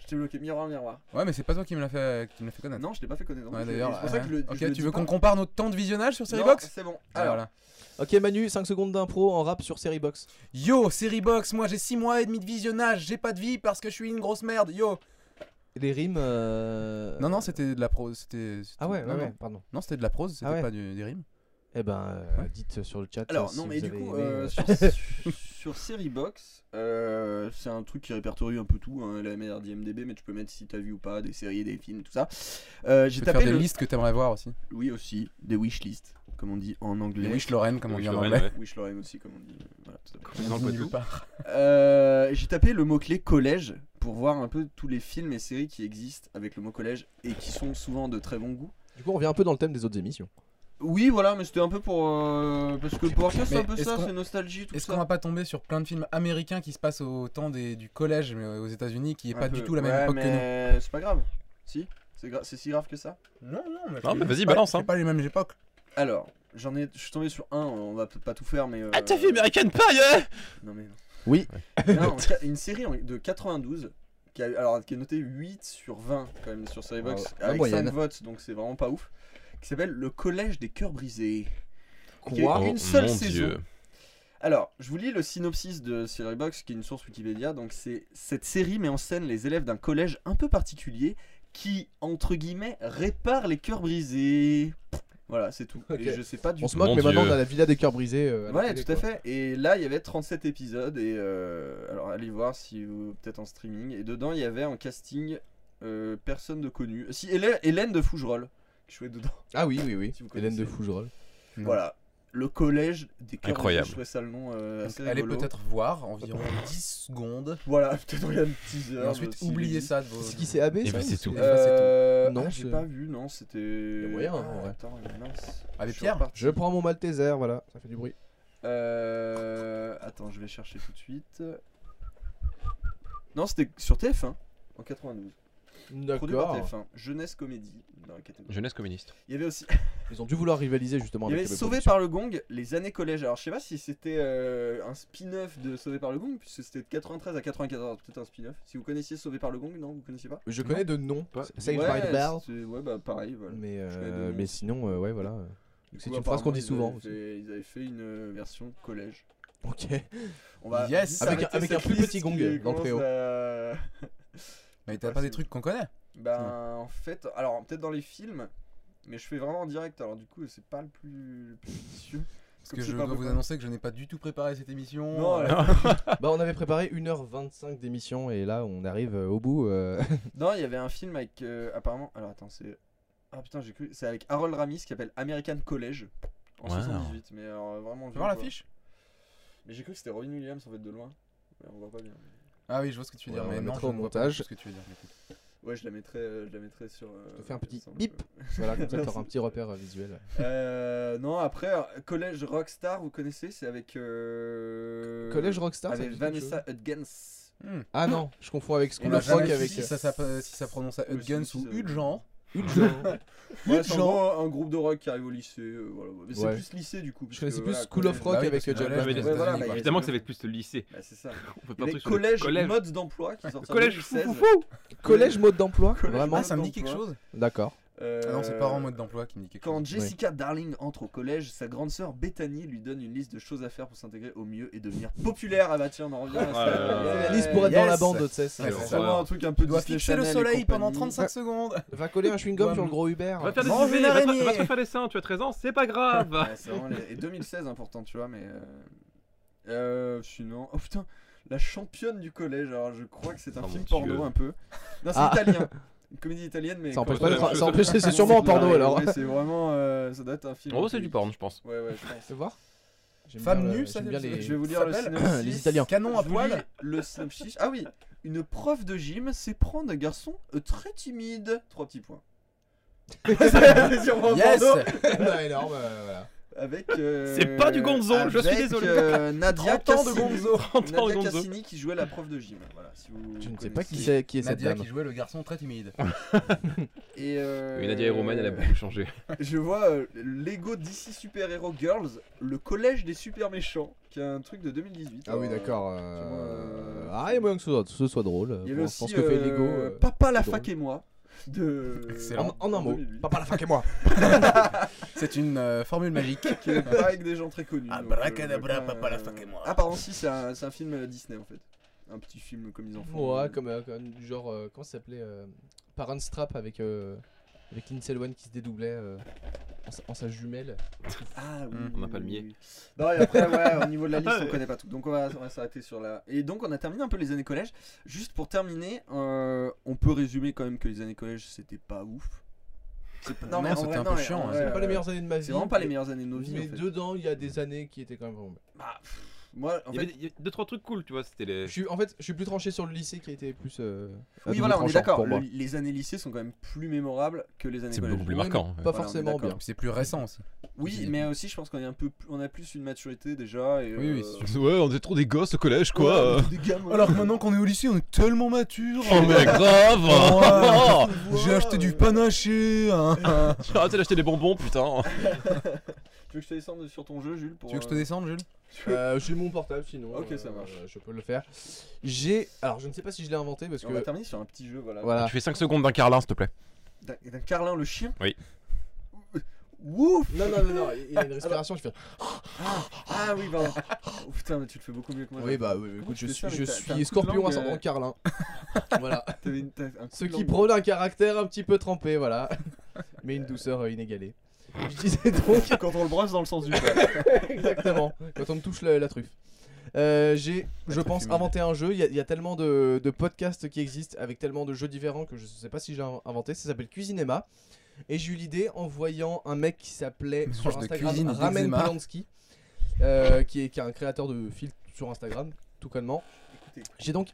S2: Je t'ai bloqué. Miroir, miroir.
S4: Ouais, mais c'est pas toi qui me l'a fait, euh, qui me l'a fait connaître.
S2: Non, je t'ai pas fait connaître.
S4: Ah. Ouais,
S2: Je-
S4: d'ailleurs. euh,
S2: C'est pour ça que je le.
S4: Ok,
S2: je le
S4: tu
S2: dis
S4: veux
S2: pas.
S4: qu'on compare notre temps de visionnage sur
S2: Non,
S4: Seriebox Ah,
S2: C'est bon.
S4: Alors
S2: Alors,
S4: là.
S3: Ok Manu, 5 secondes d'impro en rap sur Seriebox.
S4: Yo, Seriebox, moi j'ai 6 mois et demi de visionnage, j'ai pas de vie parce que je suis une grosse merde, yo
S3: Les rimes... euh,
S4: Non, non, c'était de la prose, c'était... c'était-
S3: Ah ouais,
S4: non,
S3: ouais,
S4: non.
S3: ouais, pardon.
S4: Non, c'était de la prose, c'était
S3: Ah ouais.
S4: pas du- des rimes.
S3: Eh ben, euh,
S4: Ouais.
S3: dites sur le chat. euh,
S2: Alors,
S3: si
S2: non,
S3: vous
S2: mais du
S3: avez
S2: coup,
S3: aimé,
S2: euh,
S3: euh,
S2: sur, sur Seriebox, euh, c'est un truc qui répertorie un peu tout, hein, la merde d'IMDB, mais tu peux mettre si t'as vu ou pas, des séries, des films, tout ça. Euh,
S4: Tu
S2: J'ai
S4: peux faire
S2: tapé
S4: des
S2: le...
S4: listes que t'aimerais voir aussi.
S2: Oui, aussi, des wishlists, comme on dit en
S4: Les
S2: anglais.
S4: Wish Lorraine, comme on
S5: Wish
S4: dit en
S5: Lorraine,
S4: anglais.
S5: ouais.
S2: Wish Lorraine aussi, comme on dit. euh, voilà, tout à fait.
S5: Dans le Poitou.
S2: Euh, j'ai tapé le mot-clé collège pour voir un peu tous les films et séries qui existent avec le mot collège et qui sont souvent de très bon goût.
S3: Du coup, on revient un peu dans le thème des autres émissions.
S2: Oui, voilà, mais c'était un peu pour. euh, parce que le podcast, c'est
S4: Mais
S2: un peu
S4: est-ce
S2: ça,
S4: qu'on-
S2: c'est nostalgie, tout
S4: Est-ce qu'on
S2: ça.
S4: va pas tomber sur plein de films américains qui se passent au temps des, du collège mais aux États-Unis qui est
S2: Un
S4: pas du
S2: peu.
S4: tout la même
S2: Ouais,
S4: époque que
S2: mais C'est pas grave, si C'est gra- c'est si grave que ça
S4: nous Non, non, mais,
S5: Non, mais vas-y, balance, hein.
S4: C'est pas les mêmes époques.
S2: Alors, j'en ai. Je suis tombé sur un, on va peut-être pas tout faire, mais. euh,
S5: Ah, t'as vu American Pie, hein
S2: Non, mais non.
S3: Oui.
S2: Il y a un- une série en- de 92 qui a, alors, qui est notée 8 sur 20 quand même sur Seriebox
S3: Ah ouais, la
S2: avec
S3: moyenne.
S2: 5 votes donc c'est vraiment pas ouf qui s'appelle Le Collège des Cœurs Brisés.
S3: Quoi
S2: Qui a eu
S5: Oh,
S2: Ah, une seule
S5: mon
S2: saison.
S5: Dieu.
S2: Alors, je vous lis le synopsis de Seriebox, qui est une source Wikipédia. Donc, c'est cette série met en scène les élèves d'un collège un peu particulier qui, entre guillemets, répare les cœurs brisés. Voilà, c'est tout.
S3: Ok.
S2: Et je sais pas du
S3: On se
S5: Mon
S3: moque, mais maintenant
S5: Dieu.
S3: on a la villa des cœurs brisés. euh, à la
S2: Ouais,
S3: télé,
S2: tout à
S3: quoi.
S2: fait. Et là, il y avait 37 épisodes. Et euh, alors, allez voir si vous peut-être en streaming. Et dedans, il y avait en casting euh, personne de connu. Si Hélène, Hélène de Fougerolles qui jouait dedans.
S3: Ah oui, oui, oui.
S2: Si vous
S3: Hélène de
S2: connaissez.
S3: Fougerolles.
S4: Non.
S2: Voilà. Le collège des cœurs.
S5: Incroyable.
S2: brisés, Je trouvais ça le nom. euh,
S4: Donc,
S2: assez
S4: allez
S2: rigolo.
S4: peut-être voir environ 10 secondes.
S2: Voilà, peut-être regarde le
S4: Et
S2: teaser.
S4: ensuite,
S2: euh, s'il
S4: oubliez
S2: existe.
S4: ça de vos...
S3: C'est qui c'est AB
S5: Eh
S3: ça
S5: ben, c'est
S3: ou
S5: tout.
S3: c'est-
S4: Euh,
S2: Euh,
S3: Non,
S2: non, j'ai
S3: c'est-
S2: pas vu, non, c'était. Il
S3: a moyen, en vrai.
S2: Attends, mince.
S4: Ah, mais
S2: Je suis
S4: Pierre
S2: reparti.
S3: Je prends mon Malteser, voilà. Ça fait du bruit.
S2: Euh, Attends, je vais chercher tout de suite. Non, c'était sur TF1 en 92. Produit par
S3: D'accord.
S2: TF1. Jeunesse comédie. dans la catégorie.
S5: Jeunesse communiste.
S2: Il y avait aussi.
S3: Ils ont dû vouloir rivaliser justement
S2: Il y
S3: avec
S2: avait
S3: les
S2: Sauvé par le Gong, les années collège. Alors je sais pas si c'était euh, un spin-off de Sauvé par le Gong, puisque c'était de 93 à 94, peut-être un spin-off. Si vous connaissiez Sauvé par le Gong, non, vous connaissiez pas
S3: Je connais de nom.
S5: Pas-
S3: Saved
S2: ouais,
S3: by the Bell.
S2: c'était- Ouais, bah pareil, voilà.
S3: Mais,
S2: Je connais de
S3: euh,
S2: nom.
S3: mais sinon, euh, ouais, voilà.
S2: Du
S3: C'est
S2: coup,
S3: une phrase qu'on
S2: apparemment,
S3: dit
S2: ils
S3: souvent
S2: avaient
S3: aussi.
S2: fait- ils avaient fait une euh, version collège.
S3: Ok.
S2: On va
S4: Yes.
S2: vite
S3: Avec un-
S2: arrêter
S3: avec un
S2: cette
S3: plus
S2: liste
S3: petit gong
S2: qui
S3: dans le
S2: commence
S3: préau.
S2: à-
S4: Mais t'as pas des trucs qu'on connaît
S2: Ben en fait, alors peut-être dans les films, mais je fais vraiment en direct. Alors du coup, c'est pas le plus, le plus vicieux.
S4: Parce
S2: Comme
S4: que
S2: c'est
S4: je
S2: pas
S4: dois vous
S2: préparé.
S4: annoncer que je n'ai pas du tout préparé cette émission.
S2: Non,
S4: Euh,
S2: alors-
S3: bah, on avait préparé 1h25 d'émission et là, on arrive euh, au bout. euh,
S2: non, il y avait un film avec euh, apparemment. Alors attends, c'est ah putain, j'ai cru. C'est avec Harold Ramis qui s'appelle American College en
S5: Wow.
S2: 78. Mais alors, vraiment.
S4: Tu peux voir
S2: vieux, quoi.
S4: l'affiche
S2: Mais j'ai cru que c'était Robin Williams en fait de loin. Mais on voit pas bien.
S4: Ah oui, je vois ce que tu veux dire,
S3: Ouais, on
S4: mais
S3: la
S4: non,
S3: mettra
S4: je
S3: au
S4: ne vois pas
S3: montage.
S4: du tout ce que tu veux dire. du coup.
S2: Ouais, je la mettrai, euh, je la mettrai sur.
S3: Je
S2: euh,
S3: te fais un petit
S2: sur le-
S3: bip. Voilà, comme ça, t'auras un
S2: Merci.
S3: petit repère euh, visuel.
S2: Euh, non, après, euh, Collège Rockstar, vous connaissez C'est avec. euh,
S3: Collège Rockstar, ça
S2: Avec
S3: me dit quelque
S2: Vanessa Hudgens.
S4: Hmm.
S3: Ah non, je confonds avec
S4: On a
S3: School of Rock
S4: jamais
S3: avec.
S4: si, ça, s'appelle- si ça prononce à
S2: Oui,
S4: Hudgens
S2: si,
S4: ou
S2: si, ça-
S4: Hudgen.
S2: Ouais, c'est en gros un, un groupe de rock qui arrive au lycée. euh, voilà. Mais C'est
S3: Ouais.
S2: plus lycée du coup.
S3: Je
S2: parce
S3: connaissais
S2: que,
S3: plus
S2: voilà,
S3: School of
S2: collège-
S3: Rock
S4: Bah oui,
S3: avec
S4: parce que
S3: Jack
S4: collège,
S3: Black.
S4: ouais,
S3: Ouais,
S2: voilà,
S3: voilà,
S2: bah,
S3: quoi.
S5: Évidemment que ça va être plus le lycée.
S2: Bah, c'est ça.
S5: On peut pas
S2: Les
S5: truc sur le
S2: collèges
S5: collège.
S2: mode d'emploi qui sortent en
S5: Collège
S2: 2016.
S5: foufoufou.
S3: Collège mode d'emploi,
S2: Collège
S3: vraiment
S4: Ah, ça me dit quelque
S2: Emploi.
S4: chose
S3: D'accord.
S2: Euh,
S4: Ah non, c'est parents mode d'emploi qui me dit quelque
S2: Quand
S4: chose.
S2: Jessica Darling entre au collège, sa grande sœur Bethany lui donne une liste de choses à faire pour s'intégrer au mieux et devenir populaire. Ah bah tiens, on en revient à ça.
S5: Ah,
S2: Yeah.
S3: La liste pour être dans la
S4: yes.
S3: bande, tu sais. c'est-
S4: Ouais,
S2: C'est
S4: c'est
S2: vraiment un truc un peu
S4: Tu dois
S2: Disney
S4: fixer le
S2: Channel et
S4: soleil pendant
S2: compagnie.
S4: 35 secondes.
S3: Va coller un chewing-gum sur le gros Uber.
S5: Va faire des
S6: Mange
S5: UV,
S6: une
S5: va te-
S6: araignée.
S5: va te faire des seins, tu as 13 ans, c'est pas grave.
S2: Ouais, c'est vraiment les- Et 2016 important, tu vois, mais. euh, Euh. Sinon. Oh putain, la championne du collège. Alors je crois que c'est un
S5: Oh, mon
S2: film
S5: Dieu.
S2: porno un peu. Non, c'est
S3: Ah.
S2: italien. Une comédie italienne, mais.
S3: Ça empêche
S2: quand-
S3: pas de
S5: même
S3: tra-
S5: chose.
S3: ça empêche- c'est sûrement en porno
S2: Ouais,
S3: alors.
S2: ouais, c'est vraiment. euh, ça doit être un film.
S5: En gros, c'est du porn, je pense.
S2: Ouais, ouais, je pense. Euh,
S3: Fais voir. J'aime
S4: Femme
S3: bien le-
S4: nue, ça,
S3: j'aime bien
S4: c'est-
S3: les-
S2: Je vais vous lire le
S4: Ça s'appelle
S2: synopsis.
S3: les Italiens.
S4: Canon à
S2: Je vous lis
S4: poil.
S2: Le synopsis. Ah oui, une prof de gym s'est prendre un garçon euh, très timide. Trois petits points. C'est sûrement un
S4: Yes
S2: porno.
S3: Bah, énorme, euh, voilà.
S2: Avec. euh,
S5: C'est pas du Gonzo, je suis
S2: avec,
S5: désolé.
S2: euh, Nadia
S4: 30 ans de
S2: Cassini.
S4: Gonzo.
S5: 30 ans,
S2: Nadia
S5: Gonzo.
S2: Cassini qui jouait la prof de gym. Voilà, si vous
S3: Je ne sais
S2: connaissez.
S3: pas qui c'est qui est cette
S4: Nadia
S3: dame.
S4: qui jouait le garçon très timide.
S2: Et euh,
S5: Oui, Nadia et Roman, elle a beaucoup changé.
S2: Je vois euh, Lego DC Super Hero Girls, le collège des super méchants, qui est un truc de 2018.
S3: Ah oui,
S2: Alors,
S3: d'accord.
S2: euh,
S3: euh, Ah, il y a moyen que ce soit, ce soit drôle.
S2: Il y avait
S3: Bon,
S2: aussi
S3: je pense que fait
S2: euh,
S3: Lego. euh,
S2: Papa la
S3: c'est
S2: fac et moi de
S4: Excellent.
S3: En, en un mot.
S2: 2008,
S3: Papa la fac et moi.
S4: C'est une euh, formule magique.
S2: qui est pas avec des gens très connus. donc, euh,
S6: Abracadabra,
S2: euh,
S6: Papa la fac et moi.
S2: Ah pardon, si c'est un, c'est un film euh, Disney en fait, un petit film comme ils en font.
S3: Ouais, comme, euh, comme du genre. euh, comment ça s'appelait euh, Parent Strap avec, euh, avec Lindsay Lohan qui se dédoublait euh, en, sa, en sa jumelle.
S2: Ah oui.
S5: on n'a
S2: oui,
S5: pas le
S2: oui,
S5: millet.
S2: oui. Non, et après, ouais, au niveau de la liste, on connaît pas tout. Donc, on va, on va s'arrêter sur la. Et donc, on a terminé un peu les années collège. Juste pour terminer, euh, on peut résumer quand même que les années collège, c'était pas ouf. C'est pas-
S4: Non,
S2: en
S4: c'était
S2: vrai,
S4: un peu
S2: non, mais
S4: chiant,
S2: en
S4: hein.
S2: vrai,
S3: C'est pas les
S2: euh,
S3: meilleures années de ma vie.
S2: C'est vraiment pas les meilleures années de nos vies.
S3: Mais
S2: en fait.
S3: dedans, il y a des années qui étaient quand même vraiment.
S2: Bah, pff, moi, en
S5: Il y
S2: fait,
S5: avait- il y avait deux, trois trucs cool, tu vois. C'était les.
S3: Je suis, en fait, je suis plus tranché sur le lycée qui a été plus. euh, à
S2: oui,
S3: double
S2: voilà, on est
S3: tranchant
S2: d'accord.
S3: pour moi.
S2: le- les années lycées sont quand même plus mémorables que les années
S5: C'est
S2: collège.
S5: beaucoup plus
S3: Ouais,
S5: marquant.
S3: Pas
S5: ouais.
S2: Voilà, on est
S3: forcément
S2: d'accord.
S3: bien.
S4: C'est plus récent aussi.
S2: Oui, mais aussi, je pense qu'on est un peu, plus- on a plus une maturité déjà. Et,
S4: Oui, oui,
S2: euh,
S4: c'est sûr.
S5: Ouais, on était trop des gosses au collège,
S2: ouais, des gamins.
S4: Alors que maintenant qu'on est au lycée, on est tellement mature.
S5: Oh, grave
S4: Oh,
S5: hein.
S4: J'ai acheté du
S2: euh,
S4: panaché. hein.
S5: J'ai arrêté d'acheter des bonbons, putain
S2: Tu veux que je te descende sur ton jeu, Jules pour,
S4: Tu veux que je te
S2: euh,
S4: descende, Jules
S3: Euh, j'ai mon portable sinon.
S2: Ok,
S3: euh,
S2: ça marche.
S3: Je peux le faire. J'ai. Alors, je ne sais pas si je l'ai inventé parce
S2: On va
S3: que.
S2: terminer sur un petit jeu, voilà.
S3: Voilà.
S5: Tu fais 5 secondes d'un carlin, s'il te plaît.
S2: D'un d'un Carlin le chien
S5: Oui.
S2: Ouf
S3: Non, non, non, non, il y a une respiration, je fais.
S2: Ah oui, pardon. Oh, putain, mais tu le fais beaucoup mieux que moi.
S3: Oui, bah, oui,
S2: Comment
S3: écoute,
S2: tu
S3: je
S2: fais ça,
S3: suis,
S2: mais
S3: je
S2: t'as- t'as un coup
S3: suis
S2: de
S3: scorpion hein,
S2: langue,
S3: ascendant
S2: euh,
S3: Carlin. voilà.
S2: T'avais une- t'as un coup
S3: Ce
S2: de
S3: bah, qui
S2: langue.
S3: prône un caractère un petit peu trempé, voilà. Mais une douceur euh, inégalée. Je disais donc.
S2: Quand on le brosse dans le sens du poil.
S3: Exactement, quand on me touche la, la truffe. Euh, j'ai, je pense,
S4: humide.
S3: inventé un jeu. Il y a- il y, a tellement de, de podcasts qui existent avec tellement de jeux différents que je sais pas si j'ai in- inventé. Ça s'appelle Cuisinema. Et j'ai eu l'idée en voyant un mec qui s'appelait sur
S4: Mélange de
S3: Instagram
S4: cuisine et
S3: Ramen
S4: d'eczéma.
S3: Polanski, euh, qui, est, qui est un créateur de filtres sur Instagram, tout connement.
S2: Écoutez,
S3: J'ai donc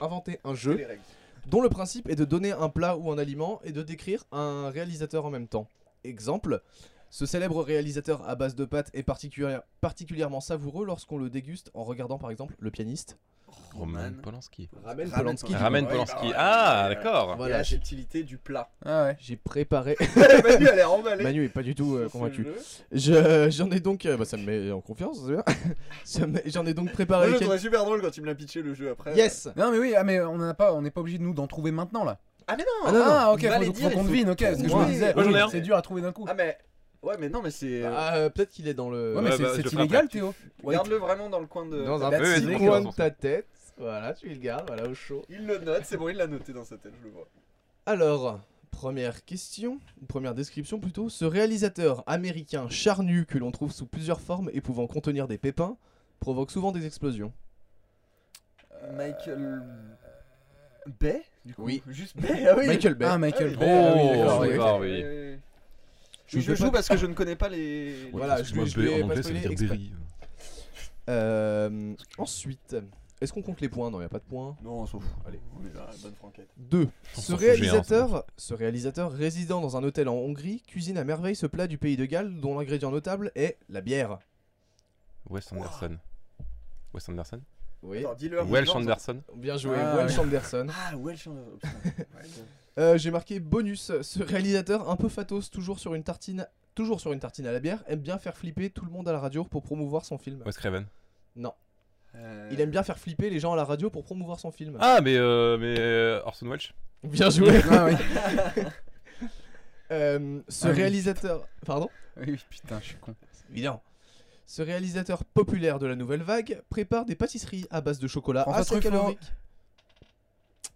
S3: inventé un
S2: c'est
S3: jeu
S2: les règles.
S3: dont le principe est de donner un plat ou un aliment et de décrire un réalisateur en même temps. Exemple, ce célèbre réalisateur à base de pâtes est particulière- particulièrement savoureux lorsqu'on le déguste en regardant par exemple le pianiste.
S5: Roman Polanski.
S3: Ramen
S2: Polanski.
S3: Polanski.
S5: Ramen
S7: Ouais, bah
S5: Polanski.
S7: ouais,
S5: Ah,
S7: ouais, ouais.
S5: d'accord
S2: Voilà,
S3: Voilà,
S2: la
S3: j'ai-
S2: subtilité du plat.
S4: Ah ouais.
S3: j'ai préparé.
S2: Manu, elle est emballée.
S3: Manu est pas du tout euh,
S2: sur ce
S3: convaincu.
S2: jeu.
S3: Je- J'en ai donc. euh, bah, ça me met en confiance, c'est bien. Ça me met- J'en ai donc
S2: Moi,
S3: préparé.
S2: je le
S3: quelques-
S2: trouvais super drôle quand il me l'a pitché le jeu après.
S3: Ah, Yes!
S4: Non mais oui, ah, mais on n'a pas, on n'est pas obligé de nous d'en trouver maintenant là.
S2: Ah, mais non
S3: Ah, non, non.
S4: Ah ok,
S2: Il va
S4: faut,
S2: les
S4: faut
S2: dire,
S4: qu'on
S2: il faut
S4: devine, ok, parce que je me
S2: trouver.
S4: disais,
S5: Moi, j'en ai
S4: oui,
S5: un.
S4: c'est dur Bah, à trouver d'un coup.
S2: Ah, mais. Ouais, mais non, mais c'est.
S3: Ah, euh, Peut-être qu'il est dans le.
S4: ouais mais
S5: Ouais,
S4: c'est-
S5: bah, je le
S4: c'est
S5: ferai
S4: illégal Théo.
S2: Garde-le vraiment dans le coin de. Bah,
S3: dans un
S5: Ouais,
S3: petit
S5: vas-y,
S3: coin de
S5: commence.
S3: ta tête. Voilà, tu le gardes, voilà, au chaud.
S2: Il le note, c'est bon, il l'a noté dans sa tête, je le vois.
S3: Alors, première question, ou première description plutôt. Ce réalisateur américain charnu que l'on trouve sous plusieurs formes et pouvant contenir des pépins provoque souvent des explosions.
S2: Michael. Bay Euh, du coup
S3: Oui.
S2: Juste Bay, ah oui
S3: Michael Bay.
S4: Ah Michael
S2: Ah,
S4: Bay, ah oui,
S5: Oh,
S4: d'accord,
S3: oui.
S4: oui.
S5: d'accord,
S2: Oui, oui,
S5: oui.
S2: oui.
S3: Je
S2: Oui,
S3: vous
S2: Je,
S3: fais
S2: joue
S3: pas-
S2: parce que je ne connais pas les.
S3: Euh, Voilà, je vais- je vais pas spoiler exprès. Euh, ensuite, Est-ce qu'on compte les points Non, il n'y a pas de points.
S2: Non, on s'en fout.
S3: Allez.
S2: on est là, bonne franquette.
S3: 2.
S5: On
S3: Ce
S5: s'en fout, j'ai un,
S4: hein,
S3: réalisateur, ce réalisateur résident dans un hôtel en Hongrie cuisine à merveille ce plat du pays de Galles dont l'ingrédient notable est la bière.
S5: Wes Anderson. Wes Anderson
S3: Oui.
S2: Attends, dis-le. à mon
S5: Welsh
S2: genre,
S5: Anderson
S3: Bien joué,
S2: Ah,
S3: Wes
S2: oui.
S3: Anderson.
S2: ça- Ah, Welsh Anderson. oh, putain.
S3: Euh, J'ai marqué bonus. Ce réalisateur un peu fatos, toujours sur une tartine, toujours sur une tartine à la bière, aime bien faire flipper tout le monde à la radio pour promouvoir son film.
S5: Wes Craven.
S2: Euh,
S3: Il aime bien faire flipper les gens à la radio pour promouvoir son film.
S5: Ah, mais, euh, mais euh, Orson Welles
S3: Bien joué.
S4: Ah oui.
S3: Euh, ce
S4: Ah oui.
S3: réalisateur, pardon.
S4: oui, oui, putain, je suis con.
S3: Évident. Ce réalisateur populaire de la nouvelle vague prépare des pâtisseries à base de chocolat
S4: François
S3: assez
S4: Truffaut.
S3: caloriques.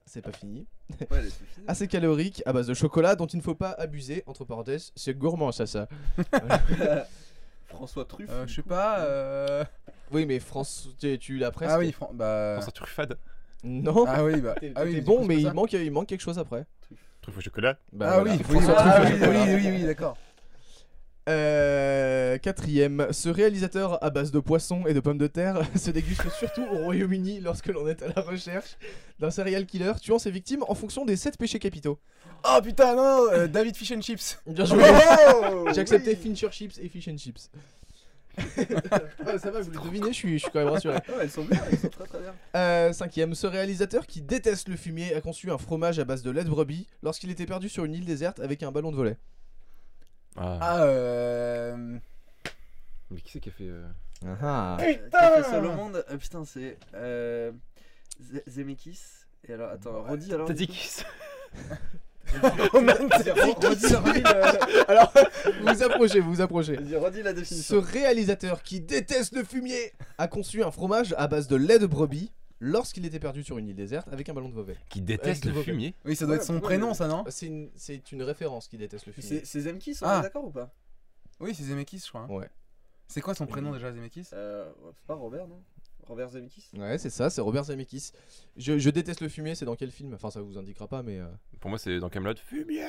S3: C'est pas fini.
S2: ouais, allez, c'est fini.
S3: Assez caloriques à base de chocolat dont il ne faut pas abuser. Entre parenthèses, c'est gourmand ça ça.
S2: François Truff.
S4: Euh, je sais pas. euh,
S3: Oui mais France, tu, tu l'as presque.
S4: Ah oui, Fran- bah.
S5: François Truffade.
S3: Non.
S4: Ah oui, bah.
S3: T'es
S4: Ah oui,
S3: t'es
S4: du coup,
S3: bon,
S4: c'est
S3: mais
S4: pour
S3: il
S4: ça.
S3: manque, il manque quelque chose après.
S5: Truffe au chocolat.
S3: Bah,
S4: Ah
S3: voilà.
S4: oui, oui,
S3: François
S4: bah,
S3: Truffaut,
S4: oui,
S3: je sais pas.
S4: oui, oui, oui, d'accord.
S3: Euh, quatrième, ce réalisateur à base de poissons et de pommes de terre se déguste surtout au Royaume-Uni lorsque l'on est à la recherche d'un serial killer tuant ses victimes en fonction des 7 péchés capitaux.
S4: Oh putain, non, euh, David Fish and Chips.
S3: Bien joué J'ai accepté Fincher Chips et Fish and Chips. Ah, ça va, vous le devinez, je suis, je suis quand même rassuré.
S4: Euh.
S2: Ouais, elles sont bien, elles sont très très bien.
S3: Euh, cinquième, ce réalisateur qui déteste le fumier a conçu un fromage à base de lait de brebis lorsqu'il était perdu sur une île déserte avec un ballon de volet.
S5: Ah.
S4: Ah, euh.
S5: Mais qui c'est qui a fait. euh,
S2: Putain Ah, fait seul au monde euh, Putain, c'est. Euh, Ze- Zemeckis. Et alors, attends, redis alors.
S5: T'as dit qui ça
S2: Redis, redis, le-
S3: Alors, vous approchez, vous approchez.
S2: vas-y, redis la
S3: Ce
S2: définition.
S3: réalisateur qui déteste le fumier a conçu un fromage à base de lait de brebis lorsqu'il était perdu sur une île déserte avec un ballon de Beauvais.
S5: Qui déteste
S3: Avec
S5: le
S3: le
S5: fumier
S4: Oui, ça
S2: Ouais,
S4: doit être son
S2: pourquoi
S4: prénom,
S2: le-
S4: ça, non
S3: C'est une, c'est une référence qui déteste le fumier.
S2: C'est c'est Zemeckis, on
S4: Ah.
S2: est d'accord ou pas
S4: Oui, c'est Zemeckis, je crois. hein.
S3: Ouais.
S4: C'est quoi son prénom déjà, Zemeckis
S2: Euh, C'est pas Robert, non Robert Zemeckis
S3: Ouais, c'est ça, c'est Robert Zemeckis. Je, je déteste le fumier, c'est dans quel film Enfin, ça vous indiquera pas, mais. euh,
S5: Pour moi, c'est dans Camelot. Fumier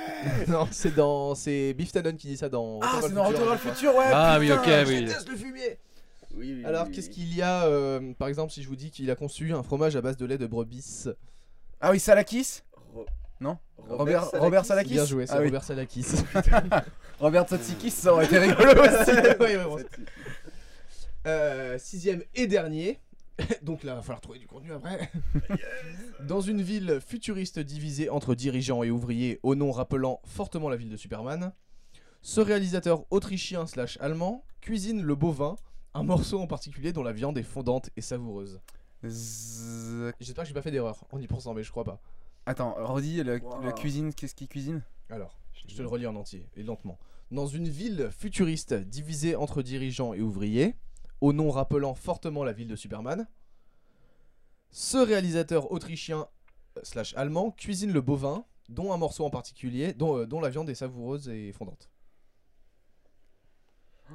S3: non, c'est dans. C'est Biff Tannen qui dit ça dans.
S4: Ah,
S3: Retour vers
S4: c'est
S3: le
S4: dans Retour vers le
S3: je crois.
S4: futur, Eh ouais
S5: Ah oui, ok,
S3: Je
S5: oui.
S3: déteste le fumier
S2: Oui, oui.
S3: Alors,
S2: oui,
S3: qu'est-ce
S2: oui.
S3: qu'il y a euh, Par exemple, si je vous dis qu'il a conçu un fromage à base de lait de brebis.
S4: Ah oui, Salakis
S2: Ro-
S4: Non
S2: Robert,
S4: Robert- Robert Salakis
S3: Bien joué, c'est
S4: Ah oui.
S3: Robert Salakis.
S4: Robert Satsikis, ça aurait été rigolo aussi
S3: Ouais, ouais, bon, Euh, sixième et dernier. Donc là, va falloir trouver du contenu après. Dans une ville futuriste divisée entre dirigeants et ouvriers, au nom rappelant fortement la ville de Superman, ce réalisateur autrichien slash allemand cuisine le bovin, un morceau en particulier dont la viande est fondante et savoureuse.
S4: Z-
S3: J'espère que j'ai pas fait d'erreur en y pensant, mais je crois pas.
S4: Attends, Roddy, le,
S2: Wow.
S4: le cuisine, qu'est-ce qu'il cuisine
S3: Alors, je te le relis en entier et lentement. Dans une ville futuriste divisée entre dirigeants et ouvriers, au nom rappelant fortement la ville de Superman, ce réalisateur autrichien euh, slash allemand cuisine le bovin, dont un morceau en particulier, dont, euh, dont la viande est savoureuse et fondante.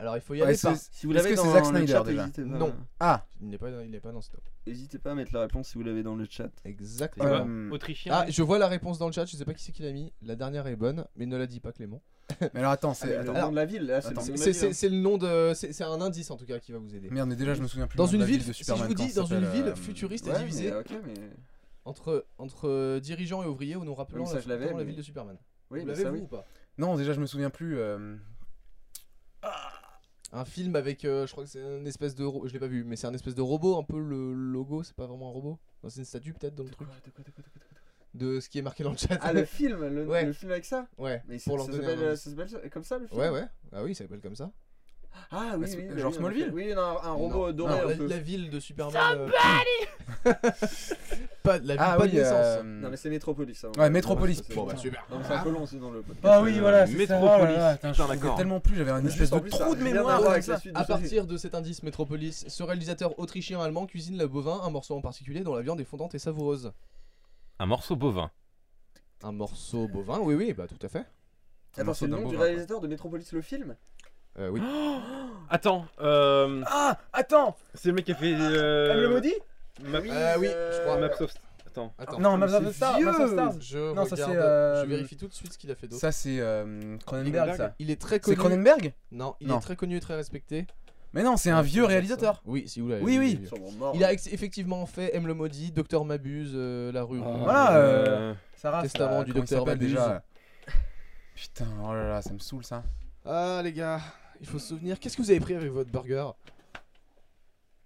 S3: Alors il faut y
S4: Ouais,
S3: aller
S4: c'est-
S3: par...
S2: Si vous
S4: Est-ce
S2: l'avez
S4: que
S2: dans
S4: c'est Zack
S2: le
S4: Snyder,
S2: chat,
S4: déjà
S2: hésitez pas.
S3: Non.
S4: Ah
S3: Il n'est pas, il n'est pas dans ce top.
S2: Hésitez pas à mettre la réponse si vous l'avez dans le chat.
S3: Exactement.
S5: quoi
S4: euh,
S5: Autrichien.
S3: Ah, je vois la réponse dans le chat, je sais pas qui c'est qui l'a mis. La dernière est bonne, mais ne la dis pas Clément.
S4: Mais alors attends,
S2: Ah,
S4: c'est.
S2: mais le
S4: attends.
S2: nom de la ville, là, c'est le
S4: Attends,
S2: nom de
S3: C'est-
S2: la
S3: C'est
S2: ville,
S3: c'est-
S2: hein.
S3: c'est le nom de. C'est c'est un indice en tout cas qui va vous aider.
S4: Merde, mais déjà, je me souviens plus.
S3: Dans
S4: du nom
S3: une
S4: de la
S3: ville,
S4: de
S3: si
S4: Superman,
S3: je vous
S4: comment
S3: dis,
S4: ça
S3: dans une
S4: s'appelle,
S3: ville
S4: euh,
S3: futuriste et
S2: Ouais,
S3: divisée
S2: mais, ok, mais.
S3: entre, entre euh, dirigeants et ouvriers, au nom rappelant
S2: Oui, ça,
S3: la,
S2: je l'avais,
S3: fortement la
S2: mais-
S3: ville de Superman.
S2: Oui,
S3: vous
S2: bah
S3: l'avez
S2: ça,
S3: vous
S2: oui.
S3: ou pas
S4: Non, déjà, je me souviens plus. euh,
S3: Un film avec, euh, je crois que c'est un espèce de, ro- je l'ai pas vu, mais c'est un espèce de robot, un peu le logo, c'est pas vraiment un robot. Non, C'est une statue peut-être dans le truc de ce qui est marqué dans le chat.
S2: Ah, le film, le,
S3: Ouais.
S2: le film avec ça
S3: ouais.
S2: Mais c'est-
S3: Pour
S2: ça
S3: leur donner
S2: s'appelle
S3: un
S2: euh,
S3: indice.
S2: ça s'appelle ça- comme ça le film
S3: Ouais ouais. Ah oui, ça s'appelle comme ça.
S2: Ah oui,
S4: Bah,
S2: oui,
S4: c'est-
S2: bah
S4: genre
S2: oui, en
S4: Smallville
S2: effet. Oui, non, un robot
S3: Non.
S2: doré
S3: Non,
S2: un
S3: la,
S2: peu.
S3: la ville de Superman. euh, pas la ville
S4: Ah
S3: pas
S4: oui,
S3: de naissance.
S4: euh,
S2: Non mais c'est Métropolis. hein.
S4: Ouais, Métropolis.
S2: c'est-
S3: Bon bah
S4: putain.
S3: super.
S2: Non, mais c'est un peu long aussi dans le podcast.
S4: Ah oui, voilà, c'est ça.
S5: Métropolis.
S4: Oh là là, attends, je
S5: Putain,
S4: me
S5: d'accord.
S4: souviens tellement plus, j'avais une espèce
S2: Juste, en
S4: de
S2: plus, ça
S4: trou de
S2: a rien
S4: mémoire
S2: à voir
S4: avec
S2: avec
S4: ça.
S2: la suite
S3: À
S2: du sujet.
S3: partir de cet indice Métropolis, ce réalisateur autrichien-allemand cuisine le bovin, un morceau en particulier dont la viande est fondante et savoureuse.
S5: Un morceau bovin.
S3: Un morceau bovin, oui, oui, bah tout à fait.
S2: Attends, c'est le nom du réalisateur de Métropolis le film
S3: Euh, oui.
S5: Attends, euh,
S4: Ah, attends
S5: c'est le mec qui a fait. Euh,
S4: Elle le maudit
S5: Map-
S3: Euh, oui, je crois.
S5: Mapsoft. Attends.
S3: Attends,
S4: Ah, Non, Maps
S2: mais
S4: of the
S2: c'est
S4: Stars, Maps of Stars.
S3: je
S4: Non, ça,
S3: regarde,
S4: c'est, euh,
S3: je vérifie tout de suite ce qu'il a fait d'autre.
S4: Ça, c'est euh, Cronenberg, ça.
S3: Il est très
S4: C'est
S3: connu.
S4: Cronenberg
S3: Non, il est
S4: Non.
S3: très connu et très respecté.
S4: Mais non, c'est un vieux réalisateur.
S3: Oui, si vous l'avez.
S4: Oui, oui.
S3: vu.
S2: Sûrement mort.
S3: Il a ex- effectivement fait M le maudit, Docteur Mabuse, euh, La Rue.
S4: Ah,
S3: Voilà
S4: voilà, euh,
S3: Sarah, Testament du
S4: Comment il
S3: Docteur
S4: s'appelle
S3: Mabuse.
S4: déjà Putain, oh là là, ça me saoule ça.
S3: Ah les gars, il faut se souvenir. Qu'est-ce que vous avez pris avec votre burger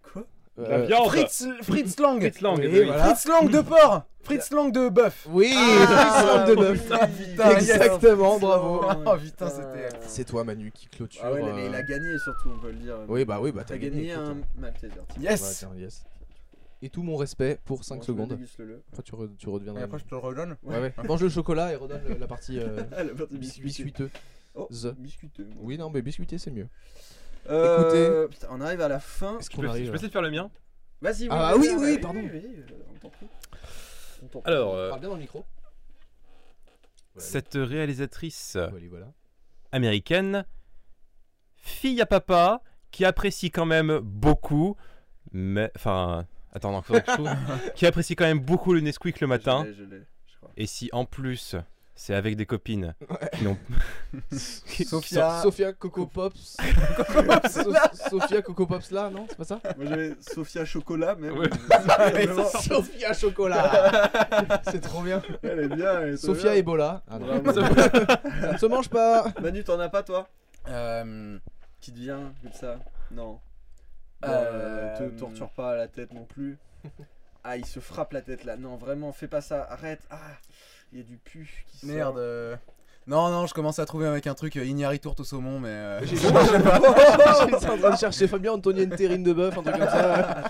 S2: Quoi
S3: Euh,
S5: La viande
S4: Fritz, Fritz Lang
S5: Fritz Lang,
S3: Oui,
S5: oui,
S3: voilà.
S4: Fritz Lang de porc Fritz Lang de bœuf
S3: Oui,
S4: Ah,
S3: Fritz Lang de bœuf.
S4: putain, putain, yes.
S3: Exactement, bravo.
S4: Oh putain, c'était.
S3: C'est toi Manu qui clôture.
S2: Ah ouais, mais- mais
S3: euh,
S2: il a gagné surtout, on peut le dire.
S3: Oui bah oui bah
S2: T'as gagné hein.
S3: écoute.
S2: un Malteser.
S4: Yes
S3: Ouais, tiens, yes. Et tout mon respect pour 5 secondes.
S2: Déguste-le.
S3: Après tu, re- tu redeviendras.
S4: je te le redonne
S3: Ouais, ouais. Mange le chocolat et redonne le- la partie euh,
S2: Ah, la partie
S3: bis-
S2: biscuitée.
S3: biscuiteuse.
S2: Oh, biscuiteux. moi.
S3: Oui non mais biscuité c'est mieux.
S2: Euh, putain, on arrive à la fin.
S3: Est-ce
S5: Je
S3: qu'on
S5: peux,
S3: arrive
S5: je peux essayer de faire le mien
S2: Vas-y, oui. vas-y,
S3: Ah, oui,
S2: vas-y,
S3: oui,
S2: vas-y,
S3: pardon.
S2: oui, euh, on t'en prie. On t'en prie.
S5: Alors,
S3: euh,
S5: euh,
S3: Parle bien dans le micro. Euh,
S5: cette réalisatrice
S3: Voilà, voilà.
S5: américaine, fille à papa, qui apprécie quand même beaucoup, mais enfin, attends, encore autre chose, qui apprécie quand même beaucoup le Nesquik le matin.
S2: Je l'ai, je l'ai, je crois.
S5: Et si en plus c'est avec des copines qui n'ont
S4: Sophia.
S3: Sophia Coco Pops. So- Sophia Coco Pops là non c'est pas ça
S2: Moi j'avais Sophia Chocolat, même.
S5: Ouais.
S2: Vraiment,
S3: Sophia Chocolat. c'est trop bien.
S2: Elle est bien. elle est trop
S3: Sophia
S2: bien.
S3: Ebola. Ah, non.
S2: Bravo.
S3: Ça ne se mange pas.
S2: Manu, t'en as pas toi
S4: Euh,
S2: Qui devient comme ça Non.
S4: Euh,
S2: Euh, te torture pas la tête non plus. Ah, il se frappe la tête là. Non, vraiment, fais pas ça. Arrête. Ah, il y a du pu qui sort.
S4: Merde. euh, Non, non, je commence à trouver avec un truc euh, Ignari tourte au saumon, mais. euh,
S3: J'étais en train de chercher Fabien Antonien Terrine de bœuf, un truc comme ça.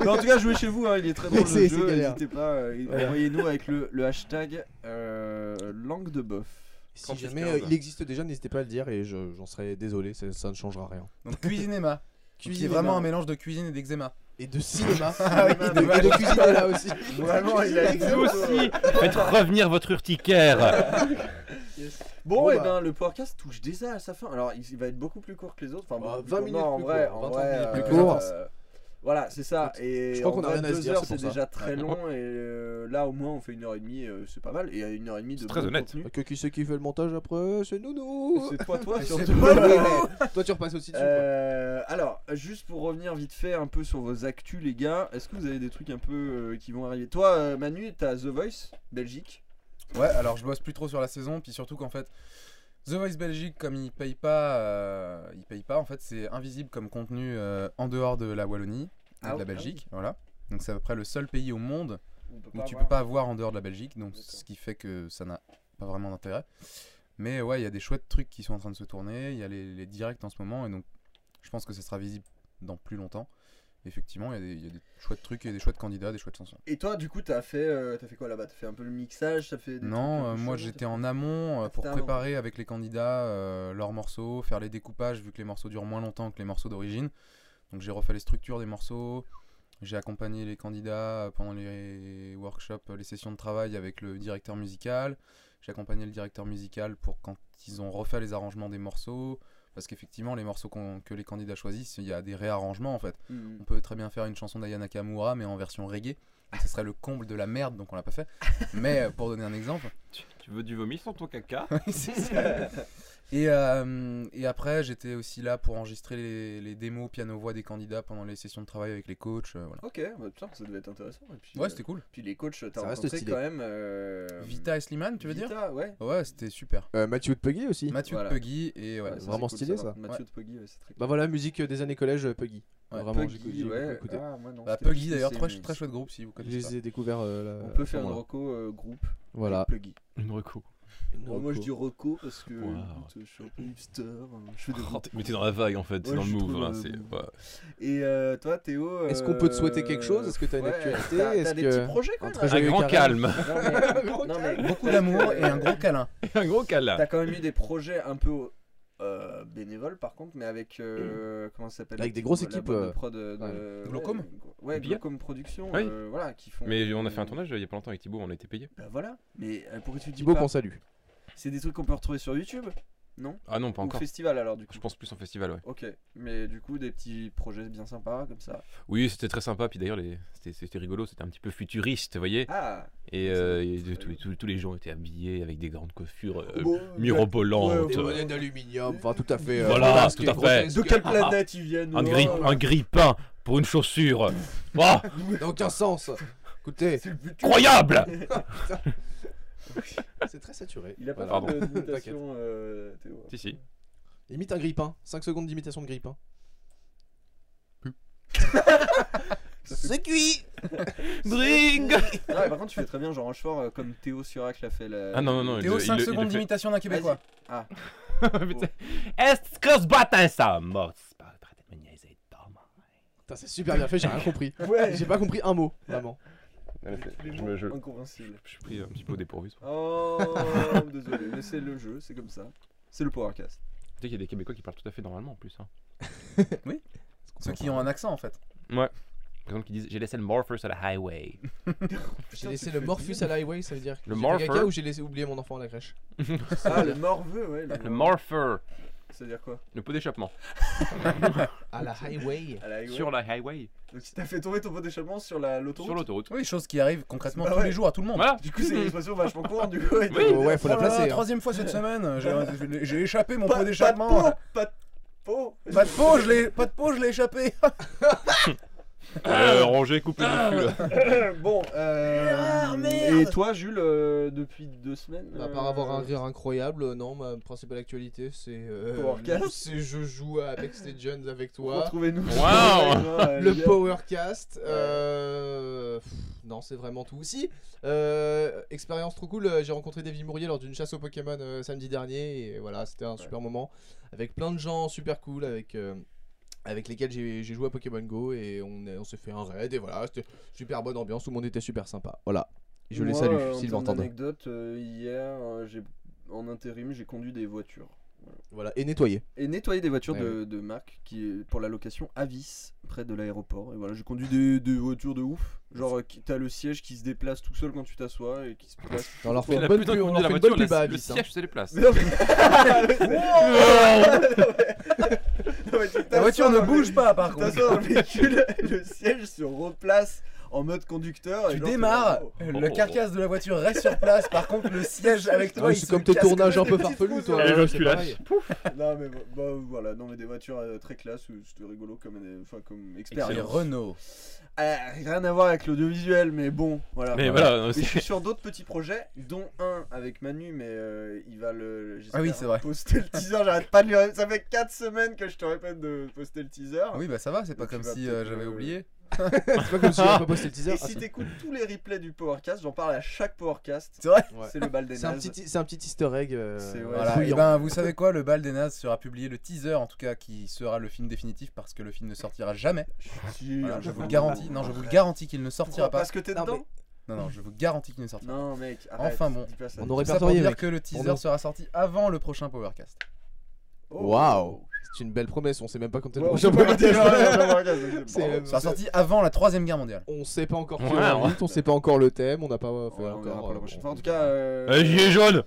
S2: Mais en tout cas, jouez chez vous, hein, il est très bon le
S3: C'est- c'est
S2: jeu.
S3: galère.
S2: N'hésitez pas, euh, envoyez-nous avec le, le hashtag euh, langue de bœuf.
S3: Si
S5: Campus
S3: jamais
S5: 15.
S3: euh, il existe déjà, n'hésitez pas à le dire et je- j'en serais désolé, ça, ça ne changera rien.
S4: Donc cuisinéma. qui est
S3: Cuisinéma.
S4: vraiment un mélange de cuisine et d'eczéma.
S3: Et de cinéma.
S4: Ah oui,
S3: et de, et de cuisine là aussi.
S2: Vraiment, il a
S5: Vous aussi, faites revenir votre urticaire.
S2: Bon,
S3: Bon,
S2: et
S3: bah.
S2: ben le podcast touche déjà à sa fin. Alors, il il va être beaucoup plus court que les autres. Enfin,
S3: Bah,
S2: beaucoup plus
S3: 20
S2: court.
S3: minutes
S2: Non, en
S3: plus
S2: vrai,
S3: court,
S2: en
S3: 20
S2: vrai,
S3: minutes plus
S2: euh,
S3: court.
S2: euh, Voilà, c'est ça. Et
S3: je crois
S2: en
S3: qu'on a
S2: vrai,
S3: rien à se
S2: deux
S3: dire,
S2: heures,
S3: c'est
S2: c'est
S3: pour ça.
S2: déjà très long. Et euh, là, au moins, on fait une heure et demie, euh, c'est pas mal. Et à une heure et demie de
S5: C'est très
S2: bon
S5: honnête.
S2: contenu.
S3: Bah, Que qui c'est qui fait le montage après C'est Nounou.
S2: C'est toi, toi,
S3: Ah, C'est
S2: surtout.
S3: toi, oui, mais toi, tu repasses aussi dessus. quoi.
S2: Euh, alors, juste pour revenir vite fait un peu sur vos actus, les gars, est-ce que vous avez des trucs un peu euh, qui vont arriver Toi, euh, Manu, t'as The Voice, Belgique.
S4: Ouais, alors je bosse plus trop sur la saison, puis surtout qu'en fait, The Voice Belgique, comme ils payent pas, euh, ils payent pas, en fait, c'est invisible comme contenu euh, en dehors de la Wallonie, et
S2: Ah
S4: de la
S2: oui, ah
S4: Belgique, voilà. Donc c'est à peu près le seul pays au monde
S2: On peut
S4: où
S2: pas
S4: tu
S2: avoir-
S4: peux pas avoir en dehors de la Belgique, donc
S2: D'accord.
S4: ce qui fait que ça n'a pas vraiment d'intérêt. Mais ouais, il y a des chouettes trucs qui sont en train de se tourner, il y a les, les directs en ce moment, et donc je pense que ça sera visible dans plus longtemps. Effectivement, il y a des- il y, a des chouettes trucs, et des chouettes candidats, des chouettes chansons.
S2: Et toi, du coup, t'as fait, euh, t'as fait quoi là-bas T'as fait un peu le mixage t'as fait des trucs
S4: Non,
S2: un
S4: euh,
S2: peu
S4: moi
S2: chauds,
S4: j'étais
S2: t'as fait-
S4: en amont euh,
S2: Ah,
S4: pour
S2: c'était avant.
S4: préparer avec les candidats euh, leurs morceaux, faire les découpages vu que les morceaux durent moins longtemps que les morceaux d'origine. Donc j'ai refait les structures des morceaux, j'ai accompagné les candidats euh, pendant les workshops, euh, les sessions de travail avec le directeur musical. J'ai accompagné le directeur musical pour quand ils ont refait les arrangements des morceaux. Parce qu'effectivement, les morceaux qu'on- que les candidats choisissent, il y a des réarrangements en fait.
S2: Hmm.
S4: On peut très bien faire une chanson d'Aya Nakamura, mais en version reggae. Et Ce serait le comble de la merde, donc on l'a pas fait. Mais euh, pour donner un exemple.
S5: Tu, tu veux du vomi sur ton caca
S4: Et, euh, et après, j'étais aussi là pour enregistrer les, les démos piano-voix des candidats pendant les sessions de travail avec les coachs. euh, voilà.
S2: Ok, bah, putain, ça devait être intéressant. Et puis,
S4: Ouais,
S2: euh,
S4: c'était cool.
S2: puis les coachs, t'as
S3: Ça reste
S2: rencontré
S3: stylé.
S2: quand même. euh,
S4: Vita et Slimane, tu veux dire
S2: Vita, ouais.
S4: Ouais, c'était super.
S3: Euh, Mathieu de Puggy aussi.
S4: Mathieu
S2: Voilà.
S4: de Puggy et ouais.
S2: Ouais, ça,
S3: vraiment
S2: c'est cool,
S3: stylé,
S2: savoir.
S3: ça.
S2: Mathieu
S4: Ouais.
S2: de Puggy, ouais, c'est très cool.
S3: Bah voilà, musique euh, des années collège euh, Puggy.
S4: Ouais,
S3: Vraiment, j'ai-
S2: Puggy,
S3: j'ai beaucoup
S2: ouais.
S3: écouté.
S2: Ah, moi, non,
S4: Bah,
S2: c'était
S4: Puggy
S2: pas
S4: d'ailleurs,
S2: poussé,
S4: très,
S2: mais-
S4: très chouette groupe si vous
S3: Je
S4: connaissez. pas.
S3: les ai découverts euh, là.
S2: On peut faire
S3: à ce
S2: une
S3: moment-là.
S2: reco euh, groupe.
S3: Voilà.
S2: Puggy.
S5: Une reco.
S2: Bon, moi je dis reco parce que
S5: Wow.
S2: écoute, je suis un peu hipster, hein, je fais des
S5: Oh, t'es-
S2: reco.
S5: Mais t'es dans la vague en fait, c'est
S2: Ouais,
S5: dans
S2: je
S5: le
S2: suis
S5: move.
S2: trop
S5: là,
S2: dans le
S5: c'est-
S2: move.
S5: ouais.
S2: Et euh, toi Théo euh,
S3: Est-ce qu'on peut te souhaiter quelque chose Est-ce que t'as une actualité
S2: T'as, t'as
S3: Est-ce
S2: des
S3: que-
S2: petits projets quand
S3: un
S2: même
S3: très
S2: hein
S5: Un
S3: Joyeux
S5: grand
S3: carême.
S5: calme.
S2: Non, mais- non, mais-
S4: Beaucoup d'amour et un gros câlin.
S5: Un gros câlin.
S2: T'as quand même eu des projets un peu euh, bénévoles par contre, mais avec
S5: Mm.
S2: euh, comment ça s'appelle la
S3: Avec des
S2: petite-
S3: grosses
S2: la
S3: équipes,
S2: boîte de
S3: euh,
S2: prod de, de-
S4: ouais. Glaucome
S2: Ouais,
S5: Bien.
S2: Glaucome Productions,
S5: Oui.
S2: euh, voilà, qui font.
S5: Mais on a fait un tournage euh, il y a pas longtemps avec Thibaut, on a été payé.
S2: Bah voilà, mais euh, pourquoi tu dis
S3: Thibaut
S2: pas
S3: qu'on salue.
S2: C'est des trucs qu'on peut retrouver sur YouTube
S5: Ah non, pas
S2: Ou
S5: encore.
S2: festival alors du coup.
S5: Je pense plus en festival, ouais.
S2: Ok, mais du coup des petits projets bien sympas comme ça.
S5: Oui, c'était très sympa. Puis d'ailleurs, les... c'était- c'était rigolo, c'était un petit peu futuriste, vous voyez.
S2: Ah,
S5: Et, euh, et de- tous, les- tous- tous les gens étaient habillés avec des grandes coiffures euh,
S4: Oh,
S5: mirobolantes. Euh,
S3: Des monnaies d'aluminium, enfin tout à fait. euh,
S5: Voilà,
S3: grotesque
S5: tout
S3: et
S5: à fait.
S3: grotesque.
S2: De quelle planète ils viennent
S5: un,
S2: oh.
S5: gris, un grille-pain pour une chaussure. Ah,
S3: Dans aucun sens. Écoutez,
S5: incroyable
S3: c'est très saturé.
S2: Il a pas
S3: Voilà.
S2: fait
S5: Pardon.
S2: de-
S3: T'inquiète.
S2: d'imitation, euh, Théo.
S5: Si, si.
S3: Imite un grippin. 5 secondes d'imitation de grippin.
S6: C'est cuit
S5: Bring
S2: Ah, ouais, par contre, tu fais très bien, genre Rochefort, euh, comme Théo Surac l'a fait. La...
S5: Ah non, non, non.
S4: Théo,
S5: il-
S4: 5
S5: il- il
S4: secondes
S5: le fait-
S4: d'imitation d'un Québécois.
S5: Putain. Est-ce que ce bâtard ça mort C'est pas- arrêtez de me niaiser, Tom.
S3: Putain, c'est super bien fait, j'ai rien compris.
S2: Ouais,
S3: J'ai pas compris un mot, vraiment.
S5: Je me- je-
S2: inconvincible.
S5: je suis pris un petit peu au dépourvu. Tu
S2: Oh, désolé, mais c'est le jeu, c'est comme ça. C'est le Powercast.
S5: sais qu'il y a des Québécois qui parlent tout à fait normalement en plus. hein.
S4: Ceux qui ont un accent en fait.
S5: Par exemple, qui disent J'ai laissé le Morpher sur la highway.
S3: J'ai laissé le Morphus à l'highway, ça veut dire.
S5: Le
S3: j'ai fait
S5: Morpher.
S3: caca ou j'ai laissé oublier mon enfant à la crèche
S2: Ah, le morveux, ouais.
S5: Le Morpher,
S2: C'est-à-dire quoi
S5: le pot d'échappement.
S3: À la highway.
S2: À la highway.
S5: Sur la highway,
S2: Ah, Donc, si t'as fait tomber ton pot d'échappement sur la- l'autoroute
S5: sur l'autoroute.
S4: Oui, chose qui arrive concrètement
S2: Bah
S4: tous
S2: ouais.
S4: les jours à tout le monde.
S5: Voilà
S2: Du coup, c'est une expression vachement courante, du coup. et
S5: Oui.
S2: t'as-
S3: Oh, ouais, faut la
S4: Oh là là,
S3: placer. hein.
S4: troisième fois cette semaine, j'ai- j'ai échappé mon
S2: Pas,
S4: pot
S2: pas
S4: d'échappement.
S2: de peau Pas de peau
S4: Pas de peau, je l'ai, pas de peau, je l'ai échappé.
S5: Euh, Roger coupe le cul.
S2: Bon, euh.
S6: Ah, merde.
S2: Et toi, Jules, euh, depuis deux semaines
S3: Bah,
S2: euh,
S3: À part avoir un rire incroyable, euh, non, ma principale actualité c'est. euh,
S2: Powercast.
S3: c'est je joue à Apex Legends avec toi.
S2: Retrouvez-nous. euh,
S5: Waouh.
S3: Le Powercast. euh, pff, Non, c'est vraiment tout. Si, euh, expérience trop cool. euh, J'ai rencontré David Mourier lors d'une chasse aux Pokémon euh, samedi dernier. Et voilà, c'était un super moment. Avec plein de gens super cool. Avec. euh, Avec lesquels j'ai j'ai joué à Pokémon Go et on, est- on s'est fait un raid et voilà, c'était super bonne ambiance, tout le monde était super sympa. Voilà. Et Je les salue,
S2: euh,
S3: s'ils
S2: Une
S3: m'entendent.
S2: anecdote, euh, hier, euh, j'ai- en intérim, j'ai conduit des voitures.
S3: Voilà, et nettoyer.
S2: Et nettoyé des voitures
S3: Ouais,
S2: de, de marque qui est pour la location Avis, près de l'aéroport. Et voilà, j'ai conduit des, des voitures de ouf. Genre, euh, qui- t'as le siège qui se déplace tout seul quand tu t'assois et qui se place.
S3: On leur fait
S5: Il
S3: une
S5: a
S3: bonne
S5: putain
S3: pub,
S5: de
S3: on
S5: conduit
S3: leur
S5: la
S3: fait une
S5: voiture,
S3: bonne pub à
S5: le, le
S3: Abyss, hein.
S5: siège c'est les places.
S2: Non, mais- Non, mais tu
S4: La
S2: t'assois
S4: voiture ne
S2: dans le-
S4: bouge pas par
S2: tu
S4: contre.
S2: t'assois dans le véhicule, le siège se replace en mode conducteur. et
S4: Tu
S2: genre, t'es
S4: démarres,
S2: là, oh.
S4: le carcasse de la voiture reste sur place. Par contre, le siège avec toi,
S3: Ouais,
S4: il
S3: c'est
S4: se
S3: comme tes
S4: casse
S3: tournages un
S4: comme
S3: peu
S4: des petites
S3: farfelus,
S4: pousses.
S3: toi.
S5: Et
S3: ouais,
S5: je
S3: c'est
S5: suis là.
S3: pareil.
S2: Non mais bon, bah, voilà, non mais des voitures euh, très classe, euh, c'était rigolo comme, euh, enfin, comme
S4: C'est
S2: expérience.
S4: Renault.
S2: Euh, rien à voir avec l'audiovisuel, mais bon, voilà.
S5: Mais voilà, euh,
S2: Mais je suis
S5: c'est-
S2: sur d'autres petits projets, dont un avec Manu, mais euh, il va le. j'espère,
S4: Ah oui, c'est vrai.
S2: Poster le teaser, j'arrête pas de lui. Ça fait 4 semaines que je te répète de poster le teaser.
S4: Ah oui, bah ça va, c'est pas
S2: Tu
S4: comme
S2: vas
S4: si euh,
S2: peut-être,
S4: j'avais
S2: euh,
S4: oublié.
S3: C'est pas comme si j'avais pas posté le teaser.
S2: Et
S3: Ah,
S2: si
S3: c'est-
S2: t'écoutes tous les replays du Powercast, j'en parle à chaque Powercast.
S4: C'est vrai
S3: Ouais.
S2: C'est le bal des
S3: C'est un,
S2: nazes.
S3: petit- c'est un petit easter egg. euh,
S2: C'est- ouais.
S4: Voilà.
S3: bouillant.
S4: Et ben, vous savez quoi, le bal des nazes sera publié le teaser, en tout cas, qui sera le film définitif parce que le film ne sortira jamais.
S2: Si,
S4: Voilà, je
S2: enfin,
S4: vous le garantis. Non, je vous le garantis qu'il ne sortira
S2: Pourquoi
S4: pas.
S2: Parce que t'es
S3: Non,
S2: dedans
S4: Non, non, je vous garantis qu'il ne sortira pas.
S2: Non, mec, arrête.
S4: Enfin bon.
S2: dis pas ça.
S3: On aurait
S4: Tout ça pour
S3: répertorié,
S4: dire
S3: mec.
S4: que le
S3: Pour
S4: teaser
S3: nous.
S4: sera sorti avant le prochain Powercast.
S2: Oh.
S3: Waouh! C'est une belle promesse, on sait même pas quand t'es le
S2: Ouais,
S3: prochain
S2: on peut pas dire le
S3: podcast.
S2: prochain Powercast, donc c'est-
S3: C'est-
S2: bravo.
S3: euh,
S4: sera sorti avant la troisième guerre mondiale.
S3: On sait pas encore qui
S5: Ouais,
S3: on invite, on sait pas encore le thème, on n'a pas euh, fait
S2: Ouais, oh, on verra
S3: encore.
S2: pour la
S3: euh,
S2: prochaine
S3: bon.
S2: fois. En tout cas, euh,
S5: Euh, gilet jaune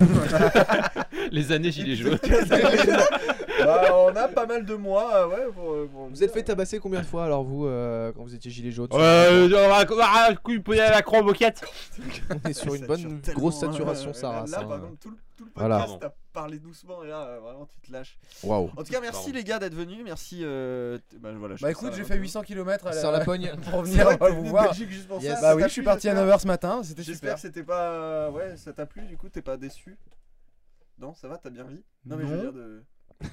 S5: Les années gilets jaunes.
S2: bah, on a pas mal de mois, euh, ouais. Pour, euh, pour-
S3: Vous êtes fait tabasser combien de fois alors vous euh, quand vous étiez gilet jaune? sur-
S5: Euh, on va- on va- on couille, poignet à la croix moquette.
S3: On est sur une
S2: Ça
S3: bonne
S2: tellement,
S3: grosse
S2: hein,
S3: saturation,
S2: ouais, ouais.
S3: Sarah.
S2: Là,
S3: ça.
S2: par contre, tout le, tout le
S3: Voilà.
S2: podcast, t'as parlé doucement et là, euh, vraiment, tu te lâches.
S3: Waouh!
S2: En tout cas, merci
S5: Pardon.
S2: les gars d'être venus. Merci. euh, t- bah, voilà, je
S4: Bah
S2: trouve
S4: écoute,
S2: ça
S4: j'ai
S2: vraiment
S4: fait 800 km à
S3: Sur la pogne.
S4: euh, pour
S2: cool. C'est vrai
S4: venir
S2: que t'es
S4: vous
S2: venu de
S4: voir.
S2: Belgique juste pour
S3: Yes.
S2: ça, ça
S4: Bah oui,
S2: t'a
S4: je suis
S2: plu,
S4: parti à
S2: j'espère.
S4: 9h ce matin, c'était
S2: J'espère
S4: super.
S2: que c'était pas. euh, Ouais, ça t'a plu du coup, t'es pas déçu Non, ça va, t'as bien vie Non, mais je veux
S4: Non.
S2: dire de. de-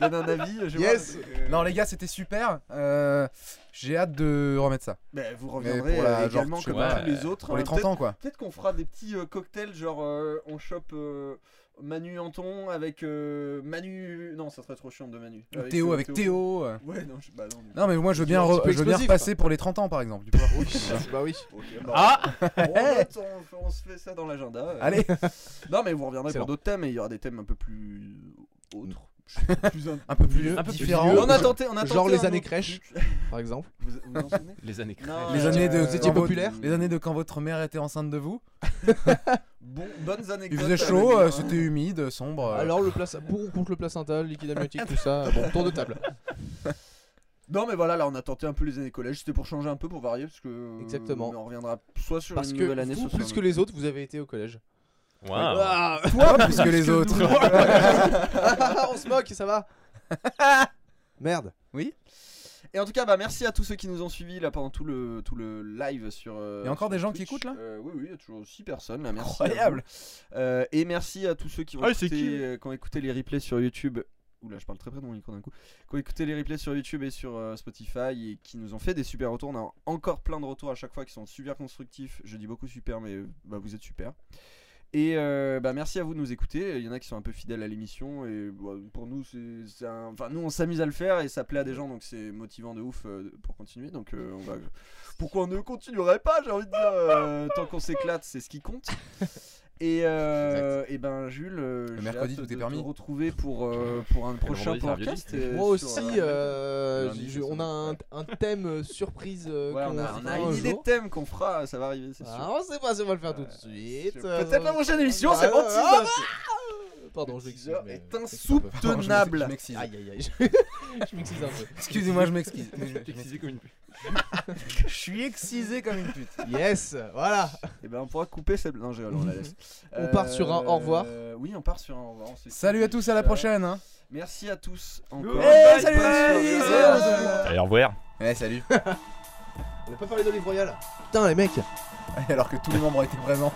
S2: Donne un avis, je vois.
S3: Yes.
S2: Euh,
S4: Non les gars, c'était super. Euh, j'ai hâte de remettre ça
S2: bah, vous
S4: Mais
S2: reviendrez
S4: pour la-
S2: euh,
S4: genre,
S2: également
S4: tu
S2: comme
S5: vois,
S2: tous les autres.
S4: pour les
S2: Euh,
S4: 30 ans quoi.
S2: Peut-être qu'on fera des petits euh, cocktails, genre euh, on chope euh, Manu Anton avec euh, Manu. Non, ça serait trop chiant de Manu.
S4: Ou Théo avec Théo. euh.
S2: Ouais, non, je... bah non. mais-
S4: Non mais moi je veux bien,
S3: Un petit
S4: re-
S3: peu
S4: je veux bien
S3: explosif,
S4: repasser pour les 30 ans par exemple. du coup.
S3: Bah oui.
S2: Ok, bon.
S5: Ah
S2: on, note, on fait- on se fait ça dans l'agenda. euh.
S4: Allez,
S2: Non, mais vous reviendrez
S3: Excellent.
S2: pour d'autres thèmes et il y aura des thèmes un peu plus. euh, autres. plus un...
S4: un peu plus
S5: Un peu plus
S4: différent.
S5: vieux.
S2: On a tenté, on a
S3: Mm. Genre
S2: tenté
S3: les
S2: un
S3: années
S2: autre
S3: crèches.
S2: truc.
S3: Par exemple.
S2: Vous vous en souvenez
S5: Les années
S2: Non,
S5: crèches.
S4: Les années de-
S3: vous étiez
S2: quand
S3: populaire
S2: votre-
S4: Les années de euh, quand votre mère était enceinte de vous.
S2: Bon, bonnes années.
S4: Il faisait chaud, euh, c'était humide, sombre. euh.
S3: Alors le place, pour ou contre le placenta, le liquide amniotique, tout ça. Bon, tour de table.
S2: Non, mais voilà, là on a tenté un peu les années collège, c'était pour changer un peu, pour varier, parce que. euh,
S3: Exactement.
S2: mais on reviendra soit sur
S3: Parce
S2: une
S3: que
S2: nouvelle année,
S3: vous,
S2: soit sur hein.
S3: plus
S2: un
S3: que
S2: autre.
S3: les autres, vous avez été au collège. Ah.
S5: Waouh.
S3: Toi, plus que les autres. On se moque, ça va. Merde.
S2: Et en tout cas, bah merci à tous ceux qui nous ont suivis là pendant tout le, tout le live sur. euh,
S4: Il y a encore
S2: sur
S4: des gens qui
S2: Twitch.
S4: écoutent, là
S2: Euh, Oui, oui, il y a toujours 6 personnes là, merci.
S6: Incroyable.
S2: à vous. Euh, et merci à tous ceux qui ont,
S5: Ah, c'est
S2: écouté,
S5: qui
S2: euh, qui ont écouté les replays sur YouTube. Oula, je parle très près de mon micro d'un coup. Qui ont écouté les replays sur YouTube et sur euh, Spotify et qui nous ont fait des super retours. On a encore plein de retours à chaque fois qui sont super constructifs. Je dis beaucoup super, mais euh, bah, vous êtes super. Et euh, bah merci à vous de nous écouter. Il y en a qui sont un peu fidèles à l'émission et bah, pour nous c'est c'est un- enfin nous on s'amuse à le faire et ça plaît à des gens donc c'est motivant de ouf euh, pour continuer. Donc euh, on va- pourquoi on ne continuerait pas J'ai envie de dire euh, tant qu'on s'éclate c'est ce qui compte. Et, euh, et ben Jules, euh, j'ai
S4: mercredi,
S2: hâte
S4: tout est
S2: de
S4: permis.
S2: te retrouver pour euh, pour un prochain
S5: vendredi, c'est un
S2: podcast.
S5: jeudi.
S2: euh,
S3: Moi
S2: sur,
S3: aussi,
S2: euh,
S3: euh,
S4: lundi,
S3: je-
S4: c'est
S3: on
S4: ça.
S3: a un, un thème euh, surprise euh,
S2: ouais, on
S3: qu'on
S2: a,
S3: fera
S2: on a
S3: un
S2: une idée
S3: jour.
S2: de thème qu'on fera, ça va arriver c'est sûr.
S3: Ah, on sait pas si on va le faire tout de suite. euh,
S2: Peut-être la prochaine émission,
S3: Ah,
S2: c'est bon.
S3: ah,
S2: teaser.
S3: ah, Pardon, je
S2: Le
S3: m'excuse.
S2: teaser
S3: mais,
S2: est
S3: euh, c'est un peu-
S4: Pardon, je m'excuse, je
S2: insoutenable.
S4: m'excuse.
S3: Aïe aïe aïe, je m'excuse un peu.
S4: Excusez-moi, je m'excuse. Je
S5: T'es
S4: m'excuse.
S5: excisé comme une pute.
S4: Je suis excisé comme une pute.
S3: Yes, voilà.
S2: Et ben on pourra couper cette. Non, je rigole, on la laisse.
S3: On part sur un au revoir.
S2: Euh, Oui, on part sur un au revoir. on se-
S4: Salut à tous, à la
S2: Euh,
S4: prochaine. Hein.
S2: Merci à tous. Encore.
S4: Eh, salut,
S2: Bonne
S4: bisous.
S2: soirée.
S5: Allez, au revoir.
S4: Ouais, salut.
S3: On n'a pas parlé d'olive royale. Putain les mecs.
S4: Alors que tous les membres étaient présents.